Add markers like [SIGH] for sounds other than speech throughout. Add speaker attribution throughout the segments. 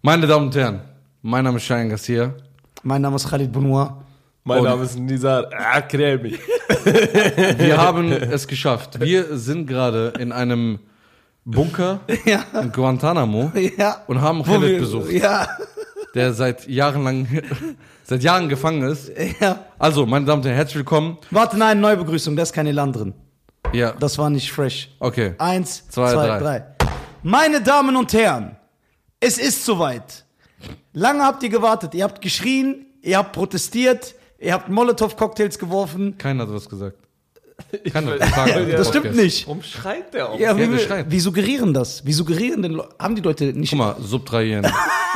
Speaker 1: Meine Damen und Herren, mein Name ist Cheyenne Garcia.
Speaker 2: Mein Name ist Khalid Bounoir.
Speaker 3: Mein
Speaker 1: Und-
Speaker 3: Name ist Nizar Akremi.
Speaker 2: [LAUGHS]
Speaker 1: Wir haben es geschafft. Wir sind gerade in einem Bunker
Speaker 2: [LAUGHS] Ja.
Speaker 1: in Guantanamo
Speaker 2: Ja.
Speaker 1: und haben
Speaker 2: Wo
Speaker 1: Khaled
Speaker 2: wir-
Speaker 1: besucht,
Speaker 2: Ja.
Speaker 1: der seit Jahren lang, [LAUGHS] seit Jahren gefangen ist.
Speaker 2: ja.
Speaker 1: Also, meine Damen und Herren, herzlich willkommen.
Speaker 2: Warte, nein, Neubegrüßung, da ist kein Elan drin.
Speaker 1: Ja,
Speaker 2: Das war nicht fresh.
Speaker 1: okay.
Speaker 2: Eins,
Speaker 1: Zwei,
Speaker 2: zwei,
Speaker 1: drei.
Speaker 2: drei. Meine Damen und Herren, es ist soweit. Lange habt ihr gewartet, ihr habt geschrien, ihr habt protestiert, ihr habt Molotow-Cocktails geworfen.
Speaker 1: Keiner hat was gesagt.
Speaker 3: Ich
Speaker 1: Keiner hat
Speaker 3: weiß-
Speaker 1: was sagen.
Speaker 3: Ja.
Speaker 2: Das stimmt nicht.
Speaker 3: Warum schreit der auch?
Speaker 2: Ja, wie,
Speaker 1: wir schreien.
Speaker 2: wie suggerieren das? Wie suggerieren denn Leute? Haben die Leute nicht.
Speaker 1: Guck mal, subtrahieren,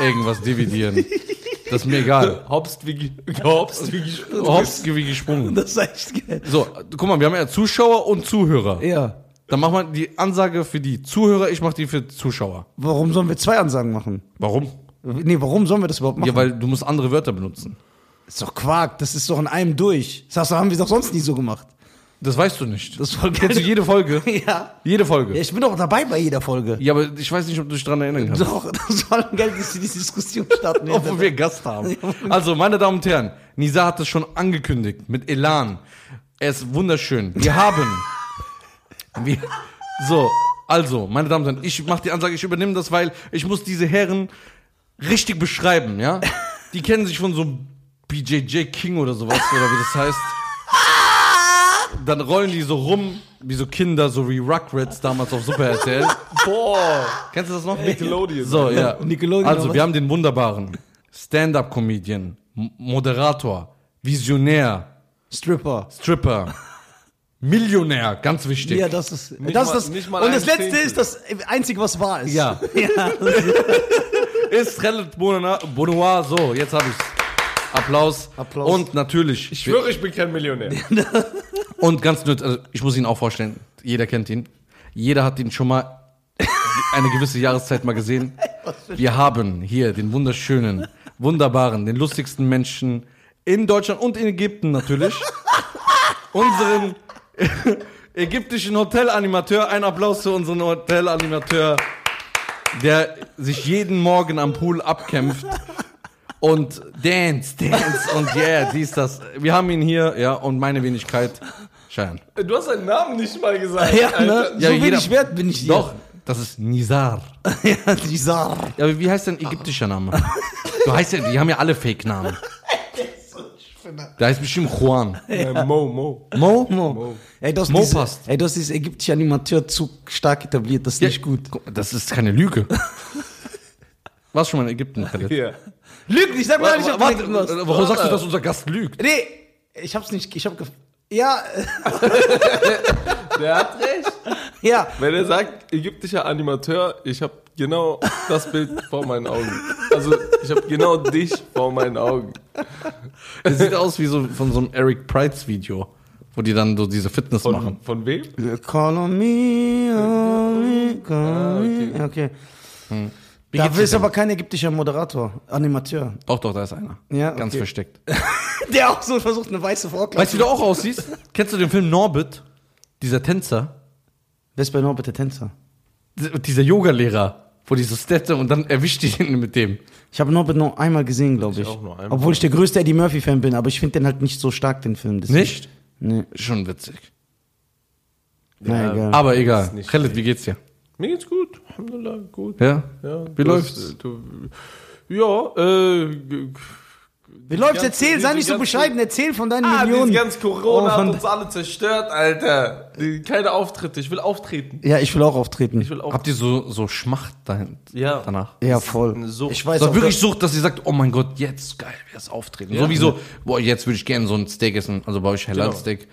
Speaker 1: irgendwas dividieren. Das ist mir egal.
Speaker 2: [LAUGHS]
Speaker 3: Hopst wie, ge- hopst wie gesprungen.
Speaker 1: Hops, wie gesprungen.
Speaker 2: [LAUGHS] Das ist echt geil.
Speaker 1: So, guck mal, wir haben ja Zuschauer und Zuhörer.
Speaker 2: Ja.
Speaker 1: Dann machen wir die Ansage für die Zuhörer, ich mache die für Zuschauer.
Speaker 2: Warum sollen wir zwei Ansagen machen?
Speaker 1: Warum?
Speaker 2: Nee, warum sollen wir das überhaupt machen?
Speaker 1: Ja, weil du musst andere Wörter benutzen.
Speaker 2: ist doch Quark, das ist doch in einem durch. Das hast du- haben wir doch sonst nie so gemacht.
Speaker 1: Das weißt du nicht.
Speaker 2: Das war
Speaker 1: Kennst du jede [LAUGHS] Folge?
Speaker 2: [LAUGHS] ja.
Speaker 1: Jede
Speaker 2: ja.
Speaker 1: Folge.
Speaker 2: Ich bin doch dabei bei jeder Folge.
Speaker 1: Ja, aber ich weiß nicht, ob du dich daran erinnern kannst.
Speaker 2: Doch, [LAUGHS] das war geil, dass sie diese Diskussion
Speaker 1: [LAUGHS]
Speaker 2: starten.
Speaker 1: Obwohl wir Gast haben. Also, meine Damen und Herren, Nisa hat es schon angekündigt mit Elan. Er ist wunderschön. Wir haben. wir, so, also, meine Damen und Herren, ich mache die Ansage, ich übernehme das, weil ich muss diese Herren richtig beschreiben, ja? Die kennen sich von so BJJ King oder sowas, oder wie das heißt. Dann rollen die so rum, wie so Kinder, so wie Rugrats damals auf Super RTL.
Speaker 3: Boah.
Speaker 1: Kennst du das noch?
Speaker 3: Nickelodeon.
Speaker 1: So, ja.
Speaker 2: [LAUGHS] Nickelodeon,
Speaker 1: also,
Speaker 2: aber-
Speaker 1: wir haben den wunderbaren Stand-Up-Comedian, M- Moderator, Visionär,
Speaker 2: Stripper. [LAUGHS]
Speaker 1: Stripper, Millionär, ganz wichtig.
Speaker 2: Ja, das ist.
Speaker 3: Nicht
Speaker 2: das
Speaker 3: mal-
Speaker 2: ist das,
Speaker 3: nicht mal
Speaker 2: und
Speaker 3: ein
Speaker 2: das letzte
Speaker 3: Zehntel.
Speaker 2: ist das einzige, was wahr ist. [LAUGHS] ne?
Speaker 1: Ja. [LAUGHS] also- Ist Khaled Bonoir, Bonoir, so, jetzt hab ich's. Applaus.
Speaker 2: Applaus.
Speaker 1: Und natürlich,
Speaker 3: Ich schwöre, ich bin kein Millionär.
Speaker 1: und ganz nütz, also ich muss ihn auch vorstellen, jeder kennt ihn. Jeder hat ihn schon mal [LAUGHS] eine gewisse Jahreszeit mal gesehen. Wir haben hier den wunderschönen, wunderbaren, den lustigsten Menschen in Deutschland und in Ägypten natürlich. Unseren [LAUGHS] ägyptischen Hotelanimateur. Ein Applaus für unseren Hotelanimateur, der sich jeden Morgen am Pool abkämpft. Und dance, dance und yeah, dies, das. Wir haben ihn hier, ja, und meine Wenigkeit, Schein.
Speaker 3: [LAUGHS] Du hast deinen Namen nicht mal gesagt.
Speaker 2: Ja,
Speaker 3: Alter.
Speaker 2: ne?
Speaker 1: Ja,
Speaker 2: so
Speaker 1: jeder-
Speaker 2: wenig wert bin ich dir.
Speaker 1: Doch, das ist Nizar.
Speaker 2: [LAUGHS] ja, dieser.
Speaker 1: Ja, aber wie heißt denn ägyptischer Name? Du heißt ja, die haben ja alle Fake-Namen. Der heißt bestimmt Juan.
Speaker 3: Äh, Mo, Mo.
Speaker 1: Mo?
Speaker 2: Mo. Ey, du hast
Speaker 1: Mo
Speaker 2: diese,
Speaker 1: passt.
Speaker 2: Ey, du hast dieses ägyptische Animateur zu stark etabliert, das ist nicht gut.
Speaker 1: Guck, Das ist keine Lüge. Warst schon mal in Ägypten, Khaled?
Speaker 3: Hier.
Speaker 2: Lüg nicht, sag mal, ich hab
Speaker 1: Warte,
Speaker 2: was.
Speaker 1: äh, warum sagst du, dass unser Gast lügt?
Speaker 2: Nee, ich hab's nicht, ich hab gef Ja, [LAUGHS] äh,
Speaker 3: Der hat recht.
Speaker 2: ja.
Speaker 3: Wenn er sagt, ägyptischer Animateur, ich habe genau das Bild vor meinen Augen. Also, ich habe genau dich vor meinen Augen.
Speaker 1: Er sieht aus wie so von so einem Eric Price Video, wo die dann so diese Fitness machen.
Speaker 3: Von, von wem?
Speaker 2: Call on me, on me, call on me. Okay.
Speaker 1: Wie
Speaker 2: Da
Speaker 1: geht's dir
Speaker 2: ist
Speaker 1: denn?
Speaker 2: aber kein ägyptischer Moderator, Animateur.
Speaker 1: Doch, doch, da ist einer.
Speaker 2: Ja,
Speaker 1: Ganz
Speaker 2: okay.
Speaker 1: versteckt.
Speaker 2: Der auch so versucht, eine weiße Frau
Speaker 1: Weißt du, wie du auch aussiehst? Kennst du den Film Norbit? Dieser Tänzer?
Speaker 2: Wer ist bei Norbert der Tänzer?
Speaker 1: dieser Yoga-Lehrer, wo die so Stette und dann erwischt die den mit dem.
Speaker 2: Ich habe Norbert nur einmal gesehen, glaube ich.
Speaker 3: auch nur einmal.
Speaker 2: Obwohl ich der größte Eddie Murphy-Fan bin, aber ich finde den halt nicht so stark, den Film. Deswegen-
Speaker 1: Nicht?
Speaker 2: Nee.
Speaker 1: Schon witzig.
Speaker 2: Na, egal.
Speaker 1: Aber egal.
Speaker 3: nicht
Speaker 1: Khaled, wie geht's dir?
Speaker 3: Mir geht's gut. Alhamdulillah, gut.
Speaker 1: Ja?
Speaker 3: Ja,
Speaker 1: Wie
Speaker 3: du
Speaker 1: läuft's?
Speaker 3: hast, äh, Du, ja, äh. g- g-
Speaker 2: Wie läuft's?
Speaker 3: ganze-
Speaker 2: Erzähl, sei
Speaker 3: diese
Speaker 2: nicht so
Speaker 3: ganze-
Speaker 2: bescheiden, erzähl von deinen
Speaker 3: Ah, dieses
Speaker 2: Millionen.
Speaker 3: ganze
Speaker 2: Oh,
Speaker 3: Corona
Speaker 2: von-
Speaker 3: hat uns alle zerstört, Alter. Die, keine Auftritte. Ich will auftreten.
Speaker 2: ja, ich will auch auftreten.
Speaker 3: Ich will auf
Speaker 1: Habt ihr so, so Schmacht dahin,
Speaker 3: Ja.
Speaker 1: danach?
Speaker 2: ja, voll.
Speaker 3: So.
Speaker 2: Ich weiß
Speaker 1: So
Speaker 2: auch,
Speaker 1: wirklich Sucht, dass ihr sagt, oh mein Gott, jetzt geil, wäre es auftreten. So wie so, boah, jetzt würde ich gerne so ein Steak essen, also bei euch Halal-Steak.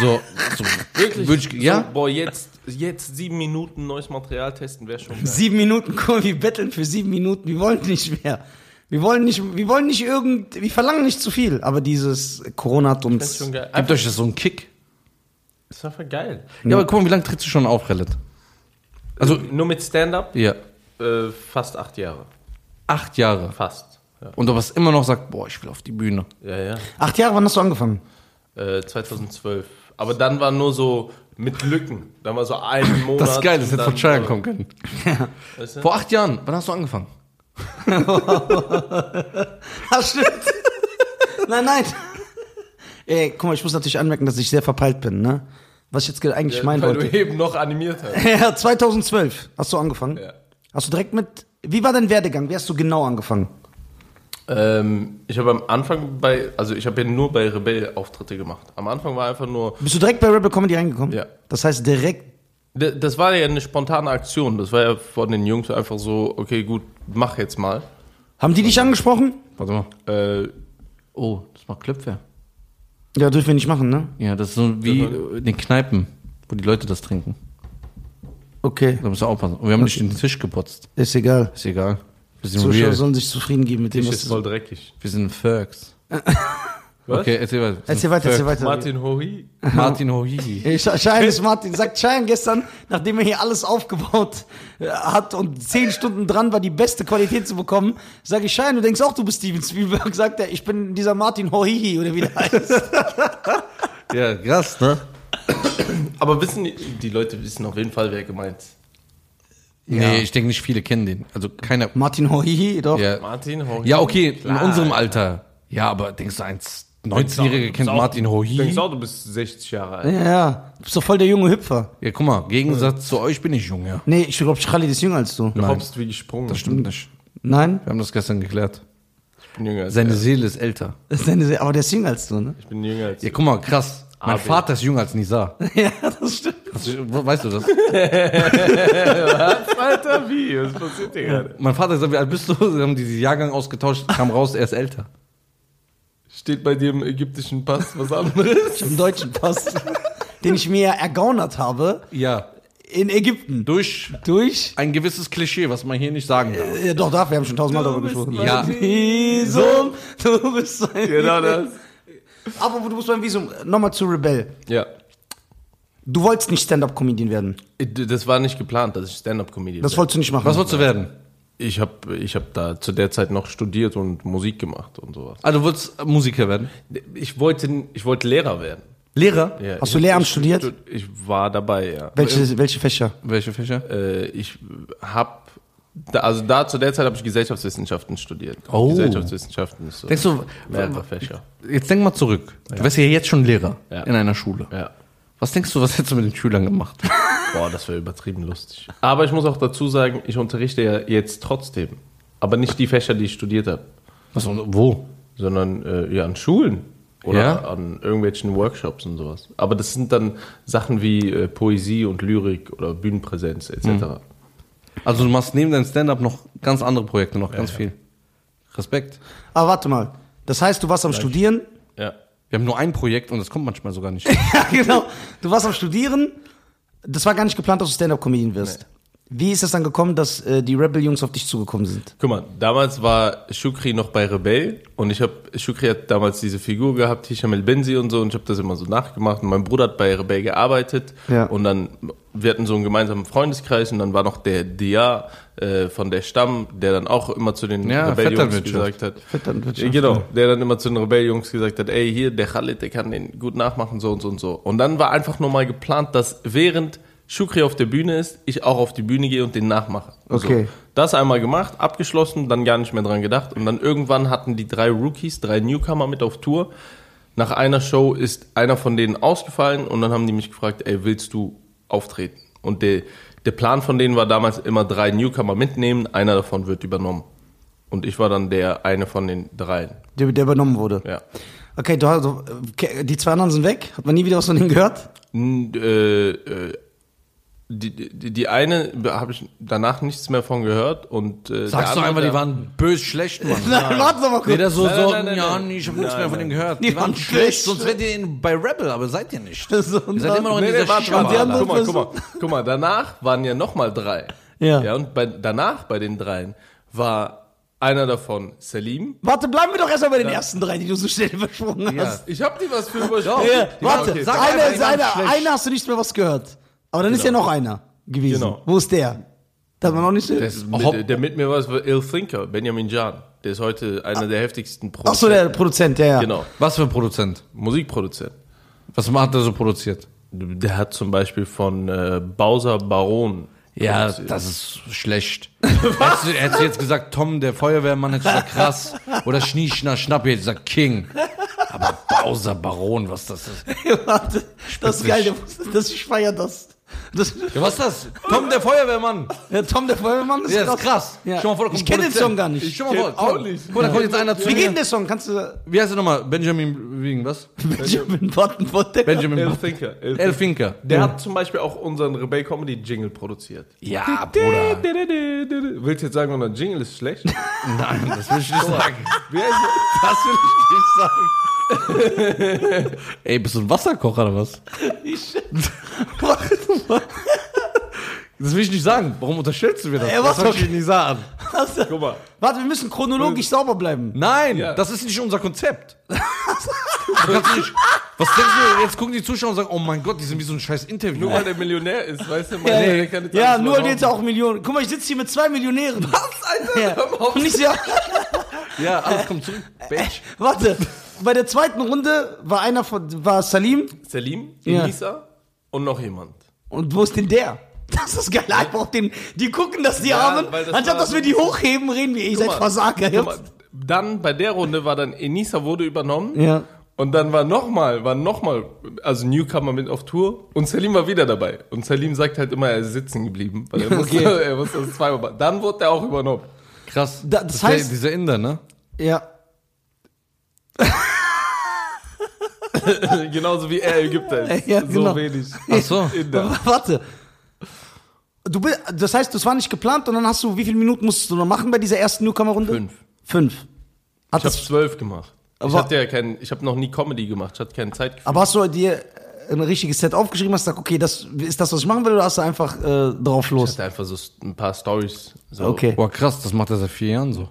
Speaker 1: So, so,
Speaker 3: Genau. [LAUGHS] Wirklich?
Speaker 1: Würd ich, ja?
Speaker 3: So, boah, jetzt, jetzt sieben Minuten neues Material testen wäre schon geil.
Speaker 2: Sieben Minuten, [LAUGHS] komm, wir betteln für sieben Minuten, wir wollen nicht mehr. Wir wollen nicht, wir wollen nicht irgend, wir verlangen nicht zu viel, aber dieses Corona hat
Speaker 3: Das ist
Speaker 2: uns.
Speaker 3: schon geil.
Speaker 1: Gibt
Speaker 3: Einfach,
Speaker 1: euch das so einen Kick?
Speaker 3: das ist einfach geil.
Speaker 1: Ja, aber guck mal, wie lange trittst du schon auf, Khaled? Also,
Speaker 3: Nur mit Stand-Up
Speaker 1: ja,
Speaker 3: äh, fast acht Jahre.
Speaker 1: acht Jahre.
Speaker 3: Fast. Ja,
Speaker 1: Und du was immer noch sagt, boah, ich will auf die Bühne.
Speaker 3: ja. ja.
Speaker 2: Acht Jahre, wann hast du
Speaker 3: [LAUGHS]
Speaker 2: angefangen?
Speaker 3: Äh, 2012. Aber dann war nur so mit Lücken. Dann war so ein Monat.
Speaker 1: Das ist geil, das
Speaker 3: und
Speaker 1: hätte
Speaker 3: dann
Speaker 1: von Cheyenne
Speaker 3: so,
Speaker 1: kommen können.
Speaker 3: Weißt du?
Speaker 1: Vor acht Jahren, wann hast du angefangen?
Speaker 2: Das stimmt. [LAUGHS] nein, nein. Ey, guck mal, ich muss natürlich anmerken, dass ich sehr verpeilt bin, ne? Was ich jetzt ge- eigentlich meinen
Speaker 3: äh, weil
Speaker 2: wollte. [LAUGHS]
Speaker 3: [LAUGHS] du eben noch animiert hast.
Speaker 2: Ja, 2012 hast du angefangen.
Speaker 3: Ja.
Speaker 2: Hast du direkt mit. Wie war dein Werdegang? Wie hast du genau angefangen?
Speaker 3: Ähm, ich habe am Anfang bei, also ich habe ja nur bei Rebell Auftritte gemacht. Am Anfang war einfach nur,
Speaker 2: Bist du direkt bei Rebel Comedy reingekommen?
Speaker 3: Ja.
Speaker 2: Das heißt direkt.
Speaker 3: D- das war ja eine spontane Aktion. Das war ja von den Jungs einfach so, okay, gut, mach jetzt mal.
Speaker 2: Haben die dich angesprochen?
Speaker 1: Warte mal.
Speaker 3: Äh,
Speaker 1: Oh, das macht Klöpfe.
Speaker 2: Ja, dürfen wir nicht machen, ne?
Speaker 1: Ja, das ist so wie äh, in den Kneipen, wo die Leute das trinken.
Speaker 2: Okay,
Speaker 1: Da musst du aufpassen. Und wir haben nicht den Tisch geputzt.
Speaker 2: ist egal.
Speaker 1: Ist egal. Wir sind
Speaker 2: Zuschauer
Speaker 1: real.
Speaker 2: sollen sich zufrieden geben mit dem,
Speaker 3: ich
Speaker 2: was
Speaker 3: ist voll dreckig.
Speaker 1: Wir sind Fergs.
Speaker 3: Was?
Speaker 1: Okay, erzähl weiter. Wir
Speaker 2: Erzähl
Speaker 1: sind
Speaker 2: weiter, erzähl
Speaker 1: Fergs.
Speaker 2: weiter.
Speaker 3: Martin Hori.
Speaker 1: Martin
Speaker 2: [LAUGHS]
Speaker 1: Hohihi.
Speaker 2: Ey, Sch- Schein ist Martin. Sagt Schein gestern, nachdem er hier alles aufgebaut äh, hat und zehn Stunden dran war, die beste Qualität zu bekommen, sage ich Schein, du denkst auch, du bist Steven Spielberg. Sagt er, ich bin dieser Martin Hohihi oder wie
Speaker 3: [LAUGHS]
Speaker 2: der heißt.
Speaker 1: Ja, krass, ne?
Speaker 3: Aber wissen die, die Leute wissen auf jeden Fall, wer gemeint ist.
Speaker 1: Nee, ich denke nicht viele kennen den. Also keiner.
Speaker 2: Martin Hohihi, doch.
Speaker 1: Ja,
Speaker 3: Äh, Martin Hori.
Speaker 1: ja okay, in
Speaker 3: Klar.
Speaker 1: unserem Alter. Ja, aber denkst du, ein 19-Jähriger kennt
Speaker 3: Sau-
Speaker 1: Martin Hohihi?
Speaker 3: Denkst auch, du bist 60 Jahre alt.
Speaker 2: Ja, ja. Du bist doch voll der junge Hüpfer.
Speaker 1: Ja, guck mal, Gegensatz zu euch bin ich jung, ja.
Speaker 2: Nee, ich glaube, Schralli ist jünger als du.
Speaker 3: Du hoppst wie gesprungen.
Speaker 1: Das stimmt nicht.
Speaker 2: Nein?
Speaker 1: Wir haben das gestern geklärt.
Speaker 3: Ich bin jünger als
Speaker 1: Seine
Speaker 3: er.
Speaker 1: Seele ist älter.
Speaker 2: Das ist deine Se aber der ist jünger als du, ne? [LAUGHS]
Speaker 3: Ich bin jünger als
Speaker 1: Ja,
Speaker 3: er.
Speaker 1: guck mal, krass. Mein
Speaker 3: Abi.
Speaker 1: Vater ist jünger als Nisa.
Speaker 2: Ja, das stimmt.
Speaker 1: [LAUGHS] Das, weißt du das?
Speaker 3: Alter, wie? Was passiert dir gerade?
Speaker 1: Mein Vater sagt, wie alt bist du? [LAUGHS] Sie haben diesen Jahrgang ausgetauscht, kam raus, er ist älter.
Speaker 3: Steht bei dir im ägyptischen Pass was anderes?
Speaker 2: Im deutschen Pass, [LAUGHS] den ich mir ergaunert habe
Speaker 1: Ja.
Speaker 2: in Ägypten.
Speaker 1: Durch
Speaker 2: Durch?
Speaker 1: ein gewisses Klischee, was man hier nicht sagen darf.
Speaker 2: Äh, doch, darf, wir haben schon tausendmal darüber gesprochen.
Speaker 1: Ja.
Speaker 2: Visum, du bist so ein
Speaker 3: [LAUGHS] genau das.
Speaker 2: Aber du musst beim Visum, nochmal zu Rebell.
Speaker 3: Ja.
Speaker 2: Du wolltest nicht Stand-Up-Comedian werden.
Speaker 3: Äh, Das war nicht geplant, dass ich Stand-Up-Comedian
Speaker 2: Das wolltest du nicht machen.
Speaker 1: Was wolltest du werden?
Speaker 3: Ich habe ich hab da zu der Zeit noch studiert und Musik gemacht und sowas.
Speaker 1: Ah, du wolltest Musiker werden.
Speaker 3: Ich wollte, ich wollte Lehrer werden.
Speaker 1: Lehrer?
Speaker 3: Ja,
Speaker 2: Hast
Speaker 3: ich-
Speaker 2: du Lehramt
Speaker 3: ich-
Speaker 2: studiert?
Speaker 3: Ich war dabei, ja.
Speaker 2: Welche, welche Fächer?
Speaker 1: Welche Fächer?
Speaker 3: Äh, Ich habe, also da zu der Zeit habe ich Gesellschaftswissenschaften studiert.
Speaker 1: Oh.
Speaker 3: Gesellschaftswissenschaften ist so
Speaker 1: Denkst du,
Speaker 3: mehrere Fächer.
Speaker 1: jetzt denk mal zurück. Du wärst ja jetzt schon Lehrer
Speaker 3: Ja.
Speaker 1: in einer Schule.
Speaker 3: Ja.
Speaker 1: Was denkst du, was hättest du mit den Schülern gemacht?
Speaker 3: Boah, das wäre übertrieben lustig. Aber ich muss auch dazu sagen, ich unterrichte ja jetzt trotzdem. Aber nicht die Fächer, die ich studiert habe,
Speaker 1: Was, und wo?
Speaker 3: sondern äh, ja, an Schulen oder
Speaker 1: Ja?
Speaker 3: an irgendwelchen Workshops und sowas. Aber das sind dann Sachen wie äh, Poesie und Lyrik oder Bühnenpräsenz etc.
Speaker 1: Also du machst neben deinem Stand-up noch ganz andere Projekte, noch ganz viel. Respekt.
Speaker 2: Aber warte mal. Das heißt, du warst am Studieren.
Speaker 3: Ja.
Speaker 1: Wir haben nur ein Projekt und das kommt manchmal sogar
Speaker 3: [LAUGHS]
Speaker 1: nicht.
Speaker 2: [LAUGHS] ja, genau. Du warst am Studieren. Das war gar nicht geplant, dass du Stand-Up-Comedian wirst. Wie ist es dann gekommen, dass äh, die Rebel-Jungs auf dich zugekommen sind?
Speaker 3: Guck mal, damals war Shukri noch bei Rebell und ich habe Shukri hat damals diese Figur gehabt, Hisham El Benzi und so und ich habe das immer so nachgemacht und mein Bruder hat bei Rebell gearbeitet
Speaker 2: Ja.
Speaker 3: und dann wir hatten so einen gemeinsamen Freundeskreis und dann war noch der Dia äh, von der Stamm, der dann auch immer zu den
Speaker 1: Ja,
Speaker 3: Rebell-Jungs
Speaker 1: Vetternwirtschaft.
Speaker 3: gesagt hat.
Speaker 2: Vetternwirtschaft,
Speaker 3: Äh, Genau, der dann immer zu den Rebell-Jungs gesagt hat, ey, hier, der Khalid, der kann den gut nachmachen, so und so und so. Und dann war einfach nur mal geplant, dass während Shukri auf der Bühne ist, ich auch auf die Bühne gehe und den nachmache.
Speaker 2: Okay.
Speaker 3: So. Das einmal gemacht, abgeschlossen, dann gar nicht mehr dran gedacht. Und dann irgendwann hatten die drei Rookies, drei Newcomer mit auf Tour. Nach einer Show ist einer von denen ausgefallen und dann haben die mich gefragt, ey, willst du auftreten? Und der, der Plan von denen war damals immer drei Newcomer mitnehmen, einer davon wird übernommen. Und ich war dann der eine von den dreien.
Speaker 2: Der, der übernommen wurde.
Speaker 3: Ja.
Speaker 2: Okay, du, hast- okay, die zwei anderen sind weg. Hat man nie wieder was von denen gehört?
Speaker 3: N- Äh, äh, die, die, die eine habe ich danach nichts mehr von gehört und äh,
Speaker 1: Sagst du
Speaker 3: der andere-
Speaker 1: einfach, die waren bös schlecht, Mann.
Speaker 2: Nein, warte doch mal kurz.
Speaker 1: Nee, der so,
Speaker 3: Nein, nein,
Speaker 1: so,
Speaker 3: nein, nein,
Speaker 1: ja,
Speaker 3: nein.
Speaker 1: nee, ich hab nichts
Speaker 3: Nein,
Speaker 1: mehr von denen gehört. Die, waren schlecht, sonst wärt ihr in- bei Rebel, aber seid ihr
Speaker 3: [LAUGHS]
Speaker 1: nicht. Ihr
Speaker 2: So,
Speaker 1: seid immer noch in
Speaker 3: Nee, nee,
Speaker 1: dieser
Speaker 3: warte, warte,
Speaker 2: Die
Speaker 1: Shisha-Bar.
Speaker 2: haben
Speaker 3: warte. Guck mal,
Speaker 2: das
Speaker 3: guck mal, guck mal, danach waren ja nochmal drei.
Speaker 2: Ja.
Speaker 3: ja und bei, danach bei den dreien war einer davon Selim.
Speaker 2: Warte, bleiben wir doch erstmal bei den ersten drei, die du so schnell übersprungen
Speaker 1: Ja.
Speaker 2: hast.
Speaker 3: Ich hab die was für übersprungen.
Speaker 2: Ja,
Speaker 3: Die waren
Speaker 2: warte,
Speaker 3: okay.
Speaker 1: sag
Speaker 2: einer,
Speaker 1: einfach,
Speaker 2: ist
Speaker 1: die waren
Speaker 2: einer,
Speaker 1: schlecht. Genau.
Speaker 2: einer hast du nicht mehr was gehört. Aber dann ist ja noch einer gewesen.
Speaker 3: Genau.
Speaker 2: Wo ist der? Da hat man auch nicht.
Speaker 1: ist-
Speaker 3: Mit, der mit mir war, es war Ill Thinker, Benjamin Jan. Der ist heute einer der heftigsten
Speaker 2: Ah. Ach so, der Produzent, ja, ja.
Speaker 3: Genau,
Speaker 1: Was für ein Produzent?
Speaker 3: Musikproduzent.
Speaker 1: Was hat er so produziert?
Speaker 3: Der hat zum Beispiel von äh, Bowser Baron
Speaker 1: Ja, das ist
Speaker 3: [LAUGHS]
Speaker 1: schlecht. hättest, du, hättest du jetzt gesagt, Tom, der Feuerwehrmann, hättest du gesagt, krass. Oder Schnie, Schna, Schnapp, hättest du gesagt, King. Aber Bowser, Baron, was das ist.
Speaker 2: [LAUGHS] Warte, das ist
Speaker 1: Spitzig.
Speaker 2: geil, der muss- das, ich feier das. das
Speaker 1: Ja, was ist das? Tom, der Feuerwehrmann.
Speaker 2: ja, Tom, der Feuerwehrmann ist
Speaker 1: Ja,
Speaker 2: ja,
Speaker 1: das ist krass.
Speaker 2: Ja.
Speaker 1: Stell mal vor, da kommt
Speaker 2: ich
Speaker 1: ein
Speaker 2: kenne den
Speaker 1: Produzent.
Speaker 2: Song gar nicht.
Speaker 1: Stell mal vor,
Speaker 3: auch
Speaker 1: auch
Speaker 3: nicht.
Speaker 1: nicht. Guck, mal, da kommt jetzt einer zu
Speaker 2: Wie geht denn
Speaker 1: mir.
Speaker 2: der Song? Kannst du
Speaker 1: Wie heißt er nochmal? Benjamin, wegen was?
Speaker 2: Benjamin Button von der? [LAUGHS]
Speaker 1: Benjamin.
Speaker 3: [LAUGHS] El
Speaker 1: El,
Speaker 3: Thinker.
Speaker 1: El Finker.
Speaker 3: Der hat zum Beispiel auch unseren Rebell Comedy Jingle produziert.
Speaker 1: Ja, Bruder.
Speaker 3: Willst du jetzt sagen, unser Jingle ist
Speaker 2: [LAUGHS]
Speaker 3: schlecht?
Speaker 1: Nein, das will ich nicht sagen.
Speaker 3: [LAUGHS] Wie heißt der?
Speaker 1: Das will ich nicht sagen. [LAUGHS] Ey, bist du ein Wasserkocher oder was? Das will ich nicht sagen. Warum unterstellst du mir das?
Speaker 2: Ey, was
Speaker 1: das will
Speaker 2: doch-
Speaker 1: ich nicht
Speaker 2: [LAUGHS]
Speaker 1: sagen.
Speaker 3: Guck mal.
Speaker 2: Warte, wir müssen chronologisch sauber bleiben.
Speaker 1: Nein,
Speaker 3: Ja.
Speaker 1: das ist nicht unser Konzept. [LAUGHS] Du kannst nicht, was denkst du, jetzt gucken die Zuschauer und sagen, oh mein Gott, die sind wie so ein scheiß Interview.
Speaker 3: Nur weil der Millionär ist, weißt du? Man,
Speaker 2: Ja,
Speaker 3: der kann jetzt
Speaker 2: ja
Speaker 3: alles
Speaker 2: nur weil die jetzt
Speaker 3: überhaupt-
Speaker 2: auch um Millionen. Guck mal, ich sitze hier mit zwei Millionären. Was, Alter? Ja. Und ich ja,
Speaker 1: Ja,
Speaker 2: [LAUGHS]
Speaker 1: alles kommt zurück. Bitch.
Speaker 2: warte, bei der zweiten Runde war einer von, war Salim.
Speaker 3: Selim,
Speaker 2: Ja.
Speaker 3: Elisa und noch jemand.
Speaker 2: Und wo ist denn der? Das ist geil, einfach auf den, die gucken, dass die
Speaker 3: Ja,
Speaker 2: Armen,
Speaker 3: weil das
Speaker 2: anstatt
Speaker 3: war
Speaker 2: dass wir die hochheben, reden wir, ihr seid
Speaker 3: mal,
Speaker 2: Versager.
Speaker 3: Guck mal, Dann bei der Runde war dann Enisa wurde übernommen.
Speaker 2: Ja.
Speaker 3: Und dann war nochmal, war nochmal, also Newcomer mit auf Tour und Salim war wieder dabei. Und Salim sagt halt immer, er ist sitzen geblieben, weil [LAUGHS] er musste,
Speaker 2: Okay.
Speaker 3: er musste das zweimal machen. Dann wurde er auch übernommen.
Speaker 1: Krass.
Speaker 2: Da- das
Speaker 1: ist der-
Speaker 2: heißt-
Speaker 1: dieser Inder, ne?
Speaker 2: Ja.
Speaker 3: [LAUGHS] Genauso wie er Ägypter [LAUGHS] ist.
Speaker 2: Ja,
Speaker 3: so
Speaker 2: genau.
Speaker 3: wenig.
Speaker 1: Ach
Speaker 2: [LAUGHS]
Speaker 1: so.
Speaker 3: In der-
Speaker 2: Warte. Du bist, das heißt, das war nicht geplant und dann hast du, wie viele Minuten musstest du noch machen bei dieser ersten Newcomer-Runde?
Speaker 3: [LAUGHS] Fünf.
Speaker 2: Fünf. Hat
Speaker 3: Ich habe
Speaker 2: das,
Speaker 3: zwölf gemacht. ich
Speaker 2: Aber-
Speaker 3: hatte ja keinen, ich habe noch nie Comedy gemacht, ich hatte keine Zeit.
Speaker 2: aber hast du dir äh, ein richtiges Set aufgeschrieben, hast gesagt, okay, das ist das, was ich machen will, oder hast du einfach äh, drauf
Speaker 3: Ich
Speaker 1: [LAUGHS]
Speaker 2: los?
Speaker 3: hatte einfach so ein paar Stories. So.
Speaker 2: Okay.
Speaker 1: Boah, krass, das macht er seit vier Jahren so.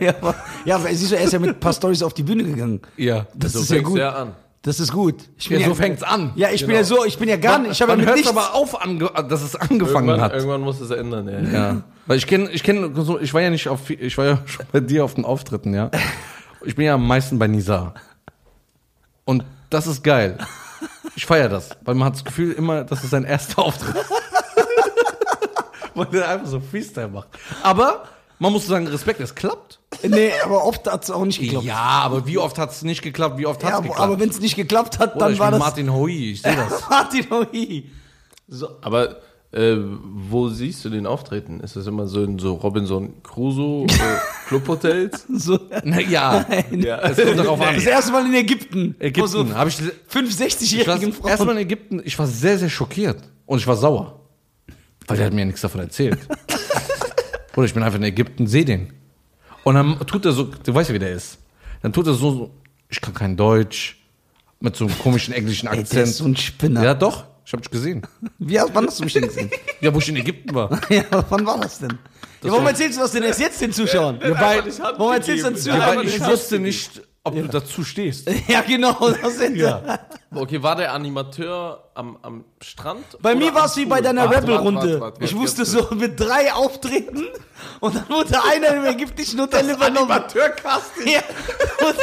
Speaker 2: ja, aber, ja, aber siehst du, er ist ja mit ein paar Stories auf die Bühne gegangen.
Speaker 1: Ja.
Speaker 2: Das
Speaker 3: So
Speaker 2: ist ja
Speaker 3: fängt's
Speaker 2: gut.
Speaker 3: ja an.
Speaker 2: Das ist gut. Ich
Speaker 1: Ja, so fängt's an. Genau.
Speaker 2: Ja, ich bin ja so, ich bin ja gar nicht, ich habe ja
Speaker 1: Man
Speaker 2: mit
Speaker 1: hört
Speaker 2: nichts.
Speaker 1: aber auf, ange dass es angefangen
Speaker 3: Irgendwann,
Speaker 1: hat.
Speaker 3: irgendwann muss es ändern, ja.
Speaker 1: Ja. Weil ich kenne, ich kenne, so- ich war ja nicht auf, viel- ich war ja [LAUGHS] schon bei dir auf den Auftritten, ja. Ich bin ja am meisten bei Nizar. Und das ist geil. Ich feiere das, weil man hat das Gefühl immer, das ist [LAUGHS] sein erster Auftritt. weil der einfach so Freestyle macht. Aber man muss sagen, Respekt, es klappt.
Speaker 2: nee, aber oft hat es auch nicht geklappt.
Speaker 1: Ja, aber wie oft hat es nicht geklappt? Wie oft hat es
Speaker 2: Ja, aber,
Speaker 1: geklappt?
Speaker 2: aber wenn es nicht geklappt hat,
Speaker 1: Oder
Speaker 2: dann
Speaker 1: ich
Speaker 2: war
Speaker 1: bin
Speaker 2: das
Speaker 1: Martin Hoi, ich sehe
Speaker 2: [LAUGHS]
Speaker 1: das.
Speaker 2: Martin Oi.
Speaker 3: Aber äh, wo siehst du den auftreten? Ist das immer so in so Robinson Crusoe [LAUGHS] äh, Clubhotels?
Speaker 2: So.
Speaker 1: Na ja, [LAUGHS]
Speaker 3: ja.
Speaker 1: es kommt darauf an.
Speaker 2: Das erste Mal in Ägypten. Wo so
Speaker 1: Ägypten, habe ich
Speaker 2: fünf,
Speaker 1: Ich war
Speaker 2: 60-jährigen Frauen.
Speaker 1: erstmal in Ägypten, ich war sehr, sehr schockiert. Und ich war sauer. Weil der hat mir nichts davon
Speaker 2: [LAUGHS]
Speaker 1: erzählt. Oder ich bin einfach in Ägypten, seh den. Und dann tut er so, du weißt ja, wie der ist. Dann tut er so, so ich kann kein Deutsch, mit so einem komischen englischen
Speaker 2: Ey, der
Speaker 1: Akzent.
Speaker 2: ist so ein Spinner.
Speaker 1: ja, doch, ich hab dich gesehen.
Speaker 2: Wie, wann hast du mich denn gesehen?
Speaker 1: Ja, wo ich in Ägypten war.
Speaker 2: [LAUGHS] ja, wann war das denn? ja, warum erzählst du das denn erst jetzt den Zuschauern?
Speaker 3: weil-
Speaker 2: warum erzählst du den
Speaker 3: Ja,
Speaker 1: Weil
Speaker 2: Zuschauern? [LAUGHS]
Speaker 1: ich wusste nicht, ob du dazu stehst.
Speaker 2: Ja, genau. Das ist
Speaker 3: Okay, war der Animateur am, am Strand?
Speaker 2: Bei
Speaker 3: oder
Speaker 2: mir war
Speaker 3: am
Speaker 2: es wie
Speaker 3: Pool?
Speaker 2: bei deiner
Speaker 3: Warte, warte, warte,
Speaker 2: Rebel-Runde.
Speaker 3: warte,
Speaker 2: Ich
Speaker 3: warte,
Speaker 2: wusste
Speaker 3: jetzt-
Speaker 2: so mit drei Auftreten und dann wurde einer im ägyptischen Hotel übernommen.
Speaker 1: Türkastin.
Speaker 2: [LAUGHS] Ja. Und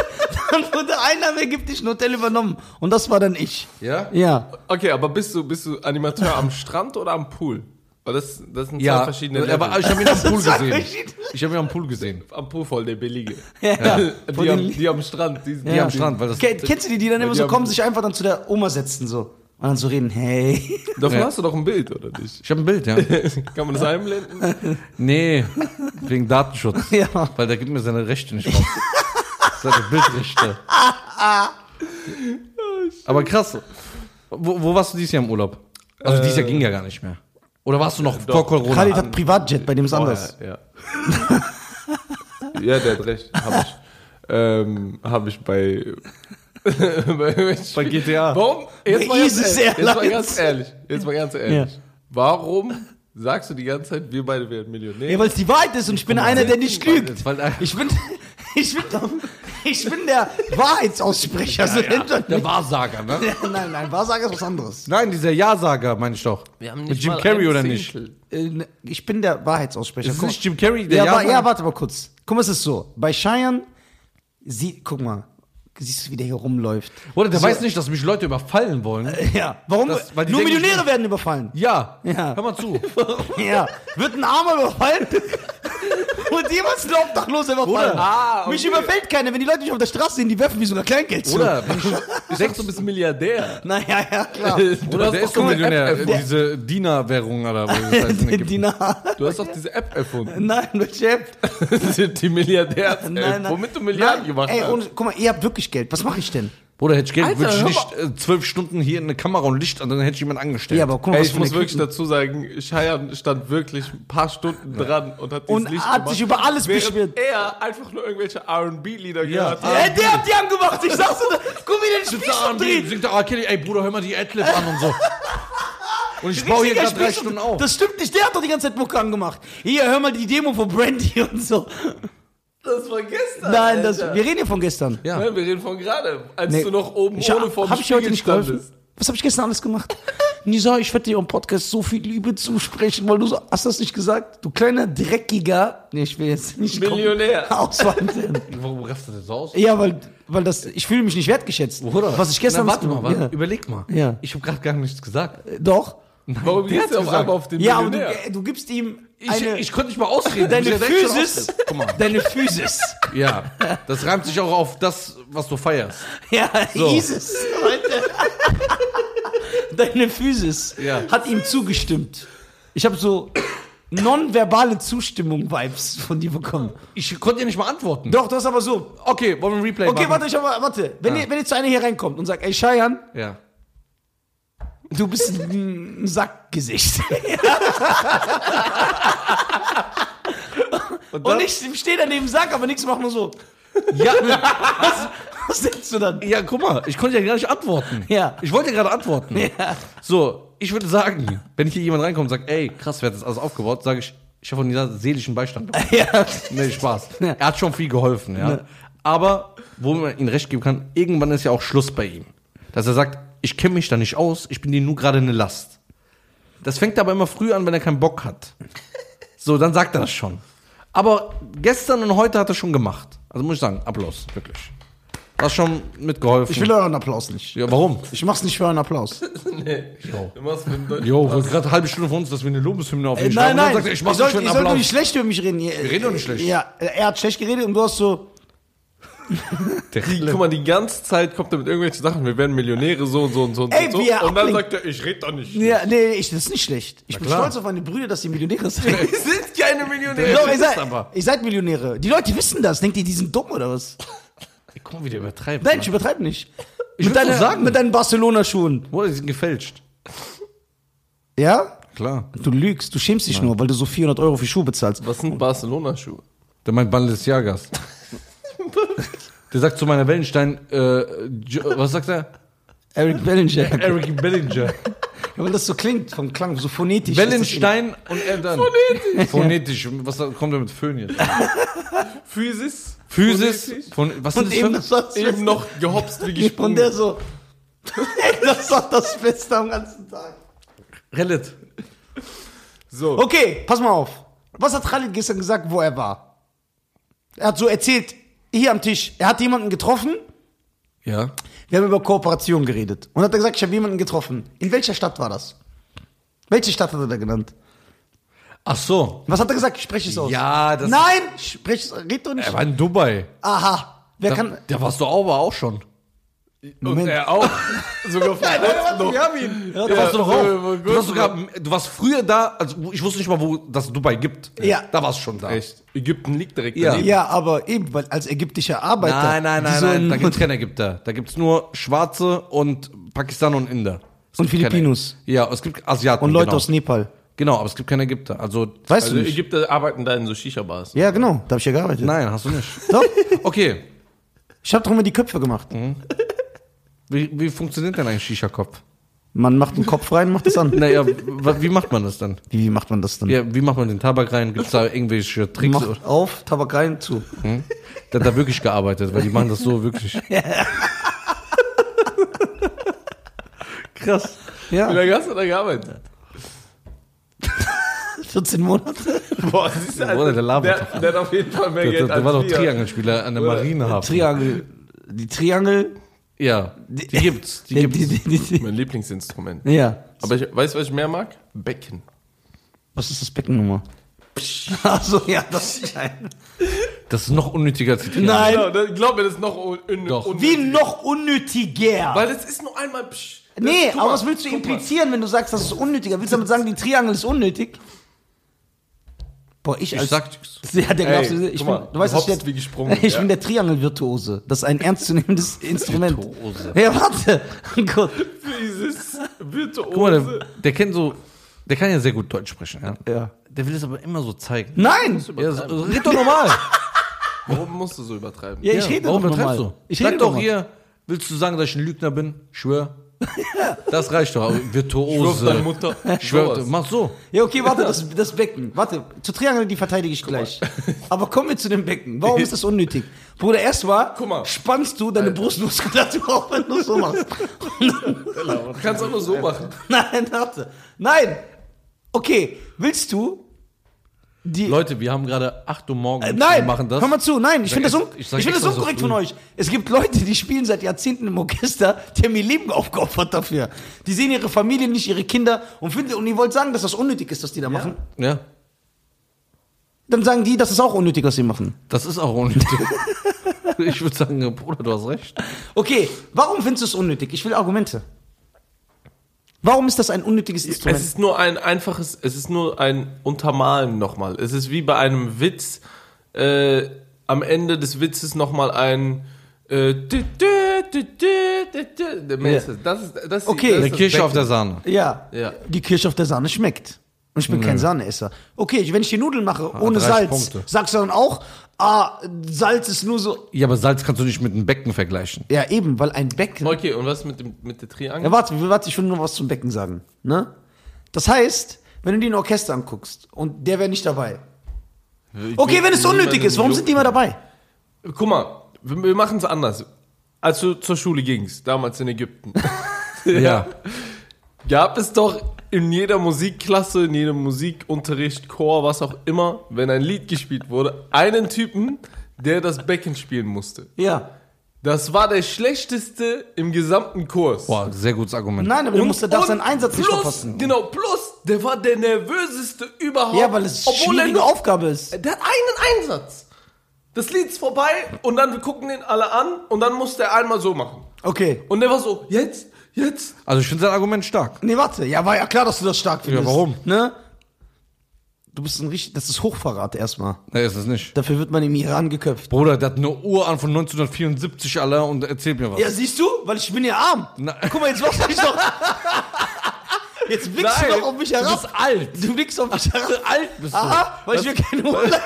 Speaker 2: dann wurde einer im ägyptischen Hotel übernommen. Und das war dann ich.
Speaker 1: Ja?
Speaker 2: Ja.
Speaker 3: Okay, aber bist du, bist du Animateur am Strand oder am Pool? Weil das, das sind zwei
Speaker 1: Ja,
Speaker 3: verschiedene
Speaker 1: aber ich habe ihn am Pool
Speaker 2: [LAUGHS] zwei
Speaker 1: gesehen.
Speaker 2: verschiedene-
Speaker 1: Ich habe ihn am Pool gesehen.
Speaker 3: [LAUGHS] am Pool voll der billige.
Speaker 2: Ja. Von
Speaker 3: Die,
Speaker 2: den-
Speaker 3: am, die am Strand. Die, die
Speaker 1: Die
Speaker 2: Ja.
Speaker 1: am Strand, weil das.
Speaker 2: Ke- Kennst du die, die dann immer
Speaker 3: die
Speaker 2: so
Speaker 3: haben-
Speaker 2: einfach dann zu der Oma setzen so und dann so reden, hey. [LAUGHS]
Speaker 3: Davon
Speaker 1: Ja.
Speaker 3: hast du doch ein Bild, oder nicht? [LAUGHS]
Speaker 1: Ich habe ein Bild, ja.
Speaker 3: Kann man das einblenden?
Speaker 1: Nee, wegen Datenschutz.
Speaker 2: Ja.
Speaker 1: Weil der gibt mir seine Rechte nicht raus. seine Bildrechte. Aber krass. Wo, wo warst du dieses Jahr im Urlaub? Also dieses
Speaker 2: Äh,
Speaker 1: Jahr ging ja gar nicht mehr. Oder warst du noch vor Corona?
Speaker 2: Khalid hat Privatjet, bei dem ist anders.
Speaker 3: Ja, ja. ja, der hat recht. Habe ich, ähm, hab ich bei. [LAUGHS] bei, bei
Speaker 1: GTA.
Speaker 3: Warum? Jetzt
Speaker 2: Bei
Speaker 3: mal, ganz
Speaker 2: Isis
Speaker 3: ehrlich, jetzt mal
Speaker 2: Airlines.
Speaker 3: ganz ehrlich. Jetzt mal ganz ehrlich. Warum sagst du die ganze Zeit, wir beide werden Millionär?
Speaker 2: Ja, weil es die Wahrheit ist und ich bin einer, der nicht lügt.
Speaker 1: Weil, äh,
Speaker 2: Ich bin, [LAUGHS] ich bin, doch- ich bin der Wahrheitsaussprecher. so nennt man
Speaker 1: der
Speaker 2: mich. [LAUGHS]
Speaker 1: Wahrsager, ne?
Speaker 2: Nein, nein, Wahrsager ist was anderes.
Speaker 1: Nein, dieser Ja-Sager, meine ich doch. Mit Jim Carrey oder nicht?
Speaker 2: Äh, Ich bin der Wahrheitsaussprecher.
Speaker 1: Ist es
Speaker 2: Guck
Speaker 1: nicht Jim Carrey,
Speaker 2: mal.
Speaker 1: der
Speaker 2: ja, wa-
Speaker 1: Ja-Sager?
Speaker 2: ja, warte mal kurz. Guck mal, es ist so. Bei Cheyenne, sie, guck mal, Siehst du, wie der hier rumläuft.
Speaker 1: Oder der weiß nicht, dass mich Leute überfallen wollen.
Speaker 2: [LAUGHS] Ja. Warum?
Speaker 1: Das- weil die
Speaker 2: Nur
Speaker 1: denken,
Speaker 2: Millionäre werden überfallen.
Speaker 1: Ja,
Speaker 2: Ja.
Speaker 1: hör mal
Speaker 2: [LAUGHS]
Speaker 1: zu.
Speaker 2: Ja. Wird ein Armer überfallen? [LAUGHS] Und jemals ein Obdachloser überfallen.
Speaker 1: Bruder.
Speaker 3: Ah, okay.
Speaker 2: Mich überfällt keiner. Wenn die Leute mich auf der Straße sehen, die werfen mir sogar Kleingeld zu.
Speaker 1: Oder wenn ich,
Speaker 3: Ich dachte, du bist Milliardär.
Speaker 2: Naja, ja, klar.
Speaker 3: Du
Speaker 1: Oder der
Speaker 3: hast doch
Speaker 1: ist doch
Speaker 3: so eine
Speaker 1: Millionär.
Speaker 3: App
Speaker 1: äh,
Speaker 3: erfunden.
Speaker 1: Diese Diener-Währung oder
Speaker 2: [LAUGHS]
Speaker 1: was das heißt in
Speaker 2: Die
Speaker 1: Ägypten.
Speaker 2: Dinar.
Speaker 3: Du hast doch diese App erfunden.
Speaker 2: [LAUGHS] Nein, welche App?
Speaker 3: Die die Milliardärs. App,
Speaker 2: Nein, nein.
Speaker 3: Äh, Womit du Milliarden
Speaker 2: Nein,
Speaker 3: gemacht
Speaker 2: ey,
Speaker 3: hast.
Speaker 2: ohne- guck mal, ihr habt wirklich Geld. Was mache ich denn?
Speaker 1: Bruder, hätte ich Geld,
Speaker 3: Alter,
Speaker 1: würde ich
Speaker 3: hör
Speaker 1: nicht äh, zwölf Stunden hier in eine Kamera und Licht an, dann hätte ich jemanden angestellt.
Speaker 2: Ja, aber guck mal,
Speaker 3: Ey,
Speaker 2: was
Speaker 3: ich
Speaker 2: für
Speaker 3: muss
Speaker 2: eine
Speaker 3: wirklich
Speaker 2: Küche-
Speaker 3: dazu sagen, Scheiern stand wirklich ein paar Stunden dran und hat dieses
Speaker 2: Und
Speaker 3: Licht
Speaker 2: hat sich
Speaker 3: gemacht,
Speaker 2: über alles
Speaker 3: während Ah,
Speaker 2: beschwert.
Speaker 3: er einfach nur irgendwelche R&B-Lieder gehört hat.
Speaker 2: Ey, der hat die angemacht. Ich sag's
Speaker 3: [LAUGHS]
Speaker 2: dir. Guck, wie der den Spieß umdreht.
Speaker 1: singt der R. Kelly, ey Bruder, hör mal die Adlib an und so.
Speaker 2: [LAUGHS]
Speaker 1: Und ich baue hier
Speaker 2: Richtiger
Speaker 1: gerade drei
Speaker 2: Spieß um-
Speaker 1: Stunden auf.
Speaker 2: Das stimmt nicht. Der hat doch die ganze Zeit Mucke angemacht. Hier, hör mal die Demo von Brandy [LAUGHS] und so.
Speaker 3: Das war gestern.
Speaker 2: Nein, das,
Speaker 3: Alter.
Speaker 2: wir reden hier von gestern.
Speaker 1: Ja.
Speaker 3: Nein, Ne, wir reden von gerade, als
Speaker 2: Nee.
Speaker 3: du noch oben
Speaker 2: Ich,
Speaker 3: ohne vorm
Speaker 2: hab ich heute
Speaker 3: Spiegel
Speaker 2: nicht geholfen?
Speaker 3: standest.
Speaker 2: Was habe ich gestern alles gemacht? [LAUGHS] Nisa, ich werde dir im Podcast so viel Liebe zusprechen, weil du so, hast das nicht gesagt? Du kleiner dreckiger. Nee, ich will jetzt nicht kommen.
Speaker 3: Millionär.
Speaker 2: [LAUGHS] auswandern.
Speaker 1: Warum raffst du das aus?
Speaker 2: Ja, weil, weil das, ich fühle mich nicht wertgeschätzt. Was ich gestern
Speaker 1: Na, warte mal, warte.
Speaker 2: Ja.
Speaker 1: überleg mal.
Speaker 2: Ja.
Speaker 1: Ich habe gerade gar nichts gesagt.
Speaker 2: Doch.
Speaker 3: Warum
Speaker 1: der
Speaker 3: gehst du
Speaker 1: hat's
Speaker 3: auf
Speaker 1: gesagt.
Speaker 3: einmal auf den
Speaker 2: Ja, aber du,
Speaker 3: Millionär?
Speaker 2: äh, du gibst ihm
Speaker 1: Ich,
Speaker 2: eine,
Speaker 1: ich konnte nicht mal ausreden.
Speaker 2: deine
Speaker 1: Ich hab direkt schon
Speaker 2: Physis.
Speaker 1: ausgeredet. Guck mal.
Speaker 2: Deine Physis.
Speaker 1: Ja, das reimt sich auch auf das, was du feierst.
Speaker 2: Ja,
Speaker 1: So.
Speaker 2: Isis. Leute. Deine Physis
Speaker 1: Ja.
Speaker 2: hat ihm zugestimmt. Ich habe so nonverbale Zustimmung-Vibes von dir bekommen.
Speaker 1: Ich konnte dir nicht mal antworten.
Speaker 2: Doch, das ist aber so.
Speaker 1: Okay, wollen wir ein Replay
Speaker 2: Okay,
Speaker 1: machen?
Speaker 2: warte, ich hab, warte. Wenn, ihr, wenn jetzt einer hier reinkommt und sagt, ey, Scheiern,
Speaker 1: Ja.
Speaker 2: Du bist ein Sackgesicht. und,
Speaker 3: dann-
Speaker 2: ich stehe daneben im Sack, aber nichts mach nur so.
Speaker 1: Ja,
Speaker 2: [LAUGHS] Was denkst du dann?
Speaker 1: ja, guck mal, ich konnte ja gar nicht antworten.
Speaker 2: Ja.
Speaker 1: Ich wollte ja gerade antworten. So, ich würde sagen, wenn hier jemand reinkommt und sagt, ey, krass, wer hat das alles aufgebaut, sage ich, ich habe von dieser seelischen Beistand. bekommen.
Speaker 2: ja. [LAUGHS]
Speaker 1: Nee, Spaß. Er hat schon viel geholfen, ja. Aber, wo man ihm recht geben kann, irgendwann ist ja auch Schluss bei ihm. Dass er sagt, ich kenne mich da nicht aus, ich bin dir nur gerade eine Last. Das fängt aber immer früh an, wenn er keinen Bock hat. So, dann sagt er das schon. Aber gestern und heute hat er schon gemacht. Also muss ich sagen, Applaus, wirklich. Hast schon mitgeholfen.
Speaker 2: Ich will euren Applaus nicht.
Speaker 1: ja, warum?
Speaker 2: Ich mach's nicht für euren [LAUGHS] Applaus.
Speaker 3: Nee. Du machst mit dem Deutschen.
Speaker 1: Jo, wir gerade eine halbe Stunde von uns, dass wir eine Lobeshymne auf ihn
Speaker 2: nein,
Speaker 1: Und dann
Speaker 2: nein.
Speaker 1: sagt er, ich mach
Speaker 2: ihr sollt,
Speaker 1: schon
Speaker 2: ihr
Speaker 1: einen
Speaker 2: sollt doch nicht
Speaker 1: Applaus.
Speaker 2: schlecht über mich reden. Wir
Speaker 1: reden doch nicht schlecht.
Speaker 2: Ja, er hat schlecht geredet und du hast so.
Speaker 3: Die, guck mal, die ganze Zeit kommt er mit irgendwelchen Sachen. Wir werden Millionäre, so und so und so und
Speaker 2: Ey,
Speaker 3: so.
Speaker 2: wie er
Speaker 3: Und dann
Speaker 2: ablenkt.
Speaker 3: sagt er, ich rede doch nicht.
Speaker 2: Ja, nee, ich, das ist nicht schlecht. Ich bin
Speaker 1: klar.
Speaker 2: stolz auf meine Brüder, dass sie
Speaker 1: [LAUGHS]
Speaker 2: Millionäre sind.
Speaker 3: Wir sind keine Millionäre.
Speaker 2: Doch, ihr,
Speaker 1: ist
Speaker 2: seid,
Speaker 1: aber.
Speaker 2: ihr seid Millionäre. Die Leute wissen das. Denkt ihr, die sind dumm oder
Speaker 1: [LAUGHS]
Speaker 2: was?
Speaker 1: Ey, Guck mal, wie der übertreibt.
Speaker 2: Nein, ich übertreibe nicht. mit,
Speaker 1: würd's doch
Speaker 2: deiner-
Speaker 1: sagen.
Speaker 2: mit deinen Barcelona-Schuhen.
Speaker 1: Oder die sind gefälscht.
Speaker 2: Ja?
Speaker 1: Klar.
Speaker 2: Du lügst, du schämst dich nur, weil du so 400 Euro für Schuhe bezahlst.
Speaker 3: Was sind Barcelona-Schuhe?
Speaker 1: Der meint Balenciagas. [LAUGHS] der sagt zu meiner Wellenstein, äh, Jo- was sagt er? [LAUGHS]
Speaker 2: Eric Bellinger.
Speaker 1: Eric Bellinger.
Speaker 2: Ja, weil das so klingt vom Klang, so phonetisch.
Speaker 1: Bellenstein und er dann. Phonetisch. Phonetisch. Was kommt er mit Föhn jetzt?
Speaker 3: Physis.
Speaker 1: [LAUGHS] Physis. Phon was
Speaker 2: Und
Speaker 1: sind
Speaker 2: eben
Speaker 1: das
Speaker 2: das
Speaker 1: für
Speaker 2: war das
Speaker 3: Eben
Speaker 2: Beste.
Speaker 3: noch gehopst wie
Speaker 2: Und
Speaker 3: gesprungen.
Speaker 2: der so. [LAUGHS] Ey, das war das Beste am ganzen Tag.
Speaker 1: Relit.
Speaker 3: So.
Speaker 2: Okay, pass mal auf. Was hat Khalid gestern gesagt, wo er war? Er hat so erzählt, hier am Tisch, er hat jemanden getroffen,
Speaker 1: Ja.
Speaker 2: wir haben über Kooperation geredet. Und hat er gesagt, ich habe jemanden getroffen. In welcher Stadt war das? Welche Stadt hat er da genannt?
Speaker 1: Ach so.
Speaker 2: Was hat er gesagt? Sprech es aus.
Speaker 1: Ja, das-
Speaker 2: Nein, sprech es, red doch nicht.
Speaker 1: Er war in Dubai.
Speaker 2: Aha. Wer
Speaker 1: Da,
Speaker 2: kann.
Speaker 1: da warst du aber auch schon.
Speaker 3: Und
Speaker 2: Moment.
Speaker 3: er auch. Sogar von uns noch.
Speaker 2: haben ihn. Ja,
Speaker 1: Da warst du doch
Speaker 3: Ja,
Speaker 1: auch.
Speaker 3: gut.
Speaker 1: Du warst, sogar, du warst früher da, also ich wusste nicht mal, wo das Dubai gibt.
Speaker 2: Ja.
Speaker 1: Da warst du schon da.
Speaker 3: Echt. Ägypten liegt direkt
Speaker 1: Ja.
Speaker 3: daneben.
Speaker 2: ja, aber eben, weil als ägyptischer Arbeiter.
Speaker 1: Nein, nein,
Speaker 2: die
Speaker 1: nein,
Speaker 2: so
Speaker 1: nein. [LAUGHS]
Speaker 2: in-
Speaker 1: Da gibt es keine Ägypter. Da gibt es nur Schwarze und Pakistaner und Inder. Es
Speaker 2: Und
Speaker 1: gibt keine-
Speaker 2: Filipinos.
Speaker 1: Ja, es gibt Asiaten.
Speaker 2: [LAUGHS] und Leute
Speaker 1: genau.
Speaker 2: aus Nepal.
Speaker 1: Genau, aber es gibt keine Ägypter. Also,
Speaker 2: Weißt
Speaker 3: Also
Speaker 2: du nicht?
Speaker 3: Ägypter arbeiten da in so Shisha-Bars.
Speaker 2: Ja, genau. Da habe ich ja gearbeitet.
Speaker 1: nein, hast du nicht.
Speaker 2: [LAUGHS] Doch.
Speaker 1: Okay.
Speaker 2: Ich habe drüber die Köpfe gemacht.
Speaker 1: Wie, wie funktioniert denn ein Shisha-Kopf?
Speaker 2: Man macht den Kopf rein, macht es an.
Speaker 1: Naja, wa- wie macht man das dann?
Speaker 2: Wie, wie macht man das dann?
Speaker 1: Ja, wie macht man den Tabak rein? Gibt es da irgendwelche Tricks?
Speaker 2: Macht auf, Tabak rein, zu.
Speaker 1: Der hat da wirklich gearbeitet, weil die machen das so
Speaker 2: [LAUGHS]
Speaker 1: wirklich. Krass.
Speaker 3: Wie
Speaker 2: Ja,
Speaker 3: lange hast du da gearbeitet?
Speaker 2: 14 Monate.
Speaker 3: Boah, siehst du,
Speaker 1: Bruder, der labert
Speaker 3: der, der hat auf jeden Fall mehr
Speaker 1: Der,
Speaker 3: Geld
Speaker 1: der, der war doch
Speaker 3: als wir.
Speaker 1: Triangelspieler an der Marinehafen.
Speaker 2: Triangel. die Triangle.
Speaker 1: Ja, die gibt's. Die gibt's.
Speaker 2: [LAUGHS] die- die- die-
Speaker 3: Mein Lieblingsinstrument.
Speaker 2: die- Ja.
Speaker 3: Aber ich weiß, was ich mehr mag? Becken.
Speaker 2: Was ist das Beckennummer? Achso, ja, das ist ein.
Speaker 1: Das ist noch unnötiger als die Triangle.
Speaker 2: [LAUGHS] Nein.
Speaker 3: Genau, das, glaub mir, das ist noch un un
Speaker 1: Doch.
Speaker 3: un
Speaker 2: Wie noch unnötiger.
Speaker 3: Weil das ist nur einmal. Psch, das,
Speaker 2: nee,
Speaker 3: guck
Speaker 2: aber
Speaker 3: mal,
Speaker 2: was willst du
Speaker 3: guck mal. [LAUGHS]
Speaker 2: implizieren, wenn du sagst, das ist unnötiger? Willst du damit sagen, die Triangle ist unnötig? Boah, also ich als.
Speaker 1: Ich sag nichts.
Speaker 2: ja, der
Speaker 3: Ey,
Speaker 2: glaubst du, ich
Speaker 3: guck
Speaker 2: bin,
Speaker 3: mal,
Speaker 2: du weißt,
Speaker 3: du
Speaker 2: dass ich
Speaker 3: hoppst
Speaker 2: jetzt,
Speaker 3: wie gesprungen,
Speaker 2: [LAUGHS] Ich
Speaker 3: ja.
Speaker 2: bin der Triangle-Virtuose. Das ist ein
Speaker 3: [LAUGHS]
Speaker 2: ernstzunehmendes Instrument.
Speaker 1: Virtuose.
Speaker 2: Ja, warte. [LAUGHS] Gut.
Speaker 3: Dieses
Speaker 1: Guck mal,
Speaker 3: Virtuose.
Speaker 1: der, der kennt so, der kann ja sehr gut Deutsch sprechen. Ja?
Speaker 2: Ja.
Speaker 1: Der will es aber immer so zeigen.
Speaker 2: Nein!
Speaker 1: Ja, so, so, red doch normal.
Speaker 3: Warum musst du so übertreiben?
Speaker 2: Ja,
Speaker 1: Ja,
Speaker 2: ich rede
Speaker 1: Warum
Speaker 2: doch
Speaker 1: übertreibst
Speaker 2: normal.
Speaker 1: du?
Speaker 2: Ich
Speaker 1: Sag
Speaker 2: rede
Speaker 1: doch
Speaker 2: normal.
Speaker 1: hier, willst du sagen, dass ich ein Lügner bin? Schwör. Das reicht doch. aber
Speaker 3: Wirf deine
Speaker 1: Virtuose.
Speaker 3: Mutter.
Speaker 1: Schwör,
Speaker 3: Sowas.
Speaker 1: mach so.
Speaker 2: Ja, okay, warte,
Speaker 3: [LAUGHS]
Speaker 2: das, das Becken. Warte, zu Triangle, die verteidige ich gleich. Aber kommen wir zu dem Becken. Warum ist das unnötig? Bruder, erstmal
Speaker 3: Guck mal. Äh.
Speaker 2: spannst du deine Brustmuskulatur [LAUGHS] auf, wenn du so machst.
Speaker 3: Du kannst auch nur so machen.
Speaker 2: Nein, warte. Nein! Okay, willst du die.
Speaker 1: Leute, wir haben gerade 8 Uhr morgens.
Speaker 2: Äh, Nein,
Speaker 1: wir machen das.
Speaker 2: hör mal zu. Nein, ich finde das,
Speaker 1: ist-
Speaker 2: un
Speaker 1: ich
Speaker 2: ich
Speaker 1: sag
Speaker 2: find das
Speaker 1: extra so
Speaker 2: unkorrekt
Speaker 1: früh.
Speaker 2: von euch. Es gibt Leute, die spielen seit Jahrzehnten im Orchester, die haben ihr Leben aufgeopfert dafür. Die sehen ihre Familie nicht, ihre Kinder und, finden, und ihr wollt sagen, dass das unnötig ist, was die da machen.
Speaker 1: Ja,
Speaker 2: Dann sagen die, das ist auch unnötig, was sie machen.
Speaker 1: das ist auch unnötig. [LAUGHS] ich würde sagen, Bruder, du hast recht.
Speaker 2: Okay, warum findest du es unnötig? Ich will Argumente. Warum ist das ein unnötiges Instrument?
Speaker 3: Es ist nur ein einfaches, es ist nur ein Untermalen nochmal. Es ist wie bei einem Witz, äh, am Ende des Witzes nochmal ein äh, dü- dü- dü- dü- dü- dü- der Mensch ist- Das ist, das ist
Speaker 2: Okay.
Speaker 3: das
Speaker 1: Der
Speaker 3: ist
Speaker 1: Kirsche auf der
Speaker 3: das
Speaker 1: Sahne.
Speaker 2: ja,
Speaker 3: Ja.
Speaker 2: die Kirsche auf der Sahne schmeckt. Und ich bin kein Sahneesser. Okay, ich- wenn ich die Nudeln mache ohne
Speaker 1: 30
Speaker 2: Salz,
Speaker 1: Ah, Punkte.
Speaker 2: sagst du dann auch, ah, Salz ist nur so.
Speaker 1: Ja, aber Salz kannst du nicht mit einem Becken vergleichen.
Speaker 2: Ja, eben, weil ein Becken.
Speaker 3: Becken. Okay, und was mit, dem, mit der Triangel?
Speaker 2: Ja, warte, wir- warte, ich will nur was zum Becken sagen. Ne? Das heißt, wenn du dir ein Orchester anguckst und der wäre nicht dabei. Okay, wenn es unnötig ist, warum sind die immer dabei?
Speaker 3: Guck mal, wir, wir machen es anders. Als du zur Schule gingst, damals in Ägypten,
Speaker 1: [LAUGHS] Ja.
Speaker 3: gab es doch in jeder Musikklasse, in jedem Musikunterricht, Chor, was auch immer, wenn ein Lied gespielt wurde, einen Typen, der das Becken spielen musste.
Speaker 2: Ja.
Speaker 3: Das war der schlechteste im gesamten Kurs.
Speaker 1: Boah, sehr gutes Argument.
Speaker 2: Nein, aber du musst da
Speaker 3: und
Speaker 2: seinen Einsatz nicht
Speaker 3: plus,
Speaker 2: verpassen.
Speaker 3: Genau, plus, der war der nervöseste überhaupt.
Speaker 2: Ja, weil es eine
Speaker 3: obwohl er
Speaker 2: schwierige
Speaker 3: nur
Speaker 2: Aufgabe ist.
Speaker 3: Äh, Der hat einen Einsatz. Das Lied ist vorbei und dann wir gucken den alle an und dann muss der einmal so machen.
Speaker 2: Okay.
Speaker 3: Und der war so, jetzt, jetzt.
Speaker 1: Also ich finde sein Argument stark.
Speaker 2: Nee, warte. Ja, war ja klar, dass du das stark findest.
Speaker 1: warum?
Speaker 2: Ne? Du bist ein richtig. Das ist Hochverrat erstmal.
Speaker 1: Nee, ist es nicht.
Speaker 2: Dafür wird man im Iran geköpft.
Speaker 1: Bruder, der hat eine Uhr an von 1974, Alter, und erzählt mir was.
Speaker 2: Ja, siehst du? Weil ich bin ja arm.
Speaker 1: Na-
Speaker 2: Guck mal, jetzt machst du mich
Speaker 3: [LAUGHS]
Speaker 2: doch. Jetzt blickst
Speaker 3: Nein,
Speaker 2: du doch auf mich herab.
Speaker 1: bist alt.
Speaker 2: Du blickst auf mich herab.
Speaker 1: alt bist du.
Speaker 2: Aha, weil ich mir keine Ruhe lasse.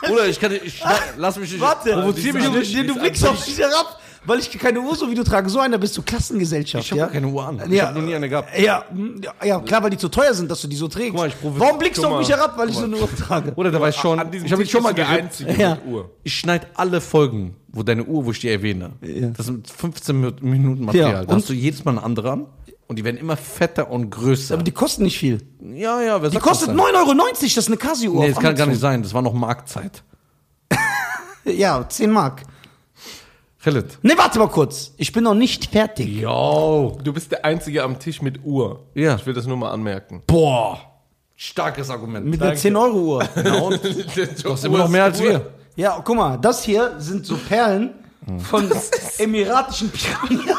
Speaker 1: [LAUGHS] Bruder, ich kann nicht, ich, lass mich nicht,
Speaker 2: Ah, Warte,
Speaker 1: provozier mich
Speaker 2: du,
Speaker 1: nicht.
Speaker 2: Du, du blickst auf mich herab, weil ich keine Uhr so wie du trage. So einer bist du Klassengesellschaft.
Speaker 1: Ich hab
Speaker 2: ja?
Speaker 1: gar keine Uhr an. Ich hab noch nie eine gehabt.
Speaker 2: Ja, mm, ja, ja, klar, weil die zu teuer sind, dass du die so trägst.
Speaker 1: Guck mal, ich provo-
Speaker 2: Warum blickst du
Speaker 3: guck
Speaker 2: auf mich
Speaker 3: mal,
Speaker 2: herab, weil ich so eine Uhr
Speaker 1: [LAUGHS]
Speaker 2: trage?
Speaker 1: Bruder, da war ich schon,
Speaker 3: An diesem
Speaker 1: ich habe
Speaker 3: Tisch
Speaker 1: ihn schon mal
Speaker 3: bist du der
Speaker 1: gerippt.
Speaker 3: Einzige mit
Speaker 2: Ja.
Speaker 3: Uhr.
Speaker 1: Ich schneide alle Folgen, wo deine Uhr, wo ich die erwähne. Das sind 15 Mi- Minuten Material.
Speaker 2: Ja,
Speaker 1: da
Speaker 2: und-
Speaker 1: hast du jedes Mal eine andere an und die werden immer fetter und größer.
Speaker 2: Aber die kosten nicht viel.
Speaker 1: ja, ja, wer
Speaker 2: Die kostet 9,90 Euro, das ist eine Casio-Uhr.
Speaker 1: Nee,
Speaker 2: auf
Speaker 1: das kann gar
Speaker 2: Amazon.
Speaker 1: nicht sein. Das war noch Marktzeit.
Speaker 2: Ja, 10 Mark.
Speaker 1: Philipp.
Speaker 2: Ne, warte mal kurz. Ich bin noch nicht fertig.
Speaker 1: Yo.
Speaker 3: Du bist der Einzige am Tisch mit Uhr.
Speaker 1: Ja.
Speaker 3: Ich will das nur mal anmerken. [LAUGHS]
Speaker 1: Boah. Starkes Argument.
Speaker 2: Mit
Speaker 1: [LAUGHS]
Speaker 2: einer 10-Euro-Uhr.
Speaker 1: Na und? Du hast immer noch mehr als wir.
Speaker 2: Ja, guck mal, das hier sind so Perlen
Speaker 1: Hm.
Speaker 2: von emiratischen Pyramiden,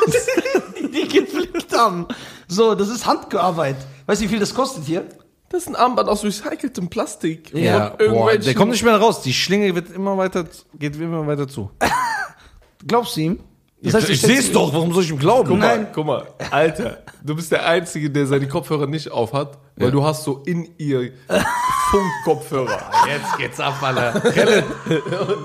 Speaker 2: [LAUGHS] die geflippt haben. So, das ist Handarbeit. Weißt du, wie viel das kostet hier?
Speaker 3: Das ist ein Armband aus recyceltem Plastik.
Speaker 1: Ja,
Speaker 3: Von
Speaker 1: boah,
Speaker 3: irgendwelchen-
Speaker 1: der kommt nicht mehr raus. Die Schlinge wird immer weiter, geht immer weiter zu.
Speaker 2: Glaubst du ihm? Das
Speaker 1: ich
Speaker 2: stell's-
Speaker 1: sehe es doch, warum soll ich ihm glauben?
Speaker 3: Guck mal,
Speaker 2: Nein.
Speaker 3: guck mal, Alter, du bist der Einzige, der seine Kopfhörer nicht aufhat, weil du hast so in ihr Funkkopfhörer.
Speaker 1: Jetzt geht's ab, Alter. Helen, [LAUGHS]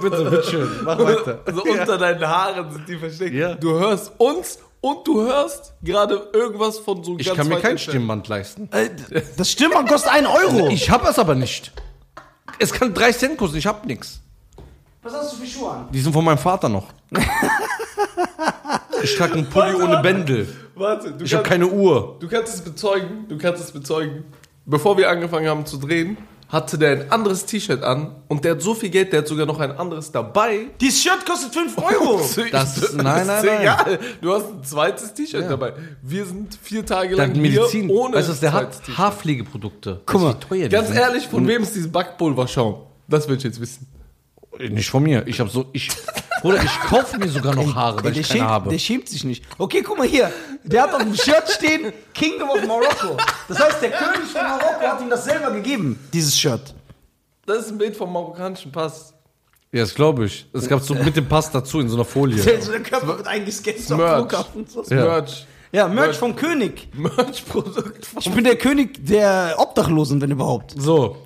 Speaker 1: bitte, bitteschön, mach weiter.
Speaker 3: [LAUGHS] Also unter deinen Haaren sind die versteckt.
Speaker 1: Ja.
Speaker 3: Du hörst uns und du hörst gerade irgendwas von so
Speaker 1: Ich kann mir
Speaker 3: weit
Speaker 1: kein
Speaker 3: entfernt.
Speaker 1: Stimmband leisten.
Speaker 2: Äh, Das Stimmband kostet 1 Euro.
Speaker 1: [LAUGHS] Ich hab es aber nicht. Es kann 3 Cent kosten, ich hab nix.
Speaker 2: Was hast du für Schuhe an?
Speaker 1: Die sind von meinem Vater [LAUGHS] noch. Ich trage einen Pulli ohne Bändel.
Speaker 3: Warte, du,
Speaker 1: Ich hab
Speaker 3: kannst,
Speaker 1: keine Uhr.
Speaker 3: du kannst es bezeugen, du kannst es bezeugen. Bevor wir angefangen haben zu drehen, hatte der ein anderes T-Shirt an und der hat so viel Geld, der hat sogar noch ein anderes dabei.
Speaker 2: Dieses Shirt kostet 5 Euro.
Speaker 1: [LAUGHS] Das- nein, nein,
Speaker 3: ist
Speaker 1: nein.
Speaker 3: egal. Du hast ein zweites T-Shirt dabei. Wir sind vier Tage
Speaker 1: Dann
Speaker 3: lang
Speaker 1: Medizin.
Speaker 3: hier ohne
Speaker 1: Weißt du, was, der
Speaker 3: zweites
Speaker 1: hat
Speaker 3: T-Shirt.
Speaker 1: Haarpflegeprodukte.
Speaker 2: Guck mal,
Speaker 1: Weißt du, wie teuer die
Speaker 3: Ganz
Speaker 1: sind?
Speaker 3: ehrlich, von wem ist dieses Backpulverschaum? Das will ich jetzt wissen.
Speaker 1: Nicht von mir. Ich habe so, ich, Bruder, ich kaufe mir sogar noch Haare, weil
Speaker 2: der,
Speaker 1: ich keine
Speaker 2: schämt, der
Speaker 1: habe.
Speaker 2: schämt sich nicht. Okay, guck mal hier. Der hat auf dem Shirt stehen Kingdom of Morocco. Das heißt, der König von Marokko hat ihm das selber gegeben, dieses Shirt.
Speaker 3: Das ist ein Bild vom marokkanischen Pass.
Speaker 1: Ja, das glaube ich. Das gab's so mit dem Pass dazu in so einer Folie.
Speaker 2: Also der Körper wird eingescannt am
Speaker 3: Merch.
Speaker 2: Flughafen. und so.
Speaker 1: Ja.
Speaker 3: Merch.
Speaker 2: Ja, Merch vom König.
Speaker 3: Merch-Produkt von [LAUGHS]
Speaker 2: Ich bin der König der Obdachlosen, wenn überhaupt.
Speaker 1: So.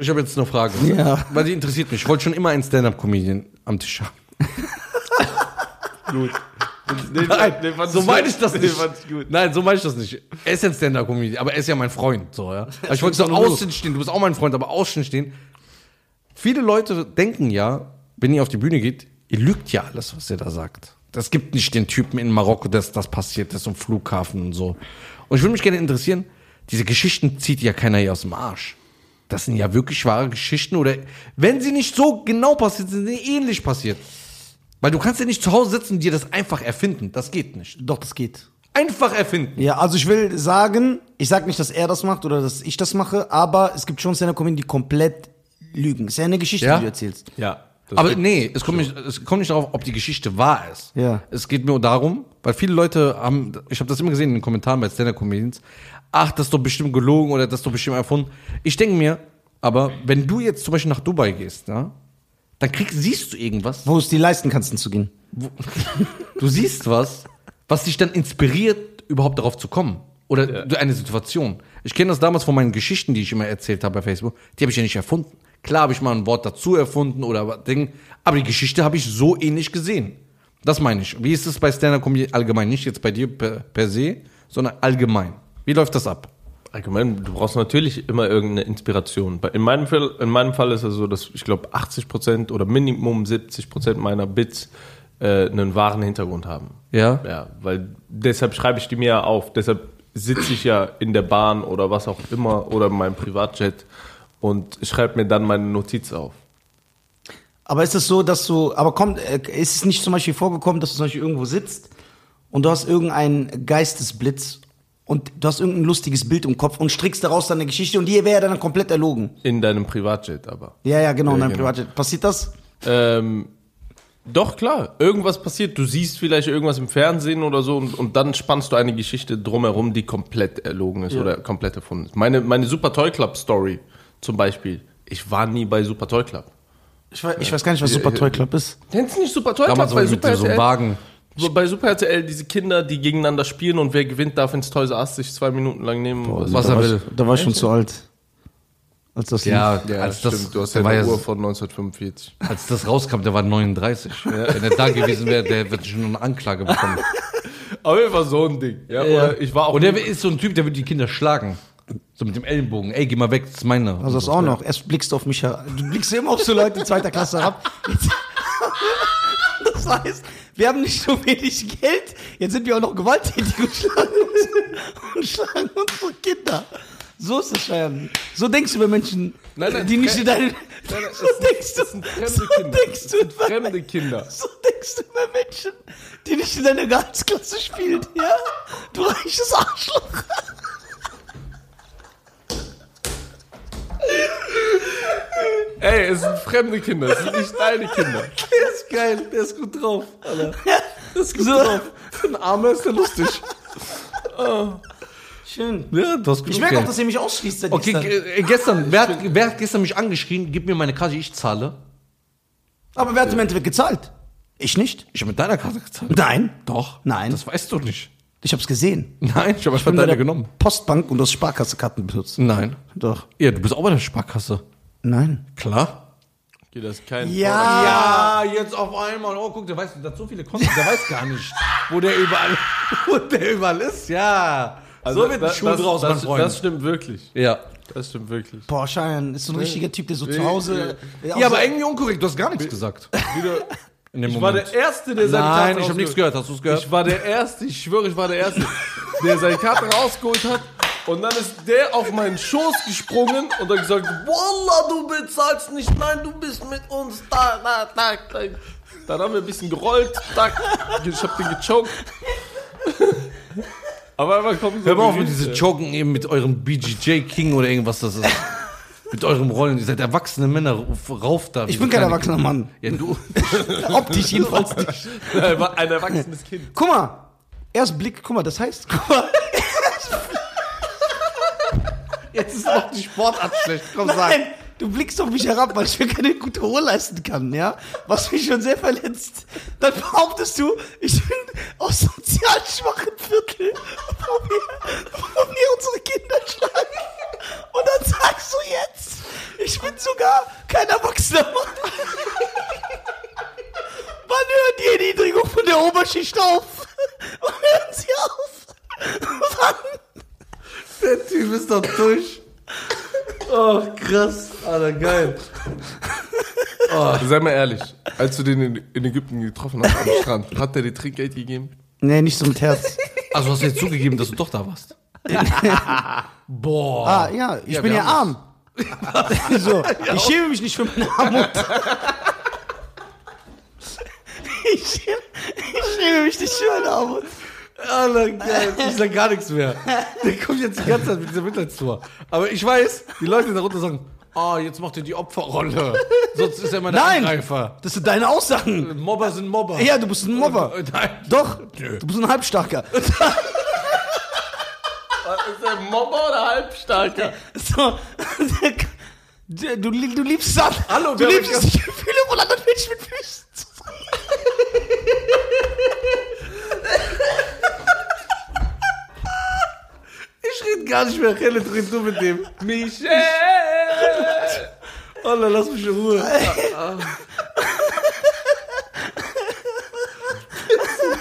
Speaker 1: Ich habe jetzt eine Frage.
Speaker 2: Ja.
Speaker 1: Weil die interessiert mich. Ich wollte schon immer einen Stand-Up-Comedian am Tisch haben.
Speaker 3: Blut. Den,
Speaker 1: Nein, so meine ich das nicht.
Speaker 3: fand ich gut.
Speaker 1: Nein, so meine ich das nicht. Er ist ein Stand-Up-Comedian, aber er ist ja mein Freund. So, ja. Aber ich wollte so außen stehen. Du bist auch mein Freund, aber außen stehen. Viele Leute denken ja, wenn ihr auf die Bühne geht, ihr lügt ja alles, was ihr da sagt. Das gibt nicht den Typen in Marokko, dass das passiert ist, um Flughafen und so. Und ich würde mich gerne interessieren, diese Geschichten zieht ja keiner hier aus dem Arsch. Das sind ja wirklich wahre Geschichten oder wenn sie nicht so genau passiert sind, sind sie ähnlich passiert. Weil du kannst ja nicht zu Hause sitzen und dir das einfach erfinden. Das geht nicht.
Speaker 2: Doch, das geht.
Speaker 1: Einfach erfinden.
Speaker 2: Ja, also ich will sagen, ich sag nicht, dass er das macht oder dass ich das mache, aber es gibt schon Stand-Up-Comedy, die komplett lügen. Ist ja eine Geschichte,
Speaker 1: Ja?
Speaker 2: die du erzählst.
Speaker 3: Ja. das
Speaker 1: Aber
Speaker 3: gibt-
Speaker 1: nee, es kommt, nicht, es kommt nicht darauf, ob die Geschichte wahr ist.
Speaker 2: Ja.
Speaker 1: Es geht nur darum, weil viele Leute haben, ich habe das immer gesehen in den Kommentaren bei Stand-Up-Comedians, ach, das ist doch bestimmt gelogen oder das ist doch bestimmt erfunden. Ich denke mir, aber wenn du jetzt zum Beispiel nach Dubai gehst, ja, dann krieg, siehst du irgendwas,
Speaker 2: Wo es dir leisten kannst, hinzugehen.
Speaker 1: du siehst was, was dich dann inspiriert, überhaupt darauf zu kommen. Oder du- eine Situation. Ich kenne das damals von meinen Geschichten, die ich immer erzählt habe bei Facebook. Die habe ich ja nicht erfunden. Klar habe ich mal ein Wort dazu erfunden oder was Ding, aber die Geschichte habe ich so ähnlich gesehen. Das meine ich. Wie ist es bei Stand-Up Comedy allgemein? Nicht jetzt bei dir per, per se, sondern allgemein. Wie läuft das ab?
Speaker 3: Allgemein, du brauchst natürlich immer irgendeine Inspiration. Bei- In meinem Fall, in meinem Fall ist es so, dass ich glaube 80% oder Minimum 70% meiner Bits äh, einen wahren Hintergrund haben.
Speaker 1: Ja?
Speaker 3: Ja, weil deshalb schreibe ich die mir ja auf. Deshalb sitze ich ja in der Bahn oder was auch immer oder in meinem Privatjet und schreibe mir dann meine Notiz auf.
Speaker 2: Aber ist es so, dass du, aber kommt, äh, ist es nicht zum Beispiel vorgekommen, dass du zum Beispiel irgendwo sitzt und du hast irgendeinen Geistesblitz und du hast irgendein lustiges Bild im Kopf und strickst daraus dann eine Geschichte und die wäre ja dann komplett erlogen.
Speaker 3: In deinem Privatjet aber.
Speaker 2: Ja, ja, genau,
Speaker 3: Ja,
Speaker 2: nein,
Speaker 3: genau.
Speaker 2: Privatjet. Passiert das?
Speaker 3: Ähm, doch, klar. Irgendwas passiert. Du siehst vielleicht irgendwas im Fernsehen oder so und, und dann spannst du eine Geschichte drumherum, die komplett erlogen ist oder komplett erfunden ist. Meine, meine Super Toy Club Story zum Beispiel. Ich war nie bei Super Toy Club.
Speaker 2: Ich weiß, ich weiß gar nicht, was Super Toy Club ist.
Speaker 3: Kennst du nicht Super Toy
Speaker 1: Damals
Speaker 3: Club
Speaker 1: war ich mit so einem Wagen.
Speaker 3: So, bei Super RTL diese Kinder, die gegeneinander spielen und wer gewinnt, darf ins Toys R Us sich zwei Minuten lang nehmen.
Speaker 1: Was
Speaker 2: da
Speaker 1: er
Speaker 2: war
Speaker 1: will.
Speaker 2: Ich, da war ich schon zu alt. Als das lief.
Speaker 3: ja,
Speaker 1: als
Speaker 3: stimmt.
Speaker 1: das,
Speaker 3: du hast ja
Speaker 1: der war
Speaker 3: eine
Speaker 1: ja,
Speaker 3: Uhr von 1945.
Speaker 1: als das rauskam, der war 39. Wenn er da gewesen wäre, der wird schon eine Anklage bekommen.
Speaker 3: Aber jeden Fall so ein Ding. Ja, Oder ich war auch
Speaker 1: Und der
Speaker 3: nie-
Speaker 1: ist so ein Typ, der wird die Kinder schlagen. So mit dem Ellenbogen. Ey, geh mal weg, das ist meine.
Speaker 2: Also das auch noch. Erst blickst du auf mich herab. Du blickst immer auf so Leute zweiter Klasse herab. [LAUGHS] Jetzt- Das heißt, wir haben nicht so wenig Geld, jetzt sind wir auch noch gewalttätig und schlagen, uns, und schlagen unsere Kinder. So ist es, Scheiern. So denkst du über Menschen,
Speaker 3: Nein, nein,
Speaker 2: die nicht
Speaker 3: Fre-
Speaker 2: in deinen...
Speaker 3: Nein, nein,
Speaker 2: so
Speaker 3: es sind-
Speaker 2: denkst du,
Speaker 3: es sind fremde
Speaker 2: so
Speaker 3: Kinder.
Speaker 2: denkst
Speaker 3: Es
Speaker 2: du
Speaker 3: sind
Speaker 2: über-
Speaker 3: fremde Kinder.
Speaker 2: So denkst du über Menschen, die nicht in deiner Gehaltsklasse spielen, ja? Du reiches Arschloch.
Speaker 3: Ey, es sind fremde Kinder, es sind nicht deine [LAUGHS] Kinder.
Speaker 1: der ist geil, der ist gut drauf. Alter.
Speaker 2: Das ist so.
Speaker 3: Ein Armer ist ja lustig.
Speaker 2: Schön.
Speaker 1: Ja, du hast genug
Speaker 2: Ich merke auch,
Speaker 1: Geld.
Speaker 2: dass ihr mich ausschließt
Speaker 1: [LAUGHS]
Speaker 2: seit
Speaker 1: Okay,
Speaker 2: gestern.
Speaker 1: ge- äh, gestern, wer hat, wer hat gestern mich angeschrien, gib mir meine Karte, ich zahle?
Speaker 2: Aber wer hat im Endeffekt gezahlt? Ich nicht.
Speaker 1: Ich habe mit deiner Karte gezahlt.
Speaker 2: Nein.
Speaker 1: Doch.
Speaker 2: Nein.
Speaker 1: Das weißt du nicht.
Speaker 2: Ich hab's gesehen.
Speaker 1: Nein, ich habe einfach
Speaker 2: bin bei
Speaker 1: deine
Speaker 2: der
Speaker 1: genommen.
Speaker 2: Postbank und du hast Sparkassekarten benutzt.
Speaker 1: Nein.
Speaker 2: Doch.
Speaker 1: Ja, du bist auch bei der Sparkasse.
Speaker 2: Nein.
Speaker 1: Klar.
Speaker 3: Okay, das ist kein
Speaker 1: Ja, jetzt auf einmal. Oh, guck, der weiß, der hat so viele Konten, der weiß gar nicht, wo der überall, [LAUGHS] wo der überall ist. Ja.
Speaker 3: Also,
Speaker 1: so wird ein
Speaker 3: das,
Speaker 1: Schuh
Speaker 3: das,
Speaker 1: draus, mein
Speaker 3: das,
Speaker 1: Freund.
Speaker 3: das stimmt wirklich.
Speaker 1: ja.
Speaker 3: Das stimmt wirklich.
Speaker 2: Boah, Schein ist so ein richtiger Typ, der so zu
Speaker 3: Nee,
Speaker 2: Hause. äh,
Speaker 1: Ja, aber irgendwie unkorrekt, du hast gar nichts gesagt.
Speaker 3: Wieder,
Speaker 1: In dem
Speaker 3: ich war der Erste, der seine Karte
Speaker 1: Nein, ich habe
Speaker 3: rausgeholt-
Speaker 1: nichts gehört. Hast du es gehört?
Speaker 3: Ich war der Erste, ich schwöre, ich war der Erste, der seine Karte rausgeholt hat Und dann ist der auf meinen Schoß gesprungen und hat gesagt, Wallah, du bezahlst nicht, nein, du bist mit uns da, da, da, da. Dann haben wir ein bisschen gerollt, da, ich hab den gechoked. [LAUGHS] Aber einmal kommt so
Speaker 1: Hör mal auf
Speaker 3: ein
Speaker 1: mit
Speaker 3: Riese.
Speaker 1: diesem Joken eben mit eurem BGJ King oder irgendwas, das ist. Mit eurem Rollen, ihr seid erwachsene Männer, ruf- rauf da.
Speaker 2: Ich bin kein erwachsener Mann.
Speaker 1: Ja, du.
Speaker 2: Optisch jedenfalls nicht.
Speaker 3: Ein ein erwachsenes Kind.
Speaker 2: Guck mal. Erst Blick, guck mal, das heißt, guck mal,
Speaker 1: Jetzt ist auch die Sportart schlecht. Komm,
Speaker 2: nein, du blickst auf mich herab, weil ich mir keine gute Ruhe leisten kann, ja? Was mich schon sehr verletzt. Dann behauptest du, ich bin aus sozial schwachen Viertel, wo wir, wo wir unsere Kinder schlagen. Und dann sagst du jetzt, ich bin sogar kein erwachsener Mann. Wann hört die Erniedrigung von der Oberschicht auf? Wann hören sie auf? Wann?
Speaker 1: Der Typ ist doch durch. Oh, krass. Alter,
Speaker 3: [LAUGHS]
Speaker 1: geil.
Speaker 3: Sei mal ehrlich, als du den in, in Ägypten getroffen hast am Strand, hat der dir Trinkgeld gegeben?
Speaker 2: Nee, nicht so mit Herz.
Speaker 1: Also hast du jetzt zugegeben, dass du doch da warst. Boah.
Speaker 2: Ah, ja, ich
Speaker 1: Ja,
Speaker 2: bin
Speaker 1: wir
Speaker 2: ja
Speaker 1: haben
Speaker 2: arm. [LAUGHS] so, ich schäme mich nicht für meine Armut. [LAUGHS] ich, schäme, ich schäme mich nicht für meine Armut.
Speaker 1: Alter, geil. Ah, Ich sag gar nichts mehr. Der kommt jetzt die ganze Zeit mit dieser Mitleidstour. Aber ich weiß, die Leute darunter sagen, ah, jetzt macht ihr die Opferrolle. Sonst ist er immer der
Speaker 2: Nein.
Speaker 1: Angreifer.
Speaker 2: Das sind deine Aussagen.
Speaker 1: Mobber sind Mobber.
Speaker 2: Ja, du bist ein Mobber.
Speaker 1: [LAUGHS] Nein.
Speaker 2: Doch,
Speaker 1: Nö.
Speaker 2: du bist ein Halbstarker.
Speaker 3: Ah, Ist der Mobber oder
Speaker 1: [LAUGHS]
Speaker 3: Halbstarker?
Speaker 2: [LAUGHS] So, du, du liebst es an.
Speaker 1: Hallo,
Speaker 2: du
Speaker 1: wir haben
Speaker 2: liebst es, die [LAUGHS] Gefühle von anderen Menschen mit Füßen zu
Speaker 1: Ich rede gar nicht mehr. Relle drin du mit dem.
Speaker 3: Michel!
Speaker 1: Alter, lass mich in
Speaker 2: [LAUGHS]
Speaker 1: Ruhe.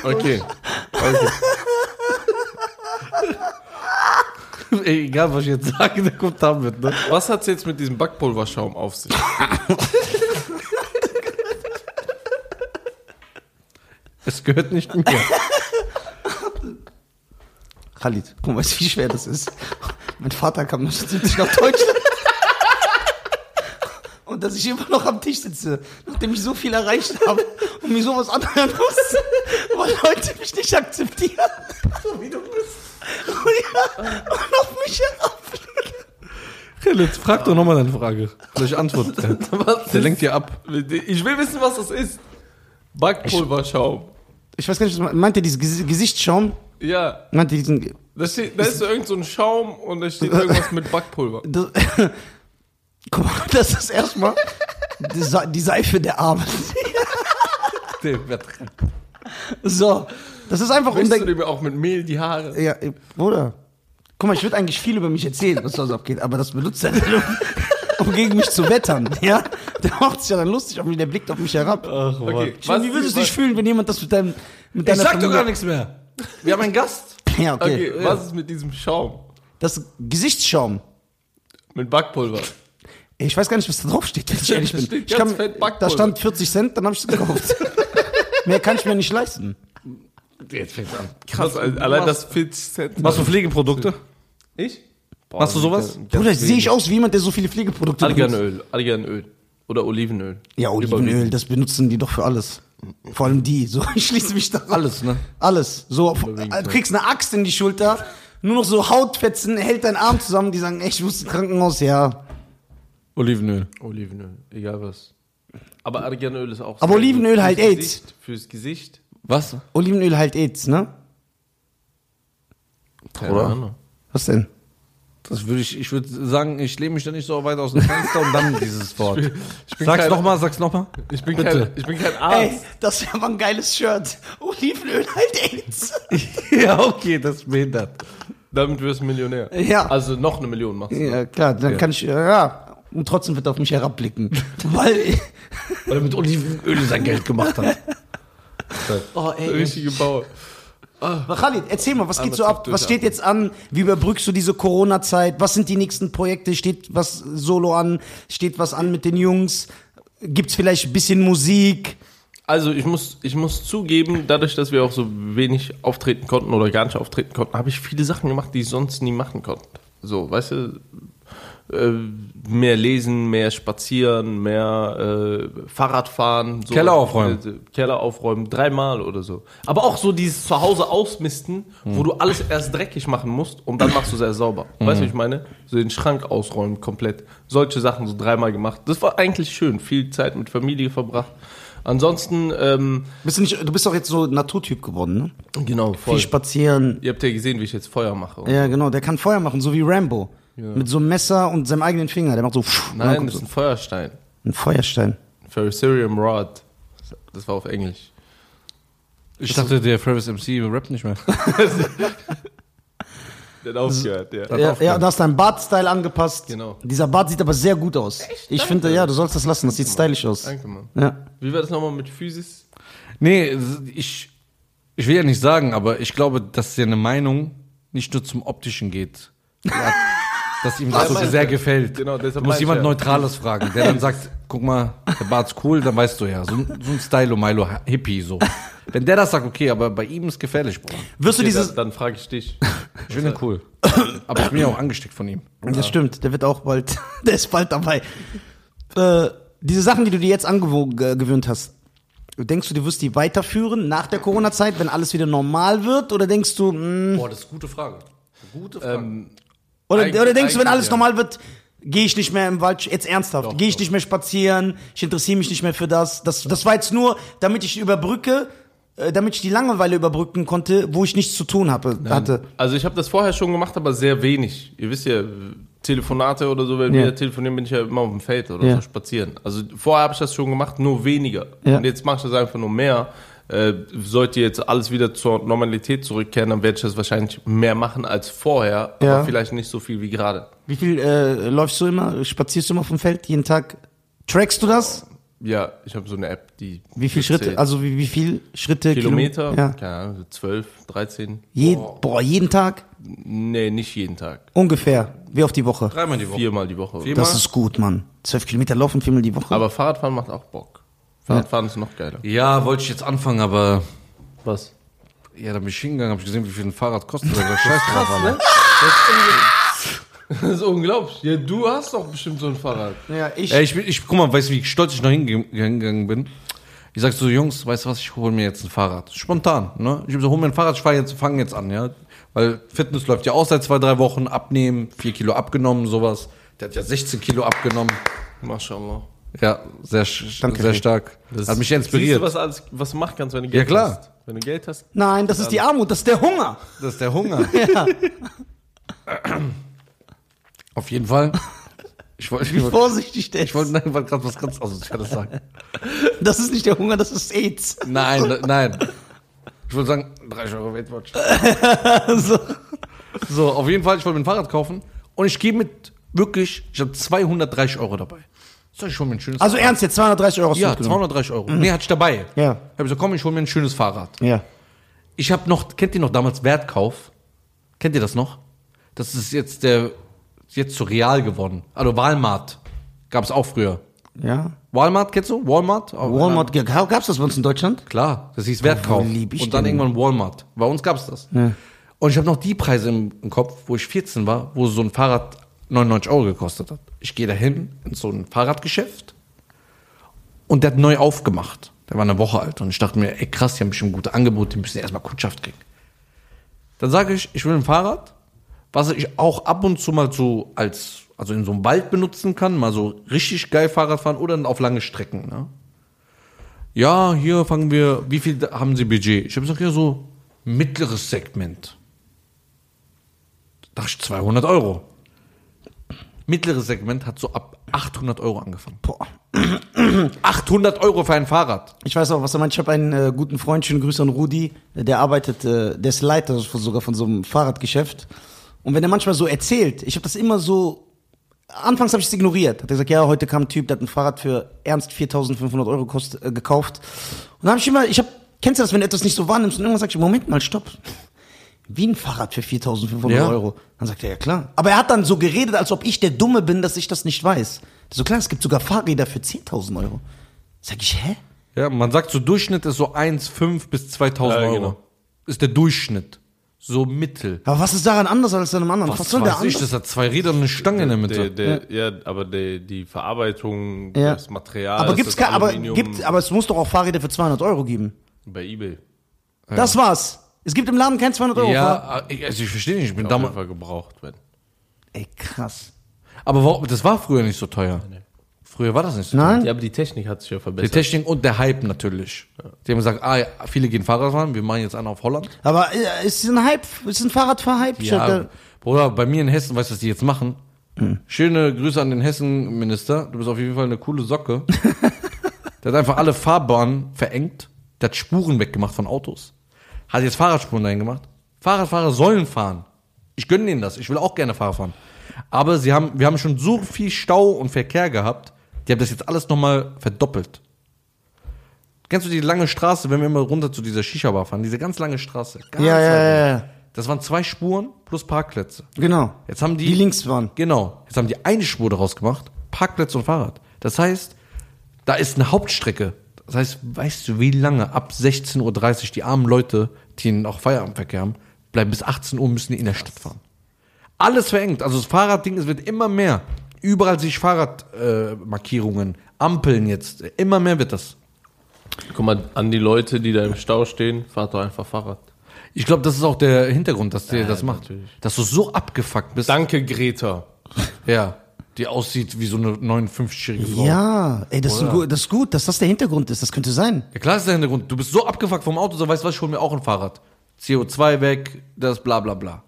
Speaker 3: Okay.
Speaker 1: Ey, [LAUGHS] egal, was ich jetzt sage, der kommt damit, ne?
Speaker 3: Was hat's jetzt mit diesem Backpulverschaum auf sich?
Speaker 1: Es gehört nicht mir. [LAUGHS]
Speaker 2: Khalid, guck mal, weißt du, wie schwer das ist? Mein Vater kam 1970 nach Deutschland. Und dass ich immer noch am Tisch sitze, nachdem ich so viel erreicht habe und mir sowas anhören muss, weil Leute mich nicht akzeptieren. So wie du bist. Und, ja, und auf mich herabblicken.
Speaker 1: Jetzt frag doch nochmal deine Frage. Vielleicht antwortet er.
Speaker 3: [LAUGHS] Was
Speaker 1: Der
Speaker 3: ist-
Speaker 1: lenkt dir ab.
Speaker 3: Ich will wissen, was das ist. Backpulverschaum.
Speaker 2: Ich weiß gar nicht, was meint ihr diesen Ges- Gesichtsschaum?
Speaker 3: Ja,
Speaker 2: Meint ihr diesen.
Speaker 3: da, steht, da ist so irgend so ein Schaum und da steht irgendwas mit Backpulver. [LAUGHS]
Speaker 2: Das, [LAUGHS] guck mal, das ist erstmal die Se- die Seife der Armen.
Speaker 1: Der übertreibt.
Speaker 2: So, das ist einfach
Speaker 3: Wäschst
Speaker 2: undenk-
Speaker 3: du dir auch mit Mehl die Haare?
Speaker 2: Ja, ey, Bruder. Guck mal, ich würde eigentlich viel über mich erzählen, was da so abgeht, aber das benutzt er dann, um, um gegen mich zu wettern, ja? Der macht sich ja dann lustig auf mich, der blickt auf mich herab.
Speaker 1: [LAUGHS] Ach,
Speaker 3: Okay.
Speaker 1: Mann.
Speaker 2: Schon, wie würdest du dich fühlen, wenn jemand das mit deinem, mit
Speaker 1: Ich
Speaker 2: deiner
Speaker 1: sag doch gar
Speaker 2: Familie-
Speaker 1: nichts mehr. Wir haben einen Gast.
Speaker 2: Ja, okay.
Speaker 3: Okay, was ist mit diesem Schaum?
Speaker 2: Das Gesichtsschaum.
Speaker 3: Mit Backpulver.
Speaker 2: Ey, Ich weiß gar nicht, was da drauf steht, wenn ich
Speaker 3: Ja,
Speaker 2: ehrlich
Speaker 3: da
Speaker 2: bin.
Speaker 3: steht
Speaker 2: ich
Speaker 3: ganz
Speaker 2: kann,
Speaker 3: fett Backpulver.
Speaker 2: da stand 40 Cent, dann habe ich es
Speaker 3: [LAUGHS]
Speaker 2: gekauft. Mehr kann ich mir nicht leisten.
Speaker 1: Jetzt fängt's an.
Speaker 3: Krass, allein
Speaker 1: machst-
Speaker 3: das 40 Cent.
Speaker 1: Machst du Pflegeprodukte?
Speaker 3: Ich?
Speaker 1: Machst du sowas?
Speaker 2: Bruder, sehe ich aus wie jemand, der so viele Pflegeprodukte
Speaker 3: Arganöl, Arganöl. Oder Olivenöl.
Speaker 2: Ja, Olivenöl, das benutzen die doch für alles. Vor allem die, so, [LAUGHS] ich schließe mich da an.
Speaker 1: Alles, ne?
Speaker 2: Alles. So, auf- du kriegst eine Axt in die Schulter, nur noch so Hautfetzen, hält dein Arm zusammen, die sagen, ey, ich muss ins Krankenhaus, ja.
Speaker 1: Olivenöl.
Speaker 3: Olivenöl, egal was. Aber Arganöl ist auch.
Speaker 2: Aber
Speaker 3: sehr
Speaker 2: Olivenöl
Speaker 3: gut.
Speaker 2: heilt
Speaker 3: Fürs
Speaker 2: AIDS.
Speaker 3: Gesicht, fürs Gesicht.
Speaker 1: Was?
Speaker 2: Olivenöl heilt AIDS, ne?
Speaker 3: Keine
Speaker 1: Oder?
Speaker 3: Ahnung.
Speaker 2: Was denn?
Speaker 1: Das würde ich, ich würde sagen, ich lehne mich da nicht so weit aus dem Fenster und dann dieses Wort.
Speaker 3: ich bin
Speaker 1: sag's
Speaker 3: kein-
Speaker 1: nochmal, sag's nochmal.
Speaker 3: Ich bin,
Speaker 1: Bitte.
Speaker 3: kein, ich bin kein
Speaker 2: Ey,
Speaker 3: Arzt.
Speaker 2: das wäre mal ein geiles Shirt. Olivenöl heilt
Speaker 1: [LAUGHS]
Speaker 2: AIDS.
Speaker 1: [LAUGHS] ja, okay, das ist behindert.
Speaker 3: Damit wirst du Millionär.
Speaker 2: Ja.
Speaker 3: Also noch eine Million machst du.
Speaker 2: Ja, klar, dann kann ich, ja. Und trotzdem wird er auf
Speaker 1: [LAUGHS]
Speaker 2: mich herabblicken. Weil,
Speaker 1: Weil er mit Olivenöl sein Geld gemacht hat.
Speaker 2: oh ey,
Speaker 3: Richtige Bauer.
Speaker 2: Aber Khalid, erzähl mal, was geht so
Speaker 3: das
Speaker 2: ab?
Speaker 3: geht
Speaker 2: Was
Speaker 3: durch,
Speaker 2: steht jetzt an? Wie überbrückst du diese Corona-Zeit? Was sind die nächsten Projekte? Steht was solo an? Steht was an mit den Jungs? Gibt's vielleicht ein bisschen Musik?
Speaker 3: Also ich muss, ich muss zugeben, dadurch, dass wir auch so wenig auftreten konnten oder gar nicht auftreten konnten, habe ich viele Sachen gemacht, die ich sonst nie machen konnte. So, weißt du, äh, mehr lesen, mehr spazieren, mehr äh, Fahrradfahren. So. Äh,
Speaker 1: Keller aufräumen.
Speaker 3: Keller aufräumen, dreimal oder so. Aber auch so dieses Zuhause ausmisten, wo du alles erst dreckig machen musst und dann machst du es erst sauber. Weißt du, wie ich meine? So den Schrank ausräumen komplett. Solche Sachen so dreimal gemacht. Das war eigentlich schön. Viel Zeit mit Familie verbracht. Ansonsten, ähm,
Speaker 2: Bist du, nicht, du bist doch jetzt so Naturtyp geworden, ne?
Speaker 3: genau,
Speaker 2: Viel
Speaker 3: voll.
Speaker 2: spazieren.
Speaker 3: Ihr habt ja gesehen, wie ich jetzt Feuer mache.
Speaker 2: Ja, genau. Der kann Feuer machen, so wie Rambo. Mit so einem Messer und seinem eigenen Finger. Der macht so. pff, und dann
Speaker 3: Nein,
Speaker 2: kommt
Speaker 3: das ist
Speaker 2: so
Speaker 3: ein Feuerstein.
Speaker 2: ein Feuerstein.
Speaker 3: Ferrocerium Rod. Das war auf Englisch.
Speaker 1: Ich dachte, der Travis MC rappt nicht mehr. [LAUGHS]
Speaker 3: Der hat aufgehört, ja.
Speaker 2: Ja,
Speaker 1: aufgehört.
Speaker 2: ja, du hast deinen Bart-Style angepasst.
Speaker 3: Genau.
Speaker 2: Dieser Bart sieht aber sehr gut aus. Ich
Speaker 3: Danke.
Speaker 2: finde, ja, du sollst das lassen. Das sieht stylisch aus.
Speaker 3: Danke, Mann.
Speaker 2: Ja.
Speaker 3: Wie war das nochmal mit Physis?
Speaker 1: Nee, ich, ich will ja nicht sagen, aber ich glaube, dass dir eine Meinung nicht nur zum Optischen geht. [LAUGHS] Dass ihm das so
Speaker 3: mein ich
Speaker 1: sehr
Speaker 3: ja.
Speaker 1: gefällt.
Speaker 3: Genau, deshalb
Speaker 1: du
Speaker 3: mein
Speaker 1: musst
Speaker 3: ich
Speaker 1: jemand
Speaker 3: ja.
Speaker 1: Neutrales fragen, der dann sagt, guck mal, der Bart's cool, dann weißt du ja. So, ein- so ein Stylo-Milo-Hippie so. Wenn der das sagt, okay, aber bei ihm ist gefährlich, Bro.
Speaker 2: Wirst du dieses.
Speaker 3: dann dann frage
Speaker 2: [LAUGHS]
Speaker 3: ich dich.
Speaker 1: Ich finde ihn cool. Aber ich bin ja auch angesteckt von ihm.
Speaker 2: Das stimmt, der wird auch bald, [LAUGHS] der ist bald dabei. Äh, diese Sachen, die du dir jetzt angewöhnt hast, denkst du, du wirst die weiterführen nach der Corona-Zeit, wenn alles wieder normal wird? Oder denkst du, mh,
Speaker 1: Boah, das ist eine gute Frage. Gute Frage.
Speaker 2: oder,
Speaker 3: eigentlich-
Speaker 2: oder denkst du, wenn
Speaker 3: eigentlich,
Speaker 2: alles
Speaker 3: ja.
Speaker 2: normal wird, gehe ich nicht mehr im Wald, jetzt ernsthaft,
Speaker 3: Doch,
Speaker 2: gehe ich
Speaker 3: doch.
Speaker 2: nicht mehr spazieren, ich interessiere mich nicht mehr für das. Das, das war jetzt nur, damit ich überbrücke, äh, damit ich die Langeweile überbrücken konnte, wo ich nichts zu tun habe, hatte.
Speaker 3: Also ich habe das vorher schon gemacht, aber sehr wenig. Ihr wisst ja, Telefonate oder so, wenn
Speaker 2: Ja.
Speaker 3: wir telefonieren, bin ich ja immer auf dem Feld oder
Speaker 2: Ja.
Speaker 3: so spazieren. Also vorher habe ich das schon gemacht, nur weniger.
Speaker 2: Ja.
Speaker 3: Und jetzt mache ich das einfach nur mehr. Äh, sollte jetzt alles wieder zur Normalität zurückkehren, dann werde ich das wahrscheinlich mehr machen als vorher,
Speaker 2: Ja.
Speaker 3: aber vielleicht nicht so viel wie gerade.
Speaker 2: Wie viel äh, läufst du immer, spazierst du immer vom Feld jeden Tag? Trackst du das?
Speaker 3: Ja, ich habe so eine App, die.
Speaker 2: Wie viele
Speaker 3: zählt.
Speaker 2: Schritte? Also wie, wie viel Schritte? Kilo-
Speaker 3: Kilometer?
Speaker 2: Ja.
Speaker 3: Keine Ahnung, 12, 13.
Speaker 2: Je, boah, jeden Tag
Speaker 3: Nee, nicht jeden Tag.
Speaker 2: ungefähr. Wie auf die Woche.
Speaker 1: Dreimal die Woche.
Speaker 3: Viermal die Woche.
Speaker 1: Viermal?
Speaker 2: Das ist gut, Mann. Zwölf Kilometer laufen viermal die Woche.
Speaker 3: Aber Fahrradfahren macht auch Bock. Fahrradfahren ist noch geiler.
Speaker 1: Ja, wollte ich jetzt anfangen, aber
Speaker 3: Was?
Speaker 1: ja, da bin ich hingegangen, habe ich gesehen, wie viel ein Fahrrad kostet. [LAUGHS] Da hab ich Scheiß drauf, Alter.
Speaker 3: Das ist unglaublich. Ja, du hast doch bestimmt so ein Fahrrad.
Speaker 2: ja, ich.
Speaker 1: Ey, ich, bin, ich, guck mal, weißt du, wie stolz ich noch hinge- hingegangen bin? Ich sag so, Jungs, weißt du was, ich hole mir jetzt ein Fahrrad. Spontan, ne? Ich hab so, hol mir ein Fahrrad, ich fahr jetzt, fange jetzt an, ja? Weil Fitness läuft ja auch seit zwei, drei Wochen, abnehmen, vier Kilo abgenommen, sowas. Der hat ja 16 Kilo abgenommen.
Speaker 3: Mashallah.
Speaker 1: Ja, sehr, sch-
Speaker 2: Danke,
Speaker 1: sehr
Speaker 2: Rick.
Speaker 1: stark. Das hat mich ja
Speaker 3: Siehst du,
Speaker 1: inspiriert.
Speaker 3: was, alles, was du machen kannst, wenn du Geld
Speaker 1: Ja, klar.
Speaker 3: hast? Wenn du Geld hast.
Speaker 2: Nein, das ist die Armut, das ist der Hunger.
Speaker 1: Das ist der Hunger. [LAUGHS] Auf jeden Fall. Ich wollte ich wollte-
Speaker 2: Vorsichtig, der.
Speaker 1: ich wollte nein, ich wollte gerade was ganz Asoziales sagen.
Speaker 2: Das ist nicht der Hunger, das ist AIDS.
Speaker 1: Nein, ne- nein. Ich wollte sagen, 30 Euro Weight
Speaker 2: [LAUGHS]
Speaker 1: Watch.
Speaker 2: Also,
Speaker 1: So, auf jeden Fall, ich wollte mir ein Fahrrad kaufen und ich gehe mit wirklich, ich habe 230 Euro dabei. So, ich hole mir ein schönes
Speaker 2: also ernst jetzt, 230 Euro hast du
Speaker 1: Ja,
Speaker 2: mitgenommen.
Speaker 1: 230 Euro. Nee, hatte ich dabei.
Speaker 2: Ja.
Speaker 1: Hab ich so, komm, ich hole mir ein schönes Fahrrad.
Speaker 2: Ja.
Speaker 1: Ich habe noch, kennt ihr noch damals Wertkauf? Kennt ihr das noch? Das ist jetzt der, jetzt zu real geworden. Also Walmart gab es auch früher.
Speaker 2: Ja.
Speaker 1: Walmart, kennst du? Walmart?
Speaker 2: Walmart, ja, gab's das bei uns in Deutschland?
Speaker 1: Klar, das hieß Wertkauf.
Speaker 2: wo lieb ich
Speaker 1: und dann
Speaker 2: denn?
Speaker 1: irgendwann Walmart. Bei uns gab's das. Und ich habe noch die Preise im, im Kopf, wo ich 14 war, wo so ein Fahrrad 99 Euro gekostet hat. Ich gehe dahin in so ein Fahrradgeschäft und der hat neu aufgemacht. Der war eine Woche alt und ich dachte mir, ey krass, die haben bestimmt gute Angebote, die müssen erstmal Kundschaft kriegen. Dann sage ich, ich will ein Fahrrad, was ich auch ab und zu mal so als, also in so einem Wald benutzen kann, mal so richtig geil Fahrrad fahren oder dann auf lange Strecken. Ne? Ja, hier fangen wir, wie viel da- haben Sie Budget? Ich habe gesagt, ja, so mittleres Segment. Da dachte ich 200 Euro. Mittleres Segment hat so ab 800 Euro angefangen. [CLEARS THROAT]
Speaker 2: Boah.
Speaker 1: 800 Euro für ein Fahrrad.
Speaker 2: Ich weiß auch, was er meint. Ich habe einen äh, guten Freund, schönen Grüße an Rudi, der arbeitet, äh, der ist Leiter von, sogar von so einem Fahrradgeschäft. Und wenn er manchmal so erzählt, ich habe das immer so, anfangs habe ich es ignoriert. Hat er gesagt, ja, heute kam ein Typ, der hat ein Fahrrad für ernst 4.500 Euro kost, äh, gekauft. Und dann habe ich immer, ich habe, kennst du das, wenn du etwas nicht so wahrnimmst und irgendwann sagst, du, Moment mal, stopp. Wie ein Fahrrad für 4.500
Speaker 1: Ja.
Speaker 2: Euro. Dann sagt er, ja klar. Aber er hat dann so geredet, als ob ich der Dumme bin, dass ich das nicht weiß. So klar, es gibt sogar Fahrräder für 10.000 Euro. Sag ich, hä?
Speaker 1: Ja, man sagt so Durchschnitt ist so 1,5 bis 2000
Speaker 3: Ja,
Speaker 1: Euro.
Speaker 3: genau.
Speaker 1: Ist der Durchschnitt. So Mittel.
Speaker 2: Aber was ist daran anders als an einem anderen? Was, soll der
Speaker 1: weiß ich,
Speaker 2: anders?
Speaker 1: das hat zwei Räder und eine Stange in der
Speaker 3: Der,
Speaker 1: Mitte.
Speaker 3: der, ja. aber der, die Verarbeitung,
Speaker 2: Ja.
Speaker 3: das Material,
Speaker 2: Aber gibt's
Speaker 3: das
Speaker 2: kein, aber
Speaker 3: Aluminium
Speaker 2: gibt, aber es muss doch auch Fahrräder für 200 Euro geben.
Speaker 3: bei eBay.
Speaker 2: Das war's. Es gibt im Laden kein 200 Euro Fahrrad.
Speaker 1: ja, ich- also ich verstehe nicht. Ich bin
Speaker 3: Auf jeden
Speaker 1: damals,
Speaker 3: Fall gebraucht werden.
Speaker 2: Ey, krass.
Speaker 1: aber warum- das war früher nicht so teuer. Früher war das nicht so teuer.
Speaker 2: Nein?
Speaker 3: Ja, aber die Technik hat sich ja
Speaker 1: Die
Speaker 3: verbessert.
Speaker 1: Technik und der Hype natürlich. Die haben gesagt, ah, ja, viele gehen Fahrrad fahren, wir machen jetzt einen auf Holland.
Speaker 2: Aber äh, ist ein Hype, ist ein Fahrrad für Hype. Ich
Speaker 1: Ja,
Speaker 2: hatte-
Speaker 1: Bruder, bei mir in Hessen, weißt du, was die jetzt machen? Schöne Grüße an den Hessen-Minister. Du bist auf jeden Fall eine coole Socke. der hat einfach alle Fahrbahnen verengt. Der hat Spuren weggemacht von Autos. Hat jetzt Fahrradspuren dahin gemacht. Fahrradfahrer sollen fahren. Ich gönne denen das. Ich will auch gerne Fahrrad fahren. Aber sie haben, wir haben schon so viel Stau und Verkehr gehabt. Die haben das jetzt alles nochmal verdoppelt. Kennst du die lange Straße, wenn wir immer runter zu dieser Shisha-Bar fahren? Diese ganz lange Straße. Ganz
Speaker 2: ja, ja,
Speaker 1: weit
Speaker 2: ja, ja,
Speaker 1: das waren zwei Spuren plus Parkplätze.
Speaker 2: genau.
Speaker 1: Jetzt haben die.
Speaker 2: Die links waren.
Speaker 1: Genau. Jetzt haben die eine Spur daraus gemacht: Parkplätze und Fahrrad. Das heißt, da ist eine Hauptstrecke. Das heißt, weißt du, wie lange ab 16.30 Uhr die armen Leute, die noch Feierabendverkehr haben, bleiben bis 18 Uhr, müssen die in der Stadt fahren. Alles verengt. Also das Fahrradding, es wird immer mehr. Überall sehe ich Fahrradmarkierungen, äh, Markierungen, Ampeln jetzt. Immer mehr wird das.
Speaker 3: Guck mal, an die Leute, die da im Stau stehen, fahrt doch einfach Fahrrad.
Speaker 1: Ich glaube, das ist auch der Hintergrund, dass der das macht.
Speaker 3: natürlich.
Speaker 1: Dass du so abgefuckt bist.
Speaker 3: Danke, Greta.
Speaker 1: Ja, die aussieht wie so eine 59-jährige Frau. Ja.
Speaker 2: Ja, ey, das ist, ein, gu- das ist gut, dass das der Hintergrund ist. Das könnte sein.
Speaker 1: Klar ist der Hintergrund. Du bist so abgefuckt vom Auto, so weißt du was, ich hol mir auch ein Fahrrad. CO2 weg, das bla bla bla.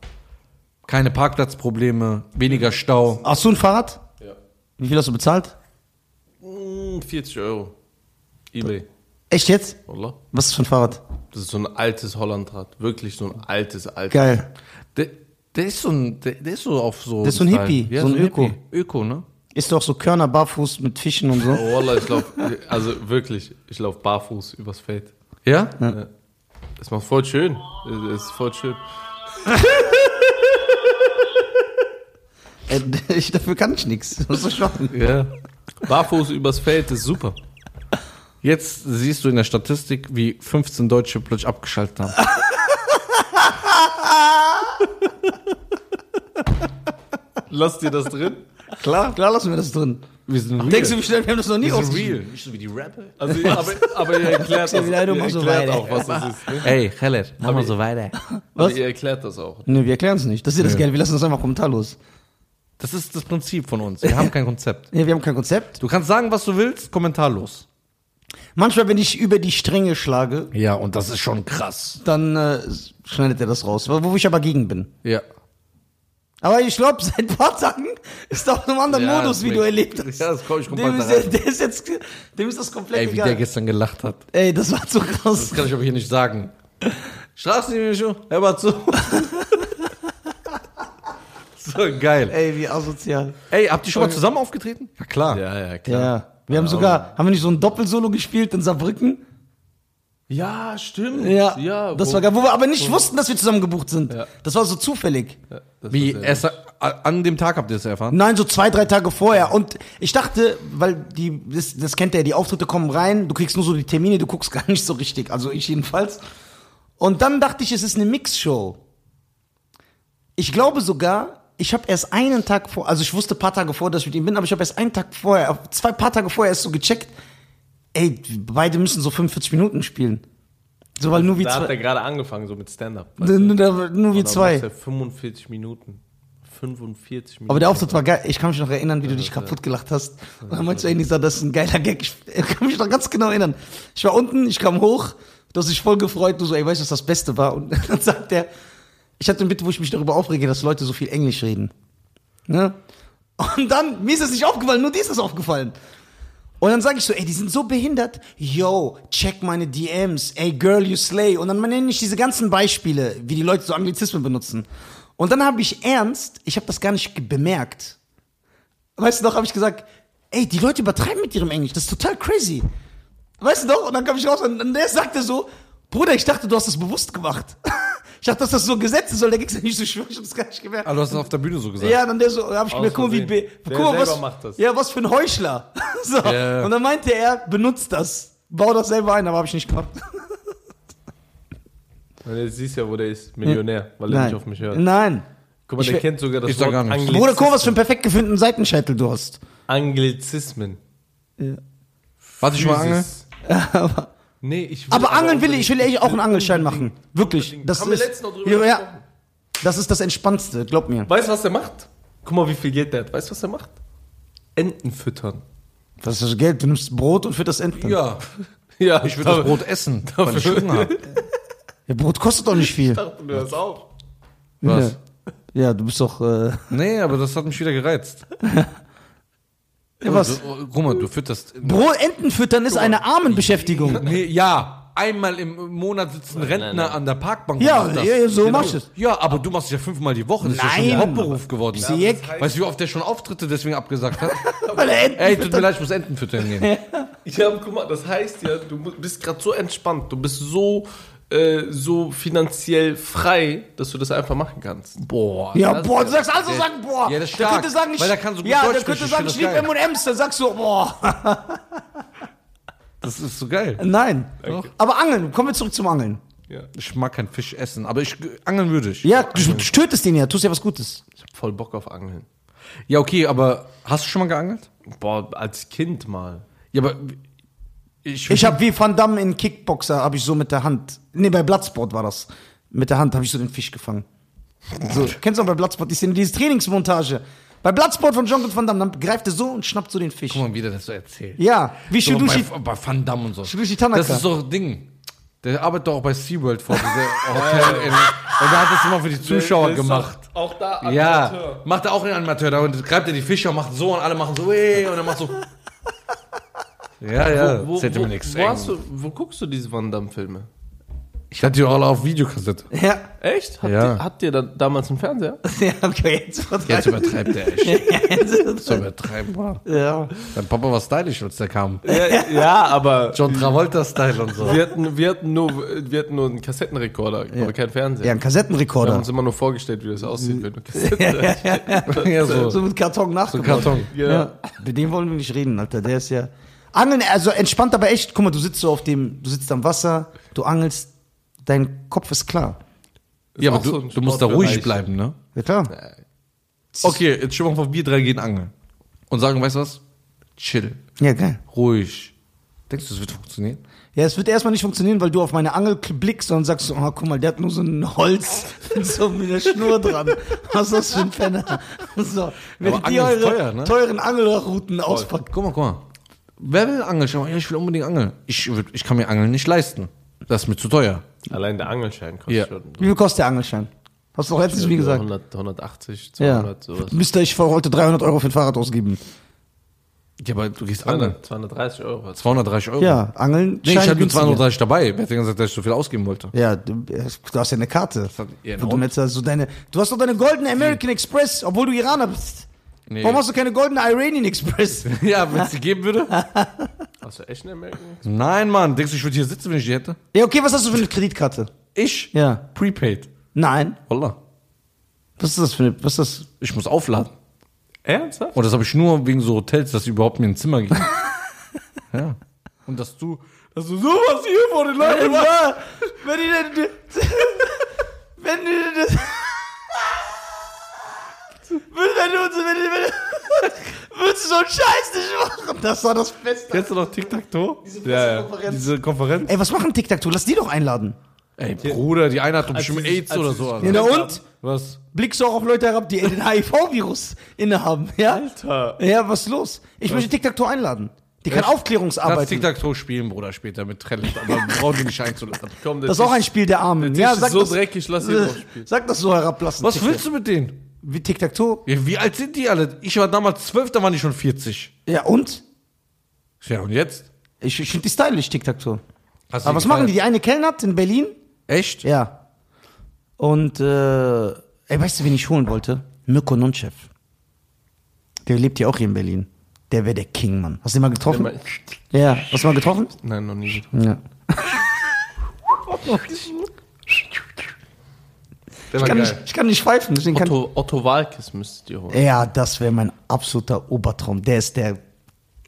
Speaker 1: Keine Parkplatzprobleme, weniger Stau.
Speaker 2: Hast du ein Fahrrad?
Speaker 3: Ja.
Speaker 2: Wie viel hast du bezahlt?
Speaker 3: Hm, 40 Euro. Ebay.
Speaker 2: Echt jetzt?
Speaker 3: Wallah.
Speaker 2: Was ist für ein Fahrrad?
Speaker 3: Das ist so ein altes Hollandrad. Wirklich so ein altes, altes.
Speaker 2: Geil.
Speaker 1: Der, der ist so ein, der, der ist so auf so.
Speaker 2: Der ist so ein
Speaker 1: Style.
Speaker 2: Hippie, so ein Öko.
Speaker 1: Hippie. Öko, ne?
Speaker 2: Ist doch so Körner barfuß mit Fischen und so.
Speaker 3: Oh, Wallah, ich lauf, also wirklich, ich lauf barfuß übers Feld.
Speaker 1: Ja?
Speaker 3: Das macht voll schön. Das ist voll schön.
Speaker 2: Äh, [LAUGHS] ich, dafür kann ich nichts. Das ist so schwach.
Speaker 3: Ja. Barfuß übers Feld ist super.
Speaker 1: Jetzt siehst du in der Statistik, wie 15 Deutsche plötzlich abgeschaltet haben.
Speaker 3: Lass dir das drin.
Speaker 2: Klar, klar lassen wir das drin.
Speaker 1: Wir sind real.
Speaker 2: Denkst du, wie schnell wir haben das noch nie
Speaker 1: wir sind
Speaker 2: ausgeschrieben?
Speaker 1: real. Nicht so wie die Rapper.
Speaker 3: Also, aber, aber ihr erklärt das,
Speaker 2: Ja, wieder, du
Speaker 3: ihr
Speaker 2: machst so
Speaker 3: erklärt
Speaker 2: weiter.
Speaker 3: auch, was das ist. Ne?
Speaker 1: Ey, Khaled, mach mal so weiter.
Speaker 3: Aber ihr erklärt das auch.
Speaker 2: Nee, wir erklären es nicht. Das ist ja das
Speaker 1: Nö.
Speaker 2: Geld. Wir lassen das einfach kommentarlos.
Speaker 1: Das ist das Prinzip von uns. Wir [LAUGHS] haben kein Konzept.
Speaker 2: Nee, wir haben kein Konzept.
Speaker 1: Du kannst sagen, was du willst, kommentarlos.
Speaker 2: Manchmal, wenn ich über die Stränge schlage,
Speaker 1: Ja, und das ist schon krass.
Speaker 2: dann äh, schneidet er das raus. Wo wo ich aber gegen bin.
Speaker 1: Ja.
Speaker 2: Aber ich [LAUGHS] glaube, seit ein paar Tagen ist da auf einem anderen
Speaker 1: Ja,
Speaker 2: Modus, wie
Speaker 1: das
Speaker 2: du
Speaker 1: merkt-
Speaker 2: erlebt hast.
Speaker 1: Ja, das komm ich komplett
Speaker 2: dem ist,
Speaker 1: da
Speaker 2: ja-
Speaker 1: rein.
Speaker 2: der ist jetzt, dem ist das komplett
Speaker 1: Ey, wie der
Speaker 2: egal.
Speaker 1: gestern gelacht hat.
Speaker 2: Ey, das war zu krass.
Speaker 1: Das kann ich aber hier nicht sagen. Straßennebenmischu, hör mal [LAUGHS] zu. so geil.
Speaker 2: Ey, wie asozial.
Speaker 1: Ey, habt ihr schon mal zusammen aufgetreten? Ja, klar.
Speaker 3: Ja, ja,
Speaker 2: Ja. Wir haben sogar, haben wir nicht so ein Doppelsolo gespielt in Saarbrücken?
Speaker 3: Ja, stimmt.
Speaker 2: Ja.
Speaker 3: ja
Speaker 2: das
Speaker 3: wo-
Speaker 2: war geil, wo wir aber nicht wussten, dass wir zusammen gebucht sind. Das war so zufällig.
Speaker 3: Ja, das
Speaker 1: Wie,
Speaker 3: war sehr-
Speaker 1: erst, a- an dem Tag habt ihr es erfahren?
Speaker 2: Nein, so zwei, drei Tage vorher. Und ich dachte, weil die, das, das kennt ihr, die Auftritte kommen rein, du kriegst nur so die Termine, du guckst [LAUGHS] gar nicht so richtig. Also ich jedenfalls. Und dann dachte ich, es ist eine Mixshow. Ich glaube sogar, ich habe erst einen Tag vor, also ich wusste ein paar Tage vor, dass ich mit ihm bin, aber ich habe erst einen Tag vorher, zwei paar Tage vorher erst so gecheckt, ey, beide müssen so 45 Minuten spielen. So, weil nur wie
Speaker 3: da hat
Speaker 2: zwei.
Speaker 3: er gerade angefangen, so mit Stand-up. weißt du?
Speaker 2: Nur, [LAUGHS] nur wie
Speaker 3: Und dann macht
Speaker 2: zwei.
Speaker 3: er 45 Minuten. 45 Minuten.
Speaker 2: Aber der Auftritt war geil. Ich kann mich noch erinnern, wie du dich kaputt gelacht hast. Und dann meinst du, ey, Nisa, das ist ein geiler Gag. Ich kann mich noch ganz genau erinnern. Ich war unten, ich kam hoch, du hast dich voll gefreut, du so, ey, weißt du, was das Beste war? Und [LAUGHS] dann sagt er, ich hatte ein Bitte, wo ich mich darüber aufrege, dass Leute so viel Englisch reden. Ne? Und dann, mir ist das nicht aufgefallen, nur dir ist das aufgefallen. Und dann sage ich so, ey, die sind so behindert. Yo, check meine DMs. Ey, girl, you slay. Und dann nenne ich diese ganzen Beispiele, wie die Leute so Anglizismen benutzen. Und dann habe ich ernst, ich habe das gar nicht ge- bemerkt. Weißt du noch, habe ich gesagt, ey, die Leute übertreiben mit ihrem Englisch. Das ist total crazy. Weißt du noch? Und dann kam ich raus und und der sagte so, Bruder, ich dachte, du hast das bewusst gemacht. [LAUGHS] ich dachte, dass das so gesetzt ist, soll der Gig's ja nicht so schwör, ich hab's gar nicht gemerkt.
Speaker 1: Ah, du hast es auf der Bühne so gesagt.
Speaker 2: Ja, dann der so, da hab ich
Speaker 3: Aus
Speaker 2: mir, guck mal, wie,
Speaker 3: Versehen.
Speaker 2: be-
Speaker 3: Der
Speaker 2: guck mal,
Speaker 3: selber
Speaker 2: was,
Speaker 3: macht das.
Speaker 2: ja, was für ein Heuchler. [LAUGHS] so.
Speaker 1: Ja.
Speaker 2: Und dann meinte er, benutzt das. Bau das selber ein, aber habe ich nicht gemacht.
Speaker 3: Und jetzt siehst du ja, wo der ist. Millionär, weil er nicht auf mich hört.
Speaker 2: Nein.
Speaker 3: Guck mal,
Speaker 2: Ich
Speaker 3: der
Speaker 2: wär-
Speaker 3: kennt sogar das
Speaker 1: Ich sag
Speaker 3: Wort
Speaker 1: gar nichts.
Speaker 3: Anglizismen.
Speaker 2: Bruder, guck, was für einen perfekt gefundenen Seitenscheitel du hast.
Speaker 3: Anglizismen.
Speaker 1: Warte ich mal angeln.
Speaker 3: Dieses-
Speaker 2: [LAUGHS]
Speaker 3: Nee, ich will
Speaker 2: Aber angeln will ich, ich will
Speaker 3: unbedingt-
Speaker 2: echt auch einen Angelschein machen. Wirklich.
Speaker 3: Unbedingt.
Speaker 2: Das
Speaker 3: Haben wir
Speaker 2: ist,
Speaker 3: letztens noch drüber
Speaker 2: ja,
Speaker 3: gesprochen.
Speaker 2: ja, das ist das Entspannendste, glaub mir.
Speaker 3: Weißt du, was er macht? Guck mal, wie viel Geld der hat. Weißt du, was er macht? Enten füttern.
Speaker 2: Was ist das Geld? Du nimmst Brot und fütterst Enten.
Speaker 1: Ja,
Speaker 3: Ja,
Speaker 1: ich würde das Brot essen, weil ich Hunger habe.
Speaker 2: Ja, Brot kostet doch nicht viel.
Speaker 3: dachte, du hörst auf.
Speaker 1: Was?
Speaker 2: Ja, ja du bist doch. Äh,
Speaker 1: [LAUGHS] Nee, aber das hat mich wieder gereizt.
Speaker 2: ja, was?
Speaker 1: Du, guck mal, du fütterst.
Speaker 2: Brot, Enten füttern ist eine Armenbeschäftigung.
Speaker 1: Nee, ja, einmal im Monat sitzt ein Rentner an der Parkbank. und
Speaker 2: Ja,
Speaker 1: macht das.
Speaker 2: ja, so machst du es.
Speaker 1: Ja, aber du machst es ja fünfmal die Woche. Das ist ja schon
Speaker 2: Nein.
Speaker 1: ein Hauptberuf geworden.
Speaker 2: Sieg,
Speaker 1: Weißt du, wie oft der schon Auftritte deswegen abgesagt hat? [LAUGHS]
Speaker 2: weil er Enten
Speaker 1: Ey, tut mir leid, ich muss Enten füttern gehen.
Speaker 3: Ja, guck mal, das heißt ja, du mu- bist gerade so entspannt, du bist so, äh, so finanziell frei, dass du das einfach machen kannst.
Speaker 1: Boah.
Speaker 2: Ja,
Speaker 1: das-
Speaker 2: boah, du sagst also
Speaker 1: der-
Speaker 2: sagen, boah.
Speaker 1: Ja, das ist
Speaker 2: Der
Speaker 1: stark,
Speaker 2: könnte sagen, ich,
Speaker 1: weil der kann so gut
Speaker 2: ja,
Speaker 1: Deutsch
Speaker 2: der könnte
Speaker 1: sprechen,
Speaker 2: sagen,
Speaker 1: ich
Speaker 2: ich
Speaker 1: find
Speaker 2: liebe
Speaker 1: das geil.
Speaker 2: M&M's, dann sagst du,
Speaker 1: [LAUGHS]
Speaker 2: oh, boah.
Speaker 1: Das ist so geil.
Speaker 2: Nein.
Speaker 3: Okay.
Speaker 2: Aber Angeln, kommen wir zurück zum Angeln.
Speaker 3: Ja.
Speaker 1: Ich mag keinen Fisch essen, aber ich angeln würde ich.
Speaker 2: Ja, du, du tötest den ja, tust ja was Gutes.
Speaker 3: Ich hab voll Bock auf Angeln.
Speaker 1: Ja, okay, aber hast du schon mal geangelt?
Speaker 3: Boah, als Kind mal.
Speaker 1: Ja, aber ich,
Speaker 2: Ich habe wie Van Damme in Kickboxer, habe ich so mit der Hand, nee, bei Bloodsport war das, mit der Hand habe ich so den Fisch gefangen. So, kennst du noch bei Bloodsport die Szene, diese Trainingsmontage. Bei Bloodsport von John Van Damme, dann greift er so und schnappt so den Fisch.
Speaker 1: Guck mal, wie der das so erzählt.
Speaker 2: Ja, wie
Speaker 1: So,
Speaker 2: Shidushi,
Speaker 1: bei, bei Van Damme und so.
Speaker 2: Shidushi Tanaka.
Speaker 1: Das ist so ein Ding. Der arbeitet doch auch bei SeaWorld vor, dieser Hotel. in, und der hat das immer für die Zuschauer
Speaker 3: Der Äh, ist
Speaker 1: gemacht.
Speaker 3: Auch, auch da
Speaker 1: Ja,
Speaker 3: Amateur.
Speaker 1: macht er auch einen Animateur. Da und greift er die Fische und macht so und alle machen so, ey, und er macht so. Ja, ja,
Speaker 3: Wo, wo,
Speaker 1: zählt
Speaker 3: wo,
Speaker 1: mir nichts.
Speaker 3: wo, hast du, wo guckst du diese Van Damme-Filme?
Speaker 1: Ich hatte die auch alle auf Videokassette.
Speaker 2: ja, [LAUGHS]
Speaker 3: Echt? Habt,
Speaker 1: Ja.
Speaker 3: ihr, habt ihr da damals einen
Speaker 1: [LAUGHS]
Speaker 3: Fernseher?
Speaker 2: ja, okay, jetzt
Speaker 1: Jetzt
Speaker 2: [LAUGHS]
Speaker 1: übertreibt er echt. so übertreibbar.
Speaker 2: ja.
Speaker 1: Dein Papa war stylisch, als der kam.
Speaker 3: ja, ja, aber
Speaker 1: John Travolta-Style und so.
Speaker 3: wir hatten, wir, hatten nur, wir hatten nur einen Kassettenrekorder, aber keinen
Speaker 2: ja,
Speaker 3: Fernseher.
Speaker 2: ein
Speaker 1: genau.
Speaker 3: Wir haben
Speaker 2: Kassettenrekorder.
Speaker 3: uns immer nur vorgestellt, wie das aussieht, wenn du
Speaker 1: [LAUGHS] Ja, so.
Speaker 2: So mit Karton nachgebaut.
Speaker 1: Karton.
Speaker 2: Ja. Mit dem wollen wir nicht reden, Alter. Der ist ja. Angeln, also entspannt, aber echt. Guck mal, du sitzt so auf dem, du sitzt am Wasser, du angelst, dein Kopf ist klar.
Speaker 1: Ja, aber
Speaker 3: auch so
Speaker 1: du,
Speaker 3: ein
Speaker 1: du musst da
Speaker 3: Sportbereich.
Speaker 1: ruhig bleiben, ne?
Speaker 2: Ja, klar.
Speaker 1: Okay, jetzt schon mal vor, wir drei gehen angeln. Und sagen, weißt du was? Chill,
Speaker 2: Ja, geil.
Speaker 1: ruhig. Denkst du, es wird funktionieren?
Speaker 2: Ja, es wird erstmal nicht funktionieren, weil du auf meine Angel blickst und sagst so, oh, guck mal, der hat nur so ein Holz [LAUGHS] mit so mit der Schnur dran. Was ist das für ein Penner? So, wenn
Speaker 1: Aber
Speaker 2: die
Speaker 1: Angeln ist
Speaker 2: eure
Speaker 1: teuer, ne?
Speaker 2: teuren Angelrouten auspackt.
Speaker 1: Guck mal, guck mal. Wer will angeln? Ich sag mal, Ja, ich will unbedingt angeln. Ich, würd- ich kann mir angeln nicht leisten. Das ist mir zu teuer.
Speaker 3: Allein der Angelschein kostet
Speaker 1: Ja.
Speaker 3: schon
Speaker 2: Wie viel kostet der Angelschein? Hast du doch letztens wie gesagt.
Speaker 3: 100, 180,
Speaker 2: Ja.
Speaker 3: 200, sowas.
Speaker 2: Müsste ich für heute 300 Euro für ein Fahrrad ausgeben.
Speaker 1: Ja, aber du gehst angeln.
Speaker 3: 200, 230 Euro. hat's.
Speaker 1: 230 Euro.
Speaker 2: Ja, Angeln.
Speaker 1: Nee, ich
Speaker 2: scheint
Speaker 1: hatte nur
Speaker 2: günstiger.
Speaker 1: 230 dabei. Wer hat denn gesagt, dass ich so viel ausgeben wollte?
Speaker 2: Ja, du, du hast ja eine Karte.
Speaker 1: hat- ja,
Speaker 2: wo
Speaker 1: und?
Speaker 2: du, mit, also deine, du hast doch deine goldene American Express, obwohl du Iraner bist.
Speaker 1: Nee.
Speaker 2: Warum hast du keine goldene Iranian Express?
Speaker 1: [LAUGHS] Ja, wenn es die geben würde? [LAUGHS]
Speaker 3: Hast du echt einen American?
Speaker 1: Nein, Mann. Denkst du, ich würde hier sitzen, wenn ich die hätte?
Speaker 2: Ja, okay, was hast du für eine Kreditkarte?
Speaker 1: Ich?
Speaker 2: Ja.
Speaker 1: Prepaid.
Speaker 2: Nein.
Speaker 1: Wallah.
Speaker 2: Was ist das für eine. Was ist
Speaker 1: Ich muss aufladen.
Speaker 3: Ernsthaft?
Speaker 1: Und das habe ich nur wegen so Hotels, dass sie überhaupt mir ein Zimmer [LAUGHS] geben. ja. Und dass du, dass du sowas hier vor den
Speaker 2: das?
Speaker 1: Leuten machst.
Speaker 2: Ja, wenn die denn. [LAUGHS] Wenn die denn das. Wenn du, wenn du, wenn du, [LAUGHS] würdest du so einen Scheiß nicht machen? Das war das Beste.
Speaker 1: Kennst du noch Tic-Tac-Toe?
Speaker 3: Ja, ja.
Speaker 2: Konferenz.
Speaker 1: Diese Konferenz?
Speaker 2: Ey, was machen Tic-Tac-Toe? Lass die doch einladen.
Speaker 1: Ey, Bruder, die eine hat doch
Speaker 3: Als
Speaker 1: bestimmt
Speaker 3: sie sich-
Speaker 1: Aids
Speaker 3: als
Speaker 1: oder
Speaker 3: sie sich
Speaker 1: so.
Speaker 2: Ja,
Speaker 1: Alter.
Speaker 2: na und?
Speaker 1: Was?
Speaker 2: blickst du auch auf Leute herab, die [LAUGHS] den HIV-Virus innehaben. Ja?
Speaker 3: Alter.
Speaker 2: Ja, was ist los? Ich möchte Tic-Tac-Toe einladen. Die kann Aufklärungsarbeit.
Speaker 1: Lass Tic-Tac-Toe spielen, Bruder, später mit Trellis. Aber
Speaker 3: [LAUGHS]
Speaker 1: wir brauchen die nicht einzuladen.
Speaker 3: Komm,
Speaker 2: Das ist auch ein Spiel der Armen.
Speaker 3: Tisch
Speaker 2: ja,
Speaker 3: ist so dreckig,
Speaker 2: [LAUGHS]
Speaker 3: lass ihn doch spielen.
Speaker 2: Sag das so herablassen.
Speaker 1: Was willst du mit denen?
Speaker 2: du? Wie Tic-Tac-Toe?
Speaker 1: Ja, wie alt sind die alle? Ich war damals zwölf, da waren die schon 40.
Speaker 2: Ja, und?
Speaker 1: Ja, und jetzt?
Speaker 2: Ich, ich finde die stylisch, Tic-Tac-Toe.
Speaker 1: Hast du
Speaker 2: Aber was machen die? Die eine kellnert in Berlin?
Speaker 1: Echt?
Speaker 2: Ja. Und, äh, ey, weißt du, wen ich holen wollte? Mirko Nonchev. Der lebt ja auch hier in Berlin. Der wäre der King, Mann. Hast du ihn mal getroffen?
Speaker 3: Immer-
Speaker 2: Ja. Hast du mal getroffen?
Speaker 3: Nein, noch nie.
Speaker 2: Ja.
Speaker 1: Der
Speaker 2: Ich
Speaker 1: war geil.
Speaker 2: kann, nicht, ich kann nicht pfeifen, deswegen kann
Speaker 3: Otto, Otto Walkes müsstet ihr holen.
Speaker 2: Ja, das wäre mein absoluter Obertraum. Der ist der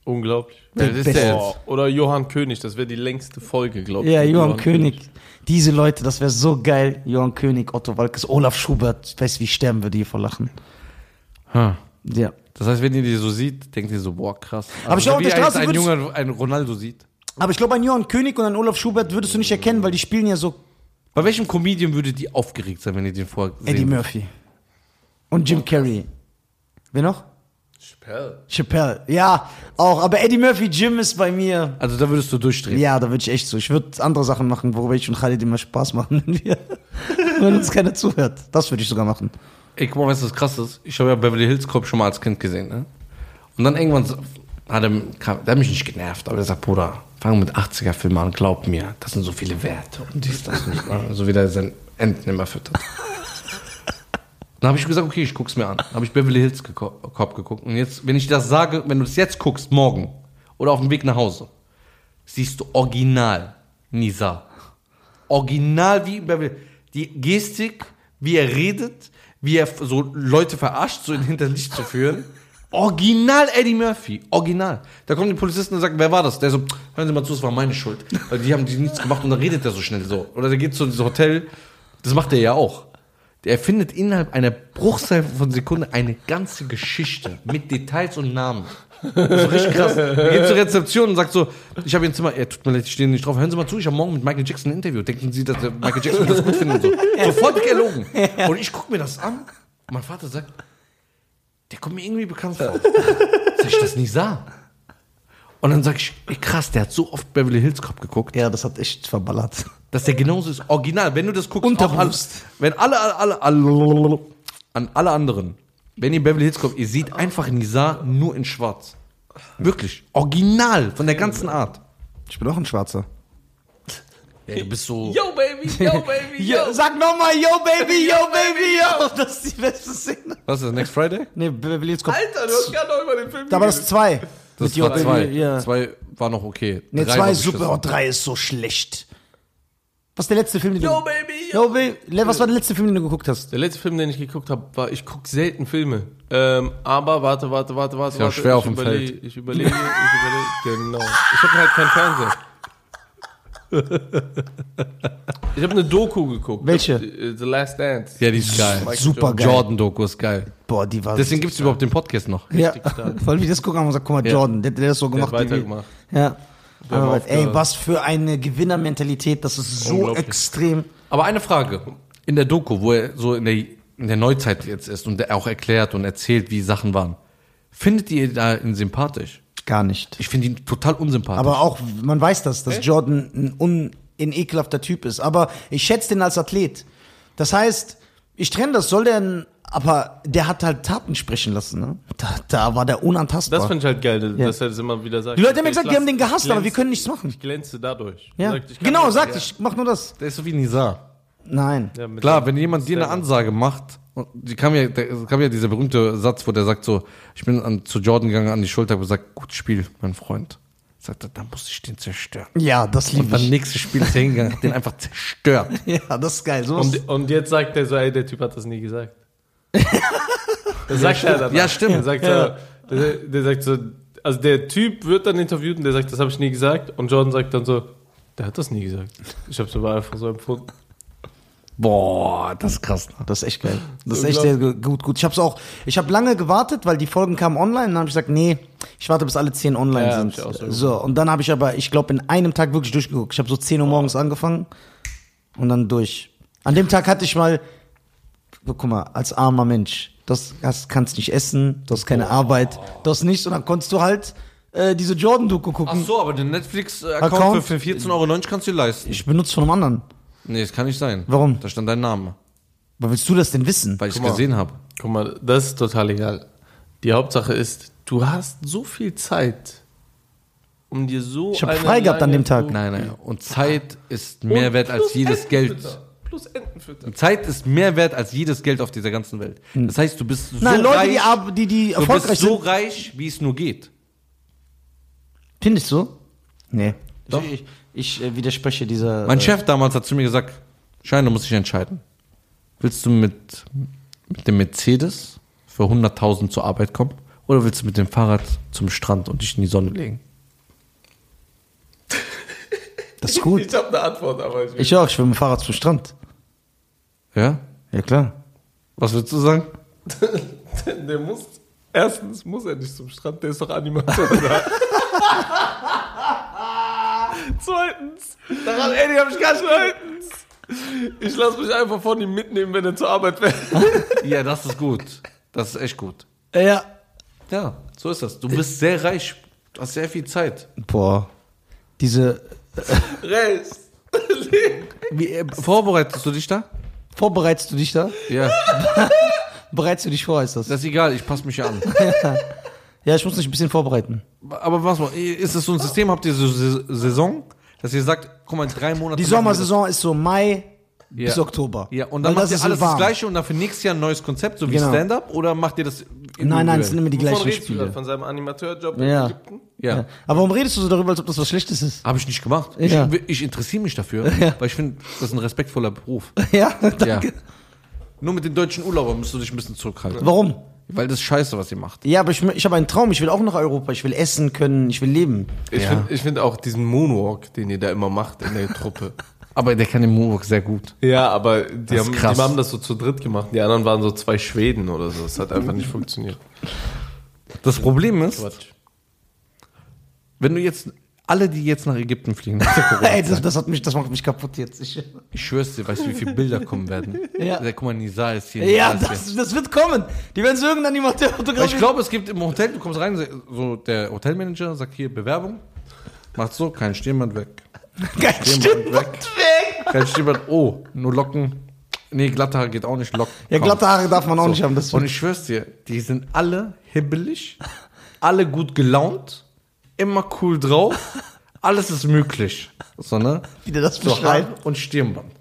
Speaker 3: Unglaublich.
Speaker 2: Der
Speaker 3: Wer ist der
Speaker 2: Beste.
Speaker 3: jetzt? Oder Johann König, das wäre die längste Folge, glaube ich.
Speaker 2: Ja,
Speaker 3: mit
Speaker 2: Johann König. Diese Leute, das wäre so geil. Johann König, Otto Walkes, Olaf Schubert. Weißt wie ich sterben würde hier vor Lachen.
Speaker 1: Ha.
Speaker 2: Ja.
Speaker 1: Das heißt, wenn ihr die so sieht, denkt ihr so, boah, krass.
Speaker 2: Aber ich
Speaker 1: so
Speaker 2: glaube,
Speaker 1: wie
Speaker 2: auf
Speaker 1: ein-
Speaker 2: der Straße
Speaker 1: ein
Speaker 2: würdest-
Speaker 1: Junge, ein Ronaldo sieht.
Speaker 2: Aber ich glaube, an Johann König und an Olaf Schubert würdest du nicht erkennen, weil die spielen ja so
Speaker 1: Bei welchem Comedian würdet ihr aufgeregt sein, wenn ihr den vorher sehen
Speaker 2: Eddie
Speaker 1: würdet?
Speaker 2: Murphy. Und Jim Carrey. Wer noch?
Speaker 3: Chappelle.
Speaker 2: Chappelle. Ja, auch. Aber Eddie Murphy, Jim ist bei mir.
Speaker 1: Also da würdest du durchdrehen.
Speaker 2: Ja, da würde ich echt so. Ich würde andere Sachen machen, worüber ich und Khalid immer Spaß machen, [LAUGHS] wenn, wir, wenn uns keiner zuhört. Das würde ich sogar machen.
Speaker 1: Ey, guck mal, weißt du, was krass ist? Ich habe ja Beverly Hills Cop schon mal als Kind gesehen, ne? Und dann irgendwann so- hat er, kam, der hat mich nicht genervt, aber er sagt, Bruder, fang mit 80er-Filmen an, glaub mir, das sind so viele Werte und dies, das und das. So wie der seinen Enten immer füttert. Dann habe ich gesagt, okay, ich guck's mir an. Dann habe ich Beverly Hills geko- Cop geguckt. Und jetzt, wenn ich das sage, wenn du es jetzt guckst, morgen oder auf dem Weg nach Hause, siehst du original Nisa. Original wie Beverly. Die Gestik, wie er redet, wie er f- so Leute verarscht, so in hinter Licht zu führen. Original Eddie Murphy, original. Da kommen die Polizisten und sagen, wer war das? Der so, hören Sie mal zu, es war meine Schuld. Weil die haben die nichts gemacht und dann redet er so schnell so. Oder der geht zu diesem Hotel, das macht er ja auch. Er findet innerhalb einer Bruchsteil von Sekunde eine ganze Geschichte mit Details und Namen. Das ist richtig krass. Er geht zur Rezeption und sagt so, ich habe hier ein Zimmer, ja, tut mir leid, ich stehe nicht drauf. Hören Sie mal zu, ich habe morgen mit Michael Jackson ein Interview. Denken Sie, dass der Michael Jackson das gut findet und so. Sofort gelogen. Und ich gucke mir das an. Mein Vater sagt, der kommt mir irgendwie bekannt vor. Dass ich das nicht sah. Und dann sage ich, ey, krass, der hat so oft Beverly Hills Cop geguckt,
Speaker 2: Ja, das hat echt verballert.
Speaker 1: dass der genauso ist. Original, wenn du das guckst. auch
Speaker 2: Unterbewusst.
Speaker 1: alle- Wenn alle, alle, alle, alle, an alle anderen, wenn ihr Beverly Hills Cop, ihr seht einfach Nisa nur in schwarz. Wirklich. Original, von der ganzen Art.
Speaker 2: Ich bin auch ein Schwarzer.
Speaker 1: Ja, du bist so.
Speaker 3: Yo, Baby,
Speaker 2: [LAUGHS]
Speaker 3: yo, Baby, yo.
Speaker 2: Yo, sag nochmal, yo, Baby, yo, Baby, yo. Das ist die beste Szene.
Speaker 1: Was ist das, Next Friday?
Speaker 2: Nee, Beverly Hills Cop.
Speaker 3: Alter, du hast gerade noch über den Film
Speaker 2: Da war das zwei.
Speaker 1: Das
Speaker 2: Yo,
Speaker 1: war
Speaker 2: Baby,
Speaker 1: zwei.
Speaker 2: ja.
Speaker 1: Zwei war noch okay.
Speaker 2: Nee,
Speaker 1: Drei war
Speaker 2: zwei ist super. Oh,
Speaker 1: beschissen.
Speaker 2: drei ist so schlecht. Was ist der letzte Film, den
Speaker 3: Yo,
Speaker 2: du...
Speaker 3: Oh, Baby, yo.
Speaker 2: Yo, Baby. Le- Was war der letzte Film, den du geguckt hast?
Speaker 3: Der letzte Film, den ich geguckt habe, war, ich gucke selten Filme. Ähm, aber warte, warte, warte, warte.
Speaker 1: ja
Speaker 3: warte,
Speaker 1: schwer
Speaker 3: ich
Speaker 1: auf dem
Speaker 3: überlege,
Speaker 1: Feld.
Speaker 3: Ich überlege, ich überlege. [LAUGHS] Genau. Ich habe halt keinen Fernseher.
Speaker 1: [LAUGHS]
Speaker 3: Ich habe eine Doku geguckt.
Speaker 2: Welche?
Speaker 3: Äh, The Last Dance.
Speaker 1: Ja, die ist geil.
Speaker 2: Super geil.
Speaker 1: Jordan-Doku ist geil.
Speaker 2: Boah, die war...
Speaker 1: Deswegen gibt es überhaupt den Podcast noch.
Speaker 3: [LAUGHS]
Speaker 2: ja, weil wir das gucken haben und sagen, guck mal,
Speaker 1: Ja.
Speaker 2: Jordan, der, der das so
Speaker 3: Der
Speaker 2: gemacht
Speaker 3: hat
Speaker 2: wie wir.
Speaker 3: weitergemacht.
Speaker 2: Ja.
Speaker 3: Wir haben
Speaker 2: Aber ey,
Speaker 3: aufgehört.
Speaker 2: was für eine Gewinnermentalität, das ist so
Speaker 3: Unglaublich.
Speaker 2: extrem.
Speaker 1: Aber eine Frage. In der Doku, wo er so in der, in der Neuzeit jetzt ist und der auch erklärt und erzählt, wie Sachen waren, findet ihr da ihn sympathisch?
Speaker 2: Gar nicht.
Speaker 1: Ich finde ihn total unsympathisch.
Speaker 2: Aber auch, man weiß das, dass Jordan ein, un, ein ekelhafter Typ ist. Aber ich schätze den als Athlet. Das heißt, ich trenne das, soll der ein, aber der hat halt Taten sprechen lassen, ne? Da, da war der unantastbar.
Speaker 3: Das finde ich halt geil, dass er das immer wieder sagt.
Speaker 2: die Leute haben mir gesagt,
Speaker 3: Ich
Speaker 2: die haben den
Speaker 3: lass-
Speaker 2: gehasst, aber wir
Speaker 3: glänze-
Speaker 2: können nichts machen.
Speaker 3: Ich glänze dadurch.
Speaker 2: Ja.
Speaker 3: Sagt, ich kann
Speaker 2: genau,
Speaker 3: nicht-
Speaker 2: sagt,
Speaker 3: ja.
Speaker 2: ich mach nur das.
Speaker 1: der ist so wie Nizar.
Speaker 2: Nein.
Speaker 3: Ja, mit-
Speaker 1: Klar, wenn jemand dir eine
Speaker 3: Stella.
Speaker 1: Ansage macht, und die kam ja, der, kam ja dieser berühmte Satz, wo der sagt so, ich bin an, zu Jordan gegangen, an die Schulter und gesagt, gut Spiel, mein Freund. Sagt er, dann muss ich den zerstören.
Speaker 2: Ja, das
Speaker 1: Und
Speaker 2: liebe
Speaker 1: beim
Speaker 2: ich.
Speaker 1: nächsten Spiel ist er hingegangen, hat den einfach zerstört.
Speaker 2: [LAUGHS] Ja, das ist geil. Sowas.
Speaker 3: Und, und jetzt sagt er so, ey, der Typ hat das
Speaker 2: [LAUGHS]
Speaker 3: nie gesagt. Das sagt er dann.
Speaker 1: Ja, stimmt.
Speaker 3: Der sagt, so, der, der sagt so, also der Typ wird dann interviewt und der sagt, das habe ich nie gesagt. Und Jordan sagt dann so, der hat das nie gesagt. Ich habe es aber einfach so empfunden.
Speaker 1: Boah, das ist krass. ne?
Speaker 2: Das ist echt geil. Das ist echt sehr gu- gut, gut. Ich hab's auch, ich habe lange gewartet, weil die Folgen kamen online und dann habe ich gesagt, nee, ich warte bis alle 10 online
Speaker 3: Ja, hab
Speaker 2: sind.
Speaker 3: ich auch so
Speaker 2: so, und dann habe ich aber, ich glaube, in einem Tag wirklich durchgeguckt. Ich habe so 10 Uhr morgens angefangen und dann durch. An dem Tag hatte ich mal, guck mal, als armer Mensch, das hast, kannst nicht essen, du hast keine Arbeit, du hast nichts und dann konntest du halt äh, diese Jordan-Doku
Speaker 1: Ach
Speaker 2: gucken.
Speaker 1: so, aber den Netflix-Account
Speaker 2: Account?
Speaker 1: für 14,90 Euro kannst du dir leisten.
Speaker 2: Ich benutze von einem anderen.
Speaker 1: Nee, das kann nicht sein.
Speaker 2: Warum?
Speaker 1: Da stand dein Name,
Speaker 2: Aber willst du das denn wissen?
Speaker 1: weil ich es
Speaker 3: mal.
Speaker 1: gesehen habe.
Speaker 3: Guck mal, das ist total egal. Die Hauptsache ist, du hast so viel Zeit, um dir so
Speaker 2: Ich hab
Speaker 3: eine
Speaker 2: frei gehabt an
Speaker 3: lange
Speaker 2: dem Tag.
Speaker 3: Doku-
Speaker 1: Nein, nein. Und Zeit ist
Speaker 3: Und
Speaker 1: mehr wert als
Speaker 3: plus
Speaker 1: jedes Geld.
Speaker 3: Entenfutter. Plus Entenfutter.
Speaker 1: Zeit ist mehr wert als jedes Geld auf dieser ganzen Welt. Das heißt, du bist so
Speaker 2: Hm. Nein, Leute,
Speaker 1: reich,
Speaker 2: die, ab- die, die
Speaker 1: du bist
Speaker 2: erfolgreich
Speaker 1: so
Speaker 2: sind.
Speaker 1: reich, wie es nur geht.
Speaker 2: Findest du? Nee.
Speaker 1: Doch.
Speaker 2: Ich, ich, ich äh, widerspreche dieser.
Speaker 1: Mein Chef damals hat zu mir gesagt, Schein, du musst dich entscheiden. Willst du mit, mit dem Mercedes für 100.000 zur Arbeit kommen Oder willst du mit dem Fahrrad zum Strand und dich in die Sonne legen?
Speaker 2: Das ist gut.
Speaker 3: Ich habe eine Antwort, aber ich,
Speaker 2: [LAUGHS] Ich auch, ich will mit dem Fahrrad zum Strand.
Speaker 1: Ja?
Speaker 2: Ja, klar.
Speaker 1: Was würdest du sagen?
Speaker 3: der muss. Erstens muss er nicht zum Strand, der ist doch Animator da. [LAUGHS] Zweitens, daran ey, die hab ich gar nicht. Zweitens, ich lasse mich einfach von ihm mitnehmen, wenn er zur Arbeit fährt.
Speaker 1: [LAUGHS] Ja, das ist gut. Das ist echt gut.
Speaker 2: Äh, Ja.
Speaker 1: Ja, so ist das. Du bist sehr reich, du hast sehr viel Zeit.
Speaker 2: Boah. Diese
Speaker 3: Rechts, links.
Speaker 1: Wie, äh, vorbereitest du dich da?
Speaker 2: Vorbereitest du dich da?
Speaker 1: Ja,
Speaker 2: Bereitest du dich vor, heißt das?
Speaker 1: das ist egal, ich passe mich ja an.
Speaker 2: Ja, ich muss mich ein bisschen vorbereiten.
Speaker 1: Aber was mal, ist das so ein
Speaker 2: Ah.
Speaker 1: System? Habt ihr so Sa- Saison, dass ihr sagt, guck mal, drei Monate.
Speaker 2: Die
Speaker 1: machen wir das?
Speaker 2: Sommersaison ist so Mai
Speaker 1: Ja.
Speaker 2: bis Oktober.
Speaker 1: Ja, und dann
Speaker 2: Weil
Speaker 1: macht ihr
Speaker 2: ist
Speaker 1: alles
Speaker 2: so
Speaker 1: das
Speaker 2: warm.
Speaker 1: Gleiche und dann für nächstes Jahr ein neues Konzept, so wie
Speaker 2: Genau.
Speaker 1: Stand-Up? Oder macht ihr das.
Speaker 2: Nein, nein, es sind
Speaker 1: individuell?
Speaker 2: immer die gleichen
Speaker 3: Wovon redest du gerade?
Speaker 2: Spiele.
Speaker 3: Von seinem Animateurjob
Speaker 2: Ja.
Speaker 3: in Ägypten?
Speaker 1: Ja.
Speaker 2: Ja. Aber warum redest du so darüber, als ob das was Schlechtes ist?
Speaker 1: Habe ich nicht gemacht.
Speaker 2: Ja.
Speaker 1: Ich, ich interessiere mich dafür,
Speaker 2: [LAUGHS]
Speaker 1: weil ich finde, das ist ein respektvoller Beruf.
Speaker 2: Ja, [LAUGHS] danke.
Speaker 1: Nur mit den deutschen Urlaubern musst du dich ein bisschen zurückhalten.
Speaker 2: Warum?
Speaker 1: Weil das ist scheiße, was ihr macht.
Speaker 2: Ja, aber ich, ich habe einen Traum. Ich will auch nach Europa. Ich will essen können. Ich will leben.
Speaker 3: Ich finde find auch diesen Moonwalk, den ihr da immer macht in der Truppe.
Speaker 1: Aber der kann den Moonwalk sehr gut.
Speaker 3: [LAUGHS] ja, aber die
Speaker 1: Das ist
Speaker 3: haben, die
Speaker 1: krass.
Speaker 3: haben das so zu dritt gemacht. Die anderen waren so zwei Schweden oder so. Es hat
Speaker 1: [LAUGHS]
Speaker 3: einfach nicht funktioniert.
Speaker 1: Das Problem ist,
Speaker 3: Quatsch.
Speaker 1: wenn du jetzt alle, die jetzt [LAUGHS] nach Ägypten
Speaker 2: [LAUGHS]
Speaker 1: fliegen,
Speaker 2: [LAUGHS] Ey, das, das, hat mich, das macht mich kaputt jetzt. Ich,
Speaker 1: ich schwör's dir, weißt du, wie viele Bilder kommen werden?
Speaker 2: [LAUGHS] Ja.
Speaker 1: Der, guck mal, Nisa ist hier.
Speaker 2: ja,
Speaker 1: Nizar ist
Speaker 2: das, das wird kommen. Die werden so irgendein Animateur
Speaker 1: Weil ich
Speaker 2: fotografieren.
Speaker 1: glaube, es gibt im Hotel, du kommst rein, so der Hotelmanager sagt hier Bewerbung, macht so, kein Stirnband weg.
Speaker 2: Kein Stimmband weg.
Speaker 1: Kein Stirnband, oh, nur Locken. Nee, glatte Haare geht auch nicht, Locken.
Speaker 2: Ja,
Speaker 1: kaum.
Speaker 2: glatte Haare darf man auch nicht haben. Das
Speaker 1: so. Und ich schwör's dir, die sind alle hibbelig, alle gut gelaunt, immer cool
Speaker 2: [LAUGHS]
Speaker 1: drauf, alles ist möglich. So, ne?
Speaker 2: wie der das
Speaker 1: So,
Speaker 2: beschreibt.
Speaker 1: Haare und Stirnband.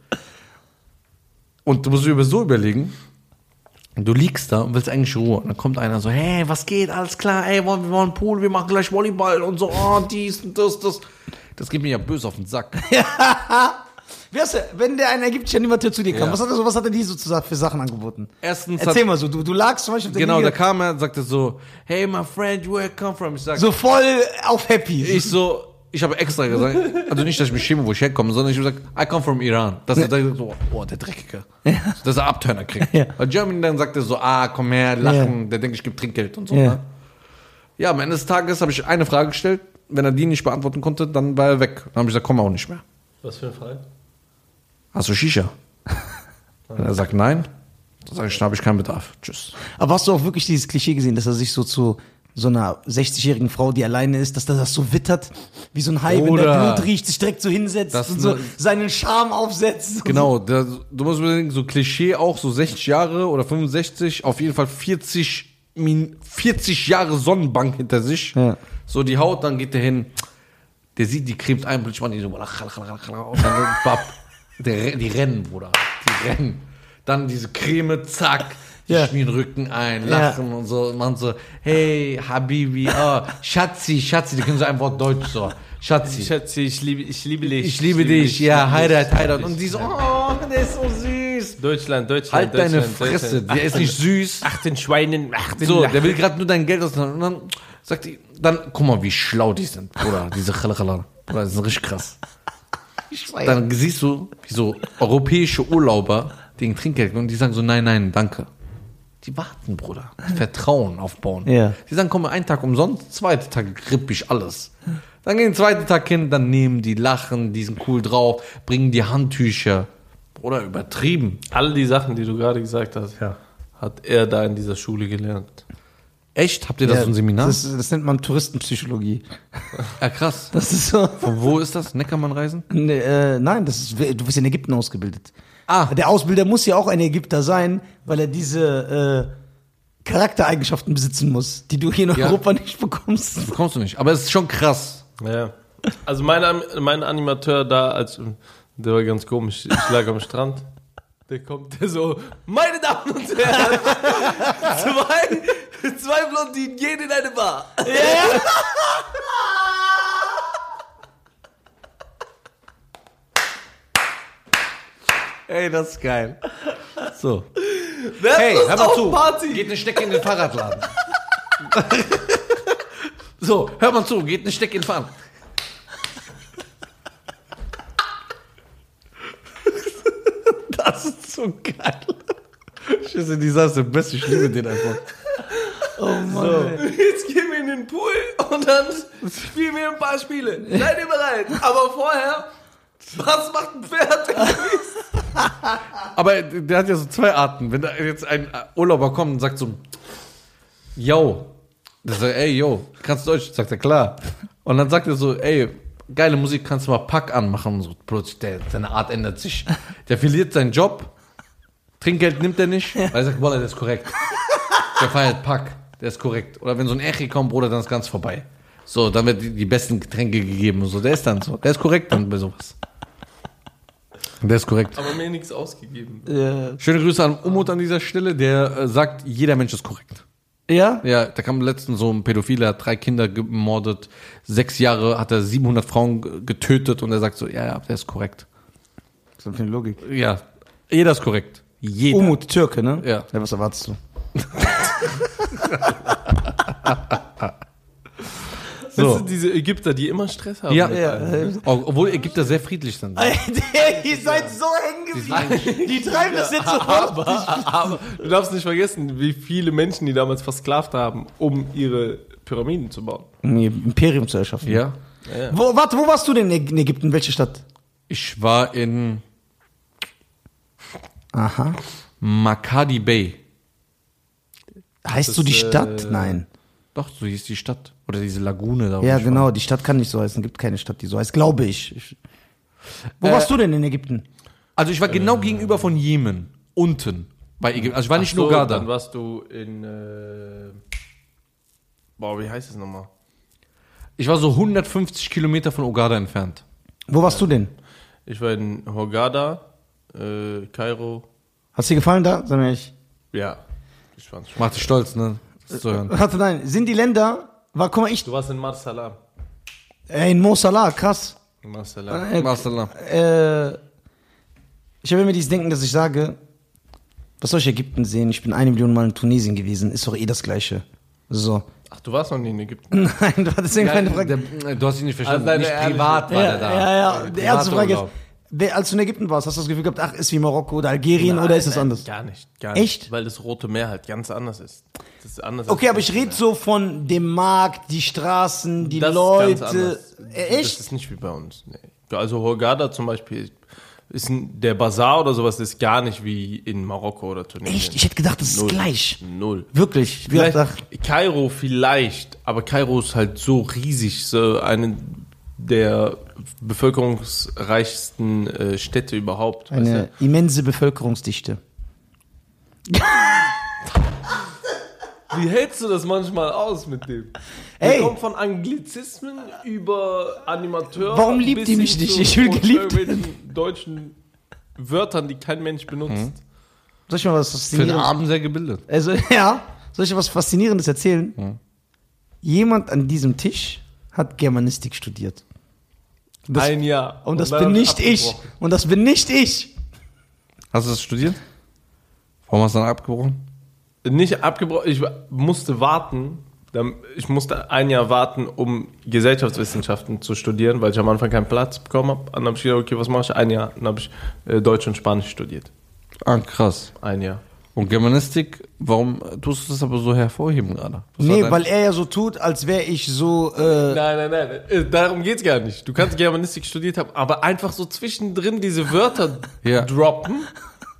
Speaker 1: Und du musst dir über so überlegen, du liegst da und willst eigentlich Ruhe. Und dann kommt einer so, hey, was geht, alles klar, ey, wollen wir wollen Pool, wir machen gleich Volleyball und so, oh, dies und das, das. Das geht mir ja böse auf den
Speaker 2: [LAUGHS]
Speaker 1: Sack.
Speaker 2: Weißt du, wenn der ein ägyptischer Animateur zu dir kam,
Speaker 1: Ja.
Speaker 2: was hat er so, was hat er dir so zu, für Sachen angeboten?
Speaker 1: Erstens
Speaker 2: Erzähl
Speaker 1: hat,
Speaker 2: mal so, du, du lagst zum Beispiel auf der
Speaker 1: genau, da
Speaker 2: Liege,
Speaker 1: kam er und sagte so, hey, my friend, where you come from? Ich sag,
Speaker 2: so voll auf happy.
Speaker 1: ich so, ich habe extra gesagt, also nicht, dass ich mich schäme, wo ich herkomme, sondern ich habe gesagt, I come from Iran. Dass er dann so, oh, der Dreckige. Dass er Abtörner kriegt.
Speaker 2: Ja.
Speaker 1: Weil Germany dann sagte so, ah, komm her, lachen, der denkt, ich gebe Trinkgeld und so.
Speaker 2: Ja.
Speaker 1: Ne? Ja, am Ende des Tages habe ich eine Frage gestellt. Wenn er die nicht beantworten konnte, dann war er weg. Dann habe ich gesagt, komm auch nicht mehr.
Speaker 3: Was für ein Fall?
Speaker 1: Hast du Shisha?
Speaker 2: [LAUGHS]
Speaker 1: Wenn er sagt nein, dann sage ich, dann habe ich keinen Bedarf. Tschüss.
Speaker 2: Aber hast du auch wirklich dieses Klischee gesehen, dass er sich so zu so einer 60-jährigen Frau, die alleine ist, dass er das so wittert, wie so ein Hai, wenn der
Speaker 1: Oder-
Speaker 2: Blut riecht, sich direkt so hinsetzt
Speaker 1: Das
Speaker 2: und so
Speaker 1: ne-
Speaker 2: seinen Charme aufsetzt.
Speaker 1: Genau, der, du musst überlegen, so Klischee auch, so 60 Jahre oder 65, auf jeden Fall 40, Min 40 Jahre Sonnenbank hinter sich.
Speaker 2: Ja.
Speaker 1: So die Haut, dann geht der hin, der sieht, die cremt ein, plötzlich machen die so, und dann bap, der, die rennen, Bruder, die rennen. Dann diese Creme, zack, die
Speaker 2: Ja.
Speaker 1: schmieren den Rücken ein,
Speaker 2: Ja.
Speaker 1: lachen und so, und machen so, hey, Habibi, oh, Schatzi, Schatzi, die können so ein Wort Deutsch, so, Schatzi.
Speaker 3: Schätze, ich liebe, ich liebe dich.
Speaker 1: Ich liebe dich, ja, heirat, heirat. Und die so,
Speaker 3: so.
Speaker 1: oh, der ist so süß.
Speaker 3: Deutschland, Deutschland,
Speaker 1: Halt
Speaker 3: Deutschland,
Speaker 1: deine Fresse,
Speaker 3: Deutschland.
Speaker 1: der ist nicht süß.
Speaker 3: Ach, den Schweinen, ach, den
Speaker 1: So, der will gerade nur dein Geld auseinander. Und dann sagt die, dann, guck mal, wie schlau die sind, Bruder, diese Chalachala. Bruder, die sind richtig krass.
Speaker 2: Ich weiß.
Speaker 1: Dann siehst du, wie so europäische Urlauber den Trinkgeld und die sagen so, nein, nein, danke. Die warten, Bruder. Vertrauen aufbauen.
Speaker 2: Ja.
Speaker 1: Die sagen, komm mal, einen Tag umsonst, zweiten Tag gripp ich alles. Dann gehen den zweiten Tag hin, dann nehmen die, lachen, die sind cool drauf, bringen die Handtücher. Bruder, übertrieben.
Speaker 3: All die Sachen, die du gerade gesagt hast, hat er da in dieser Schule gelernt.
Speaker 1: Echt? Habt ihr das
Speaker 2: Ja,
Speaker 1: so ein Seminar?
Speaker 2: Das, das nennt man Touristenpsychologie.
Speaker 1: ja, krass.
Speaker 2: Das ist so.
Speaker 1: Von wo ist das? Neckermann-Reisen?
Speaker 2: Nee, äh, nein, das ist, du bist in Ägypten ausgebildet.
Speaker 1: Ah.
Speaker 2: Der Ausbilder muss ja auch ein Ägypter sein, weil er diese äh, Charaktereigenschaften besitzen muss, die du hier in
Speaker 1: Ja.
Speaker 2: Europa nicht bekommst.
Speaker 1: Bekommst du nicht. Aber es ist schon krass.
Speaker 3: Ja. Also mein, Am- mein Animateur da, als der war ganz komisch, ich lag am Strand. Der kommt, der so, meine Damen und Herren, zwei, zwei Blondinen gehen in eine Bar.
Speaker 1: Ey, das ist geil. So.
Speaker 3: Wer hat
Speaker 1: Hey,
Speaker 3: Lust
Speaker 1: hör mal
Speaker 3: auf
Speaker 1: zu.
Speaker 3: Party?
Speaker 1: Geht eine Schnecke in den Fahrradladen. [LAUGHS] So, hört mal zu, geht nicht Steck in Fahren. [LAUGHS] Das ist so geil. Schüsse Desaster, beste, ich liebe den einfach.
Speaker 3: Jetzt gehen wir in den Pool und dann spielen wir ein paar Spiele. Seid ihr bereit? Aber vorher, was macht ein Pferd?
Speaker 1: Aber der hat ja so zwei Arten. Wenn da jetzt ein Urlauber kommt und sagt so, yo, der sagt, ey, yo, kannst du Deutsch? Sagt er, klar. Und dann sagt er so, ey, geile Musik, kannst du mal Pack anmachen? Und so, plötzlich, der, seine Art ändert sich. Der verliert seinen Job, Trinkgeld nimmt er nicht, weil er sagt, Wallah, der ist korrekt. Der feiert Pack, der ist korrekt. Oder wenn so ein Echi kommt, Bruder, dann ist ganz vorbei. So, dann wird die, die besten Getränke gegeben und so. Der ist dann so, der ist korrekt dann bei sowas. Der ist korrekt.
Speaker 3: Aber mir nichts ausgegeben.
Speaker 2: Äh, Ja.
Speaker 1: Schöne Grüße an Umut an dieser Stelle, der äh, sagt, jeder Mensch ist korrekt.
Speaker 2: Ja?
Speaker 1: Ja, da kam letztens so ein Pädophiler, hat drei Kinder gemordet, sechs Jahre hat er 700 Frauen ge- getötet und er sagt so, ja, ja, der ist korrekt.
Speaker 2: Das ist eine Logik.
Speaker 1: Ja, jeder ist korrekt. Jeder.
Speaker 2: Umut, Türke, ne?
Speaker 1: Ja.
Speaker 2: ja. Was erwartest du?
Speaker 3: So.
Speaker 1: so.
Speaker 3: Das sind diese Ägypter, die immer Stress haben.
Speaker 1: Ja,
Speaker 2: Ja, äh,
Speaker 1: obwohl Ägypter sehr friedlich sind.
Speaker 2: Alter, ihr seid so hängen geblieben. Die treiben das jetzt so fort.
Speaker 3: Aber du darfst nicht vergessen, wie viele Menschen die damals versklavt haben, um ihre Pyramiden zu bauen.
Speaker 2: Um ihr Imperium zu erschaffen.
Speaker 1: Ja.
Speaker 2: Wo, warte, wo warst du denn in Ägypten? Welche Stadt?
Speaker 1: Ich war in
Speaker 2: Aha.
Speaker 1: Makadi Bay.
Speaker 2: Heißt so die
Speaker 3: ist, äh,
Speaker 2: Stadt? Nein.
Speaker 1: Doch, so hieß die Stadt. Oder diese Lagune da. wo
Speaker 2: Ja,
Speaker 1: ich
Speaker 2: genau. Die Stadt kann nicht so heißen. Gibt keine Stadt, die so heißt. Glaube ich. ich wo warst du denn in Ägypten?
Speaker 1: War. Also ich war genau gegenüber von Jemen. Unten. Bei Ägypten. Also ich war nicht nur Garda.
Speaker 3: Dann warst du in. Äh, boah, wie heißt es nochmal?
Speaker 1: Ich war so 150 Kilometer von Ogada entfernt.
Speaker 2: Wo warst du denn?
Speaker 3: Ich war in Hurghada, äh, Kairo.
Speaker 2: Hat's dir gefallen da? Sag mir ehrlich.
Speaker 3: Ja, ich war's schon.
Speaker 1: Macht dich stolz, ne? Das zu hören.
Speaker 2: Warte, nein. Sind die Länder. War, guck mal, ich.
Speaker 3: Du warst in Marsalam.
Speaker 2: Ey, in Mo Salah, krass.
Speaker 3: In Marsalam.
Speaker 2: Äh,
Speaker 1: Marsalam.
Speaker 2: äh, ich habe immer dieses Denken, dass ich sage, was soll ich Ägypten sehen? Ich bin eine Million Mal in Tunesien gewesen, ist doch eh das Gleiche. So. [LAUGHS]
Speaker 3: Ach, du warst noch nie in Ägypten.
Speaker 2: Nein, das war deswegen keine Frage.
Speaker 1: Der- Du hast ihn nicht verstanden.
Speaker 3: Also,
Speaker 1: nicht
Speaker 3: der Äh, ehrliche-
Speaker 1: privat war
Speaker 2: ja,
Speaker 1: der da.
Speaker 2: ja, ja,
Speaker 1: Privat
Speaker 2: die erste Frage ist,
Speaker 1: Urlaub.
Speaker 2: wer- als du in Ägypten warst, hast du das Gefühl gehabt, ach, ist wie Marokko oder Algerien oder ist es
Speaker 3: Nein,
Speaker 2: anders?
Speaker 3: Gar nicht. Gar nicht.
Speaker 2: Echt?
Speaker 3: Weil das Rote Meer halt ganz anders ist. Das ist anders
Speaker 2: Okay,
Speaker 3: als
Speaker 2: aber ich
Speaker 3: das Rote
Speaker 2: rede so von dem Markt, die Straßen, die
Speaker 3: Das ist ganz
Speaker 2: Leute.
Speaker 3: anders.
Speaker 2: Äh,
Speaker 3: Das
Speaker 2: Echt?
Speaker 3: ist nicht wie bei uns. Nee. Also Hurghada zum Beispiel ist ein, der Bazar oder sowas ist gar nicht wie in Marokko oder Tunesien.
Speaker 2: Echt? Ich hätte gedacht, das ist gleich.
Speaker 3: Null.
Speaker 2: Wirklich. Ich hab
Speaker 3: Vielleicht,
Speaker 2: gedacht,
Speaker 3: Kairo vielleicht, aber Kairo ist halt so riesig, so eine der bevölkerungsreichsten äh, Städte überhaupt. weißt
Speaker 2: eine immense Bevölkerungsdichte.
Speaker 3: du? Wie hältst du das manchmal aus mit dem?
Speaker 2: Ey.
Speaker 3: Der kommt von Anglizismen über Animateur.
Speaker 2: Warum liebt
Speaker 3: bis
Speaker 2: ihr
Speaker 3: hin
Speaker 2: mich nicht?
Speaker 3: zu-
Speaker 2: Ich will
Speaker 3: und
Speaker 2: geliebt
Speaker 3: irgendwelchen deutschen Wörtern, die kein Mensch benutzt.
Speaker 2: Hm? Soll ich mal was
Speaker 1: Für den
Speaker 2: Faszinierendes
Speaker 1: Abend sehr gebildet.
Speaker 2: Also, [LAUGHS] ja, soll ich dir was Faszinierendes erzählen? Jemand an diesem Tisch hat Germanistik studiert. Und das,
Speaker 3: Ein Jahr.
Speaker 2: und das
Speaker 3: dann
Speaker 2: bin
Speaker 3: hat er
Speaker 2: nicht ich.
Speaker 3: abgebrochen.
Speaker 2: Und das bin nicht ich.
Speaker 1: Hast du das studiert? Warum hast du dann abgebrochen?
Speaker 3: Nicht abgebrochen. Ich musste warten. Dann- Ich musste ein Jahr warten, um Gesellschaftswissenschaften zu studieren, weil ich am Anfang keinen Platz bekommen habe. Und dann habe ich gedacht, okay, was mache ich? Ein Jahr. Dann habe ich äh, Deutsch und Spanisch studiert.
Speaker 1: Ah, krass.
Speaker 3: Ein Jahr.
Speaker 1: Und Germanistik, warum äh, tust du das aber so hervorheben gerade? Was war
Speaker 2: Nee,
Speaker 1: dein-
Speaker 2: weil er ja so tut, als wäre ich so. Äh,
Speaker 3: Nein, nein, nein. äh, Darum geht's gar nicht. Du kannst Germanistik studiert haben, aber einfach so zwischendrin diese Wörter
Speaker 1: Ja.
Speaker 3: droppen.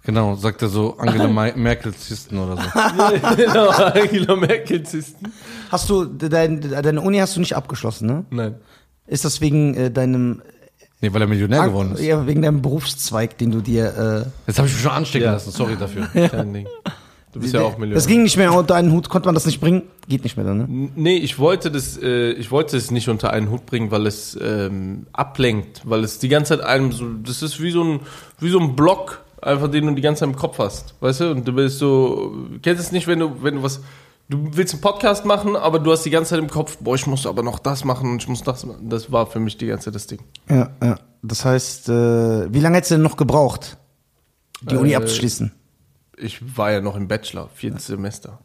Speaker 1: Genau, sagt er so Angela
Speaker 2: [LAUGHS]
Speaker 1: Ma- Merkel Zisten oder so.
Speaker 3: [LAUGHS] genau, Angela Merkel Zisten.
Speaker 2: hast du dein, deine Uni hast du nicht abgeschlossen, ne?
Speaker 3: Nein.
Speaker 2: Ist das wegen äh, deinem
Speaker 1: Nee, weil er Millionär geworden ist.
Speaker 2: ja, wegen deinem Berufszweig, den du dir
Speaker 1: Jetzt habe ich mich schon anstecken
Speaker 3: Ja.
Speaker 1: lassen, sorry dafür.
Speaker 2: [LAUGHS]
Speaker 3: Kein Ding. Du
Speaker 2: äh,
Speaker 3: bist ja auch Millionär.
Speaker 2: Das ging nicht mehr unter einen Hut, konnte man das nicht bringen? Geht nicht mehr dann, ne?
Speaker 3: N- Nee, ich wollte das, äh, ich wollte es nicht unter einen Hut bringen, weil es ähm, ablenkt, weil es die ganze Zeit einem so, das ist wie so ein, wie so ein Block, einfach den du die ganze Zeit im Kopf hast, weißt du? Und du bist so, kennst es nicht, wenn du, wenn du was, du willst einen Podcast machen, aber du hast die ganze Zeit im Kopf, boah, ich muss aber noch das machen und ich muss das machen. Das war für mich die ganze Zeit das Ding.
Speaker 2: Ja, ja. Das heißt, äh, wie lange hättest du denn noch gebraucht, die Uni
Speaker 3: Äh,
Speaker 2: abzuschließen?
Speaker 3: Ich war ja noch im Bachelor, viertes Semester.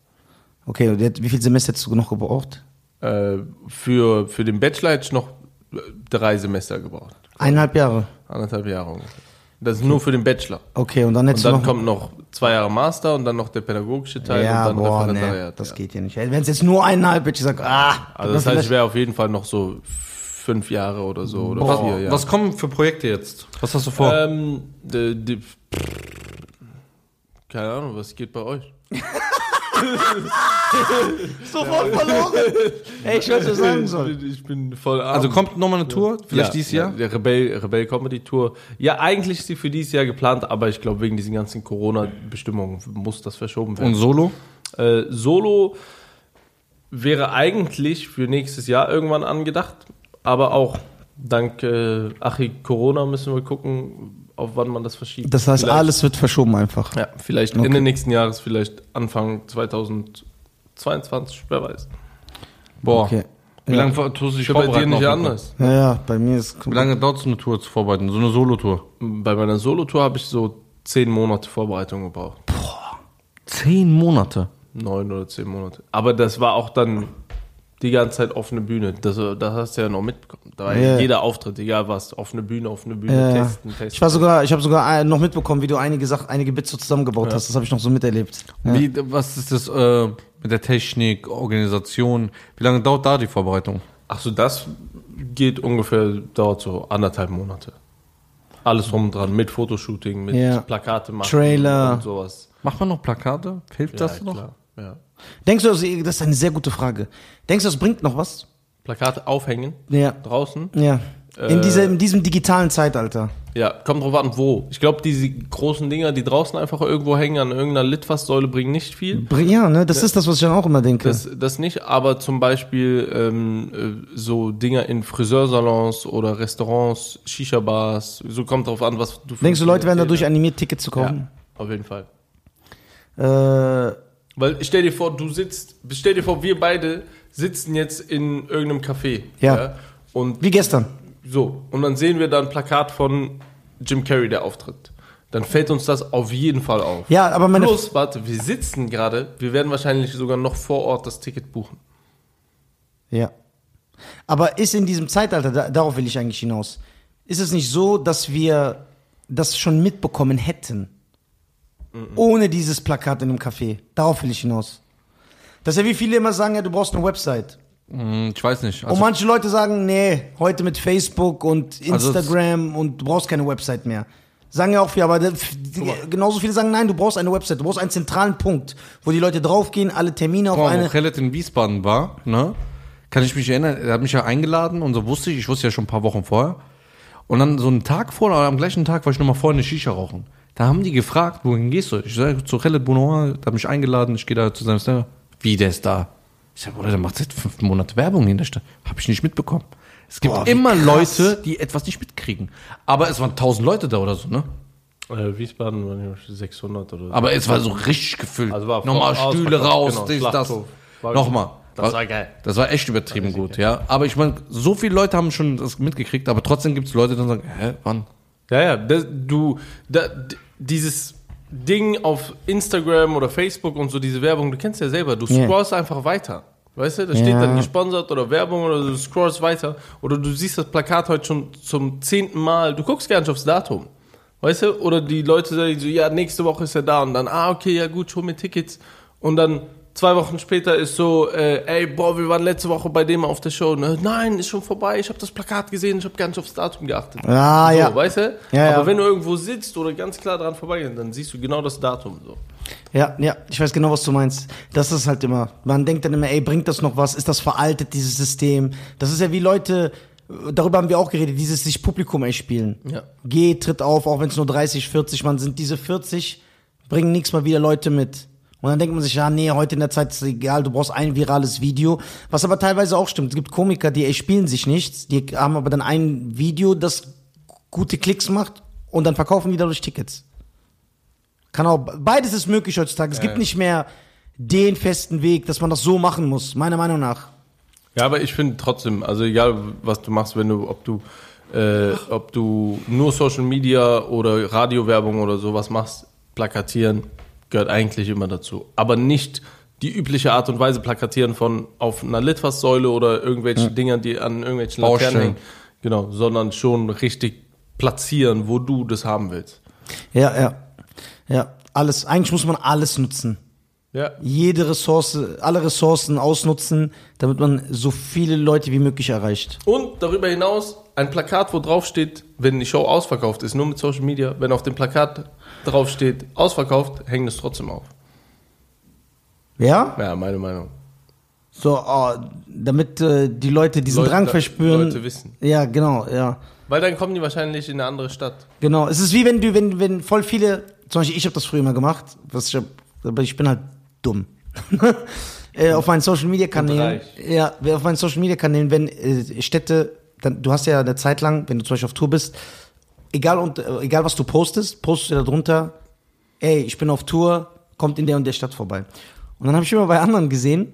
Speaker 2: Okay, und der hat, wie viel Semester hättest du noch gebraucht?
Speaker 3: Äh, für, für den Bachelor hätte ich noch äh, drei Semester gebraucht.
Speaker 2: Eineinhalb Jahre.
Speaker 3: Anderthalb Jahre ungefähr. Das ist nur für den Bachelor.
Speaker 2: Okay, und dann
Speaker 3: Und
Speaker 2: hättest
Speaker 3: dann
Speaker 2: du noch.
Speaker 3: kommt noch zwei Jahre Master und dann noch der pädagogische Teil
Speaker 2: ja,
Speaker 3: und dann
Speaker 2: boah, nee,
Speaker 3: Referendariat.
Speaker 2: das
Speaker 3: ja.
Speaker 2: geht ja nicht. Wenn es jetzt nur eineinhalb hätte ich gesagt, ah.
Speaker 3: Also das heißt, ich wäre auf jeden Fall noch so fünf Jahre oder so oder
Speaker 1: Was,
Speaker 3: vier Jahre.
Speaker 1: was kommen für Projekte jetzt? Was hast du vor?
Speaker 3: Ähm, die, die, keine Ahnung, was geht bei euch?
Speaker 2: sofort
Speaker 3: [LAUGHS]
Speaker 2: verloren. Ey, ich hätte sagen sollen.
Speaker 3: Ich bin- Ich bin voll arm.
Speaker 1: also kommt nochmal eine Tour, vielleicht dieses Jahr?
Speaker 3: Ja, der Rebell, Rebell Comedy Tour. Ja, eigentlich ist sie für dieses Jahr geplant, aber ich glaube, wegen diesen ganzen Corona-Bestimmungen muss das verschoben werden.
Speaker 1: Und Solo?
Speaker 3: Äh, Solo wäre eigentlich für nächstes Jahr irgendwann angedacht, aber auch dank äh, Achi Corona müssen wir gucken, auf wann man das verschiebt.
Speaker 2: Das heißt,
Speaker 3: Vielleicht-
Speaker 2: alles wird verschoben einfach.
Speaker 3: Ja, vielleicht Ende nächsten Jahres, vielleicht Anfang 2022, wer weiß.
Speaker 1: Boah.
Speaker 2: Okay.
Speaker 1: Wie
Speaker 2: Ja.
Speaker 1: lange ver- tust du dich
Speaker 3: Ich bei dir
Speaker 1: vorbereiten
Speaker 3: nicht
Speaker 1: auf eine
Speaker 3: anders.
Speaker 2: Ja, ja, bei mir ist
Speaker 1: Tour? Wie lange dauert es, eine Tour zu vorbereiten? So eine Solo-Tour?
Speaker 3: Bei meiner Solotour habe ich so zehn Monate Vorbereitung gebraucht.
Speaker 1: Zehn Monate.
Speaker 3: Neun oder zehn Monate. Aber das war auch dann die ganze Zeit offene Bühne. Das, das hast du ja noch mitbekommen. Da war
Speaker 2: Ja.
Speaker 3: jeder Auftritt, egal was, offene Bühne, offene Bühne,
Speaker 2: Ja, ja.
Speaker 3: testen, testen.
Speaker 2: Ich war sogar, ich habe sogar äh, noch mitbekommen, wie du einige Sachen, einige Bits so zusammengebaut hast. Das habe ich noch so miterlebt. Ja.
Speaker 1: Wie, was ist das äh, mit der Technik, Organisation? Wie lange dauert da die Vorbereitung?
Speaker 3: Ach so, das geht ungefähr, dauert so anderthalb Monate. Alles rum und dran, mit Fotoshooting, mit
Speaker 2: Ja.
Speaker 3: Plakate machen
Speaker 2: Trailer.
Speaker 3: und sowas.
Speaker 1: Macht man noch Plakate? Hilft das noch?
Speaker 3: klar, Ja.
Speaker 2: Denkst du, das ist eine sehr gute Frage. Denkst du, das bringt noch was?
Speaker 3: Plakate aufhängen
Speaker 2: Ja.
Speaker 3: draußen.
Speaker 2: Ja. In,
Speaker 3: Äh.
Speaker 2: dieser, in diesem digitalen Zeitalter.
Speaker 3: Ja, kommt drauf an, wo. Ich glaube, diese großen Dinger, die draußen einfach irgendwo hängen, an irgendeiner Litfaßsäule, bringen nicht viel.
Speaker 2: Br- Ja, ne? Das ist das, was ich dann auch immer denke.
Speaker 3: Das, das nicht, aber zum Beispiel ähm, äh, so Dinger in Friseursalons oder Restaurants, Shisha-Bars, so kommt drauf an, was du für
Speaker 2: Denkst du, Leute werden dadurch
Speaker 3: Ja,
Speaker 2: animiert, Tickets zu kaufen?
Speaker 3: auf jeden Fall.
Speaker 2: Äh,
Speaker 3: Weil stell dir vor, du sitzt, stell dir vor, wir beide sitzen jetzt in irgendeinem Café.
Speaker 2: Ja.
Speaker 3: und
Speaker 2: wie gestern.
Speaker 3: so, und dann sehen wir da ein Plakat von Jim Carrey, der auftritt. Dann fällt uns das auf jeden Fall auf.
Speaker 2: Ja, aber meine.
Speaker 3: Plus, warte, wir sitzen gerade, wir werden wahrscheinlich sogar noch vor Ort das Ticket buchen.
Speaker 2: Ja. Aber ist in diesem Zeitalter, da, darauf will ich eigentlich hinaus, ist es nicht so, dass wir das schon mitbekommen hätten?
Speaker 3: Mhm.
Speaker 2: Ohne dieses Plakat in einem Café. Darauf will ich hinaus. Das ist ja wie viele immer sagen, ja, du brauchst eine Website.
Speaker 1: Hm, ich weiß nicht.
Speaker 2: und
Speaker 1: Also,
Speaker 2: manche Leute sagen, nee, heute mit Facebook und
Speaker 1: Also es-
Speaker 2: Instagram und du brauchst keine Website mehr. Sagen ja auch viele, aber das- genauso viele sagen, nein, du brauchst eine Website, du brauchst einen zentralen Punkt, wo die Leute draufgehen, alle Termine auf
Speaker 1: Guck mal,
Speaker 2: eine.
Speaker 1: wo Khaled in Wiesbaden war, ne? Kann ich mich erinnern, er hat mich ja eingeladen und so wusste ich, ich wusste ja schon ein paar Wochen vorher. Und dann so einen Tag vorher, oder am gleichen Tag war ich nochmal vorher eine Shisha rauchen. Da haben die gefragt, wohin gehst du? Ich sage zu Khaled Bonoir, der hat mich eingeladen, ich gehe da zu seinem Stand. Wie, der ist da? Ich sage, Bruder, der macht seit fünf Monaten Werbung in der Stadt. Hab ich nicht mitbekommen. Es gibt
Speaker 2: Boah, wie
Speaker 1: immer
Speaker 2: krass.
Speaker 1: Leute, die etwas nicht mitkriegen. Aber es waren tausend Leute da oder so, ne?
Speaker 3: Äh, Wiesbaden waren ja 600 oder so.
Speaker 1: Aber es war so richtig gefüllt.
Speaker 3: Also war
Speaker 1: Nochmal
Speaker 3: voll
Speaker 1: Stühle
Speaker 3: ausverkauft,
Speaker 1: raus,
Speaker 3: genau,
Speaker 1: dies, das.
Speaker 3: Schlachthof. War-
Speaker 1: Nochmal.
Speaker 3: Das war geil.
Speaker 1: Das war echt übertrieben gut, ja. Aber ich meine, so viele Leute haben schon das mitgekriegt, aber trotzdem gibt es Leute, die dann sagen, hä, wann?
Speaker 3: ja, ja, das, du, da, d- dieses Ding auf Instagram oder Facebook und so, diese Werbung, du kennst ja selber, du
Speaker 2: Ja.
Speaker 3: scrollst einfach weiter. Weißt du, da steht
Speaker 2: Ja.
Speaker 3: dann gesponsert oder Werbung oder du scrollst weiter oder du siehst das Plakat heute schon zum zehnten Mal, du guckst gar nicht aufs Datum. Weißt du, oder die Leute sagen so, ja, nächste Woche ist er da und dann, ah, okay, ja gut, schon mir Tickets. Und dann zwei Wochen später ist so, äh, ey, boah, wir waren letzte Woche bei dem auf der Show. Ne? Nein, ist schon vorbei, ich habe das Plakat gesehen, ich habe gar nicht aufs Datum geachtet.
Speaker 2: Ah,
Speaker 3: so,
Speaker 2: ja.
Speaker 3: Weißt du?
Speaker 2: Ja,
Speaker 3: Aber
Speaker 2: ja.
Speaker 3: wenn du irgendwo sitzt oder ganz klar dran vorbeigehst, dann siehst du genau das Datum. So.
Speaker 2: Ja, ja, ich weiß genau, was du meinst. Das ist halt immer, man denkt dann immer, ey, bringt das noch was? Ist das veraltet, dieses System? Das ist ja wie Leute, äh, darüber haben wir auch geredet, dieses sich Publikum erspielen.
Speaker 3: Ja.
Speaker 2: Geh, tritt auf, auch wenn es nur 30, 40 Mann sind. Diese 40 bringen nächstes Mal wieder Leute mit. Und dann denkt man sich, ja, nee, heute in der Zeit ist es egal, du brauchst ein virales Video. Was aber teilweise auch stimmt. Es gibt Komiker, die erspielen sich nichts, die haben aber dann ein Video, das gute Klicks macht und dann verkaufen die dadurch Tickets. Kann auch, beides ist möglich heutzutage. Es gibt nicht mehr den festen Weg, dass man das so machen muss, meiner Meinung nach.
Speaker 3: Ja, aber ich finde trotzdem, also egal was du machst, wenn du, ob du, äh, ob du nur Social Media oder Radiowerbung oder sowas machst, plakatieren gehört eigentlich immer dazu. Aber nicht die übliche Art und Weise plakatieren von auf einer Litfaßsäule oder irgendwelchen Dingern, die an irgendwelchen Laternen
Speaker 1: Baustellen.
Speaker 3: hängen. Genau, sondern schon richtig platzieren, wo du das haben willst.
Speaker 2: Ja, ja. Ja, alles. Eigentlich muss man alles nutzen.
Speaker 3: Ja.
Speaker 2: Jede Ressource, alle Ressourcen ausnutzen, damit man so viele Leute wie möglich erreicht.
Speaker 3: Und darüber hinaus ein Plakat, wo drauf steht, wenn die Show ausverkauft ist, nur mit Social Media, wenn auf dem Plakat drauf steht, ausverkauft, hängen es trotzdem auf.
Speaker 2: Ja?
Speaker 3: Ja, meine Meinung.
Speaker 2: So, oh, damit äh, die Leute diesen
Speaker 3: Leute-
Speaker 2: Drang verspüren.
Speaker 3: Leute wissen.
Speaker 2: Ja, genau, ja.
Speaker 3: Weil dann kommen die wahrscheinlich in eine andere Stadt.
Speaker 2: Genau, es ist wie wenn du, wenn, wenn voll viele, zum Beispiel ich habe das früher immer gemacht, was ich, hab, aber ich bin halt dumm. [LAUGHS] äh, auf meinen Social Media Kanälen, ja, wer auf meinen Social Media Kanälen, wenn äh, Städte, dann, du hast ja eine Zeit lang, wenn du zum Beispiel auf Tour bist, egal und äh, egal was du postest, postest du darunter, ey, ich bin auf Tour, kommt in der und der Stadt vorbei. Und dann habe ich immer bei anderen gesehen,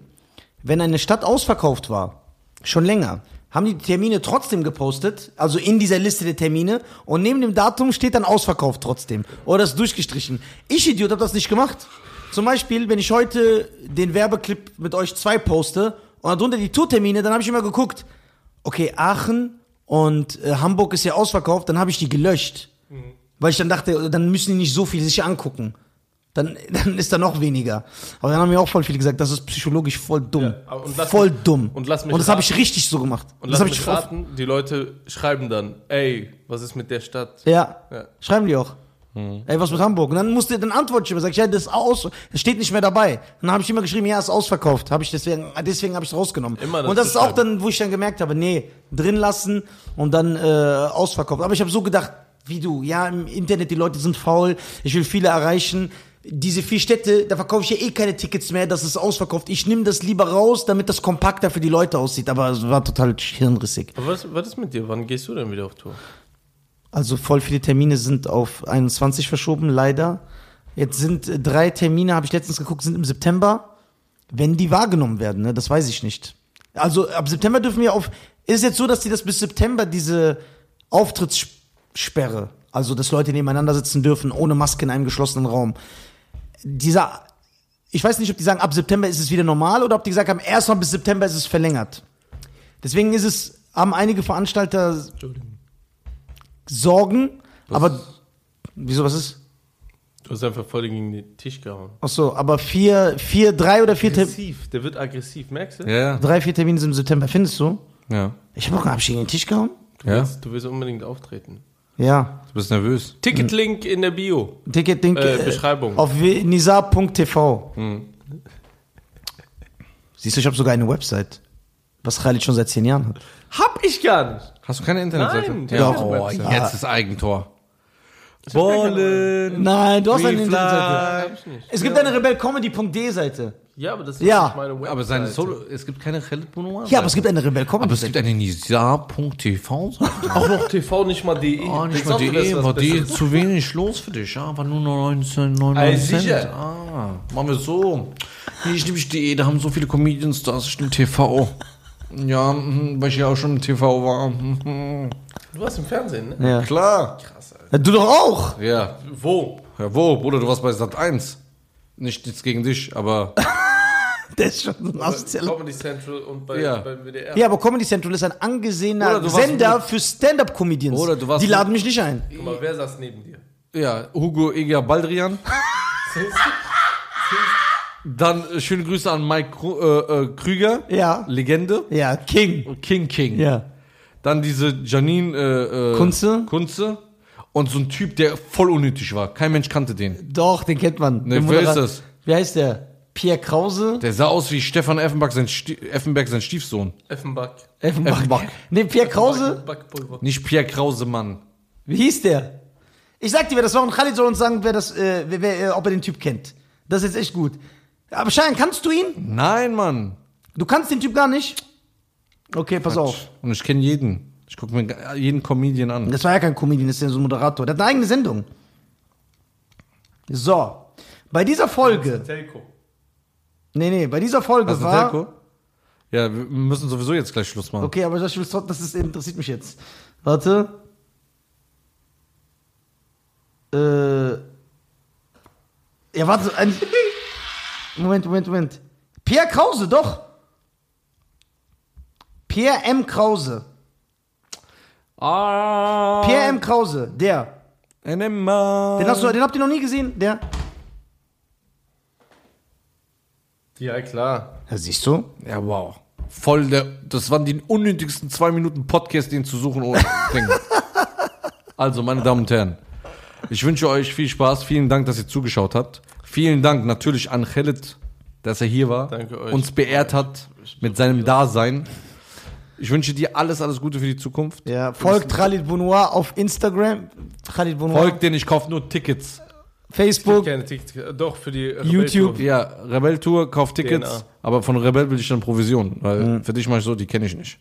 Speaker 2: wenn eine Stadt ausverkauft war, schon länger, haben die Termine trotzdem gepostet, also in dieser Liste der Termine und neben dem Datum steht dann ausverkauft trotzdem oder ist durchgestrichen. Ich Idiot habe das nicht gemacht. Zum Beispiel, wenn ich heute den Werbeclip mit euch zwei poste und darunter die Tourtermine, dann habe ich immer geguckt, okay, Aachen und äh, Hamburg ist ja ausverkauft, dann habe ich die gelöscht. Weil ich dann dachte, dann müssen die nicht so viel sich angucken. Dann, [LAUGHS] dann ist da noch weniger. Aber dann haben mir auch voll viele gesagt, das ist psychologisch voll dumm.
Speaker 3: Ja, aber und lass
Speaker 2: voll
Speaker 3: mich-
Speaker 2: dumm.
Speaker 3: und lass mich
Speaker 2: und das habe ich
Speaker 3: raten.
Speaker 2: richtig so gemacht.
Speaker 3: Und
Speaker 2: das
Speaker 3: lass
Speaker 2: habe
Speaker 3: mich
Speaker 2: ich oft-
Speaker 3: raten, die Leute schreiben dann, ey, was ist mit der Stadt?
Speaker 2: Ja.
Speaker 3: Ja.
Speaker 2: Schreiben die auch. Ey, was mit Hamburg? Und dann musste, dann antworte ich immer, sag ich, ja, das ist aus, das steht nicht mehr dabei. Dann habe ich immer geschrieben, ja, ist ausverkauft. Habe ich deswegen, deswegen habe ich es rausgenommen.
Speaker 3: Immer das
Speaker 2: und das ist
Speaker 3: zu
Speaker 2: auch
Speaker 3: schreiben.
Speaker 2: dann, wo ich dann gemerkt habe, nee, drin lassen und dann äh, ausverkauft. Aber ich habe so gedacht, wie du, ja, im Internet, die Leute sind faul, ich will viele erreichen. Diese vier Städte, da verkaufe ich ja eh keine Tickets mehr, das ist ausverkauft. Ich nehme das lieber raus, damit das kompakter für die Leute aussieht. Aber es war total hirnrissig.
Speaker 3: Aber was, was ist mit dir? Wann gehst du denn wieder auf Tour?
Speaker 2: Also voll viele Termine sind auf 21 verschoben, leider. Jetzt sind äh, drei Termine, habe ich letztens geguckt, sind im September. Wenn die wahrgenommen werden, ne? das weiß ich nicht. Also ab September dürfen wir auf. Ist jetzt so, dass die das bis September diese Auftrittssperre, also dass Leute nebeneinander sitzen dürfen, ohne Maske in einem geschlossenen Raum. Dieser, ich weiß nicht, ob die sagen, ab September ist es wieder normal oder ob die gesagt haben, erstmal bis September ist es verlängert. Deswegen ist es, haben einige Veranstalter
Speaker 3: Entschuldigung.
Speaker 2: Sorgen, aber wieso was ist?
Speaker 3: Du hast einfach voll gegen den Tisch gehauen.
Speaker 2: Ach so, aber vier, vier, drei oder vier, Ter
Speaker 3: Aggressiv, der wird aggressiv, merkst du?
Speaker 1: Ja, ja.
Speaker 2: drei, vier Termine sind im September. Findest du?
Speaker 1: ja.
Speaker 2: Ich habe auch hab ich gegen den Tisch gehauen.
Speaker 3: Du,
Speaker 1: Ja.
Speaker 3: Willst, du willst unbedingt auftreten.
Speaker 2: Hm. Ja,
Speaker 1: Du bist nervös.
Speaker 3: Ticketlink in der Bio.
Speaker 2: Ticket Ding
Speaker 3: Äh, Beschreibung.
Speaker 2: auf w- nisa.tv. Siehst du, ich habe sogar eine Website, was Khalid schon seit zehn Jahren hat.
Speaker 3: Hab ich gar nicht.
Speaker 1: Hast du keine Internetseite?
Speaker 3: Nein,
Speaker 1: ja.
Speaker 2: doch.
Speaker 1: Oh,
Speaker 2: Ja.
Speaker 1: jetzt ist Eigentor. Wollen.
Speaker 2: Nein, du hast eine
Speaker 1: We
Speaker 2: Internetseite.
Speaker 3: Hab ich nicht.
Speaker 2: Es gibt eine rebellcomedy.de-Seite.
Speaker 3: Ja, aber das ist
Speaker 2: Ja.
Speaker 3: nicht meine Website.
Speaker 1: Aber seine Solo, es gibt keine Khalid Bonoir.
Speaker 2: Ja, aber es gibt eine
Speaker 1: aber es
Speaker 2: rebellcomedy.
Speaker 1: gibt eine nisa.tv.
Speaker 3: Auch noch TV, nicht mal DE.
Speaker 1: Ah, nicht
Speaker 3: Ich
Speaker 1: mal E.
Speaker 3: sag
Speaker 1: die
Speaker 3: dir, das ist
Speaker 1: Ehe,
Speaker 3: das
Speaker 1: war die
Speaker 3: Beste.
Speaker 1: zu wenig los für dich, ja? War nur 19,99
Speaker 3: Ey,
Speaker 1: Cent.
Speaker 3: sicher.
Speaker 1: Ah, machen wir so. Nee, ich nehme nicht die Ehe, da haben so viele Comedians da, ich nehme TV. Ja, mhm, weil ich ja auch schon im TV war. Mhm.
Speaker 3: Du warst im Fernsehen, ne?
Speaker 2: Ja.
Speaker 1: Klar.
Speaker 2: Du doch auch.
Speaker 1: Ja.
Speaker 3: Wo?
Speaker 1: Ja, wo, Bruder, du warst bei Sat 1. Nicht nichts gegen dich, aber
Speaker 2: Der ist schon so ein asozialer
Speaker 3: Comedy Central und bei,
Speaker 1: Ja.
Speaker 3: beim WDR.
Speaker 2: Ja, aber Comedy Central ist ein angesehener
Speaker 1: Oder du warst
Speaker 2: Sender für Stand-Up-Comedians.
Speaker 1: Oder du warst
Speaker 2: Die
Speaker 1: mit-
Speaker 2: laden mich nicht ein.
Speaker 3: Guck mal, wer saß neben dir?
Speaker 1: ja, Hugo Eger Baldrian. Dann äh, schöne Grüße an Mike Kru äh, äh, Krüger,
Speaker 2: Ja.
Speaker 1: Legende.
Speaker 2: Ja, King.
Speaker 1: King King.
Speaker 2: Ja.
Speaker 1: Dann diese Janine äh, äh,
Speaker 2: Kunze?
Speaker 1: Kunze. Und so ein Typ, der voll unnötig war. Kein Mensch kannte den.
Speaker 2: Doch, den kennt man.
Speaker 1: Ne,
Speaker 2: Den
Speaker 1: wer
Speaker 2: Moderat-
Speaker 1: ist das?
Speaker 2: Wie heißt der? Pierre Krause?
Speaker 1: Der sah aus wie Stefan Effenberg, sein, Sti Effenberg, sein Stiefsohn.
Speaker 3: Effenbach.
Speaker 2: Effenbach.
Speaker 1: Effenbach.
Speaker 2: Ne, Pierre Krause?
Speaker 3: Äh, Backpulver.
Speaker 1: Nicht Pierre Krausemann.
Speaker 2: Wie hieß der? Ich sag dir, wer das war und Khalid soll uns sagen, wer das, äh, wer, wer, äh, ob er den Typ kennt. Das ist jetzt echt gut. Aber Schein, kannst du ihn?
Speaker 1: Nein, Mann.
Speaker 2: Du kannst den Typ gar nicht? Okay, pass auf.
Speaker 1: Und ich kenne jeden. Ich gucke mir jeden Comedian an.
Speaker 2: Das war ja kein Comedian, das ist ja so ein Moderator. Der hat eine eigene Sendung. So. Bei dieser Folge.
Speaker 3: Telco.
Speaker 2: Nee, nee, bei dieser Folge
Speaker 1: Also
Speaker 2: war.
Speaker 1: Telco? Ja, wir müssen sowieso jetzt gleich Schluss machen.
Speaker 2: Okay, aber das, ist, das ist, interessiert mich jetzt. Warte. Äh. Ja, warte. Ein Moment, Moment, Moment. Pierre Krause, doch. Pierre M. Krause.
Speaker 1: Ah,
Speaker 2: Pierre M. Krause, der. Den, hast
Speaker 1: du
Speaker 2: du, den habt ihr noch nie gesehen? Der.
Speaker 3: Ja, klar.
Speaker 2: Ja, siehst du?
Speaker 1: ja, wow. Voll der, das waren die unnötigsten zwei Minuten Podcast, den zu suchen und denken.
Speaker 3: [LAUGHS]
Speaker 1: Also, meine Damen und Herren, ich wünsche euch viel Spaß. Vielen Dank, dass ihr zugeschaut habt. Vielen Dank natürlich an Khaled, dass er hier war,
Speaker 3: Danke euch.
Speaker 1: uns beehrt hat mit seinem Dasein. Ich wünsche dir alles, alles Gute für die Zukunft.
Speaker 2: Ja, folgt Khalid Bounoir auf Instagram. Khalid Bounoir.
Speaker 1: Folgt denen, ich kaufe nur Tickets.
Speaker 2: Facebook.
Speaker 3: Keine Tickets. Doch, für die
Speaker 2: YouTube.
Speaker 1: Ja, Rebell-Tour, kauf Tickets,
Speaker 3: Genau.
Speaker 1: aber von Rebell will ich dann Provision, weil für dich mach ich so, die kenne ich nicht.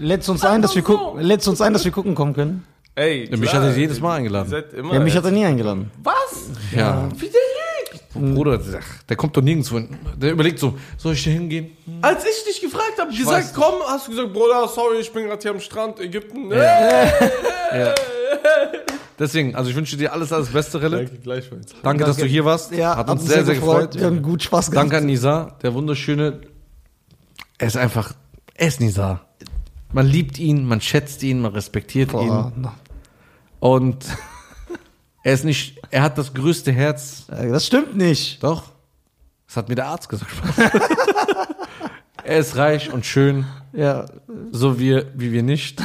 Speaker 2: Letzt uns ein, dass wir gucken, letzt uns ein, dass wir gucken kommen können.
Speaker 3: Ey,
Speaker 1: mich
Speaker 3: klar.
Speaker 1: hat er jedes Mal eingeladen.
Speaker 3: Ihr seid immer
Speaker 2: Ja, mich hat er nie eingeladen.
Speaker 3: Was?
Speaker 1: Ja.
Speaker 3: Wie der lügt?
Speaker 1: Bruder, ach, der kommt doch nirgendwo hin. Der überlegt so, soll ich da hingehen?
Speaker 3: Als ich dich gefragt habe,
Speaker 1: weiß
Speaker 3: gesagt, komm, hast du gesagt, Bruder, sorry, ich bin gerade hier am Strand, Ägypten. ne?
Speaker 1: Deswegen, also ich wünsche dir alles, alles Beste, Rille. Danke,
Speaker 3: Danke, gleichfalls.
Speaker 1: dass du hier warst.
Speaker 2: Ja,
Speaker 1: hat, uns sehr, sehr gefreut.
Speaker 2: Wir haben gut Spaß gehabt.
Speaker 1: Danke an Nisa, der wunderschöne. Er ist einfach, er ist Nisa. Man liebt ihn, man schätzt ihn, man respektiert ihn.
Speaker 2: Boah, na,
Speaker 1: Und [LAUGHS] er ist nicht, er hat das größte Herz.
Speaker 2: äh, Das stimmt nicht.
Speaker 1: Doch. Das hat mir der Arzt gesagt. [LAUGHS] er ist reich und schön,
Speaker 2: Ja,
Speaker 1: so wir, wie wir [LAUGHS] nicht.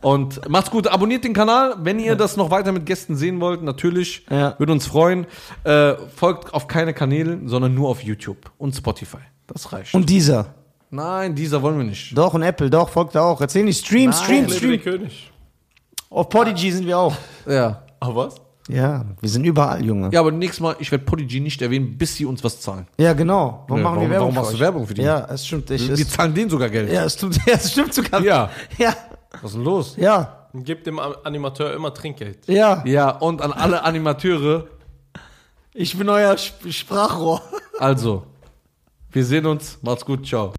Speaker 1: Und macht's gut, abonniert den Kanal, wenn ihr das noch weiter mit Gästen sehen wollt, natürlich.
Speaker 2: Ja.
Speaker 1: Würde uns freuen. Äh, folgt auf keine Kanäle, sondern nur auf YouTube und Spotify. Das reicht.
Speaker 2: und dieser.
Speaker 1: Nein, dieser wollen wir nicht.
Speaker 2: Doch, und Apple, doch, folgt er auch. Erzähl nicht, stream, stream,
Speaker 3: Lebe der
Speaker 2: stream.
Speaker 3: König.
Speaker 2: Auf Podigy sind wir auch.
Speaker 1: Ja.
Speaker 3: Ah, was?
Speaker 2: Ja, wir sind überall, Junge.
Speaker 1: Ja, aber nächstes Mal, ich werde Podigy nicht erwähnen, bis sie uns was zahlen.
Speaker 2: Ja, genau. Warum
Speaker 1: Ja,
Speaker 2: machen
Speaker 1: warum-
Speaker 2: wir Werbung?
Speaker 1: warum machst
Speaker 2: für
Speaker 1: du
Speaker 2: euch?
Speaker 1: Werbung für die?
Speaker 2: Ja, es stimmt. Ich,
Speaker 1: Wir
Speaker 2: es,
Speaker 1: zahlen denen sogar Geld.
Speaker 2: ja, es, tut, [LAUGHS] ja, es stimmt sogar.
Speaker 1: Ja.
Speaker 2: Ja,
Speaker 1: Was ist denn los?
Speaker 2: ja,
Speaker 3: Gib dem Animateur immer Trinkgeld.
Speaker 2: ja.
Speaker 1: Ja, und an alle Animateure,
Speaker 2: Ich bin euer Sp Sprachrohr.
Speaker 1: also, wir sehen uns. Macht's gut, ciao.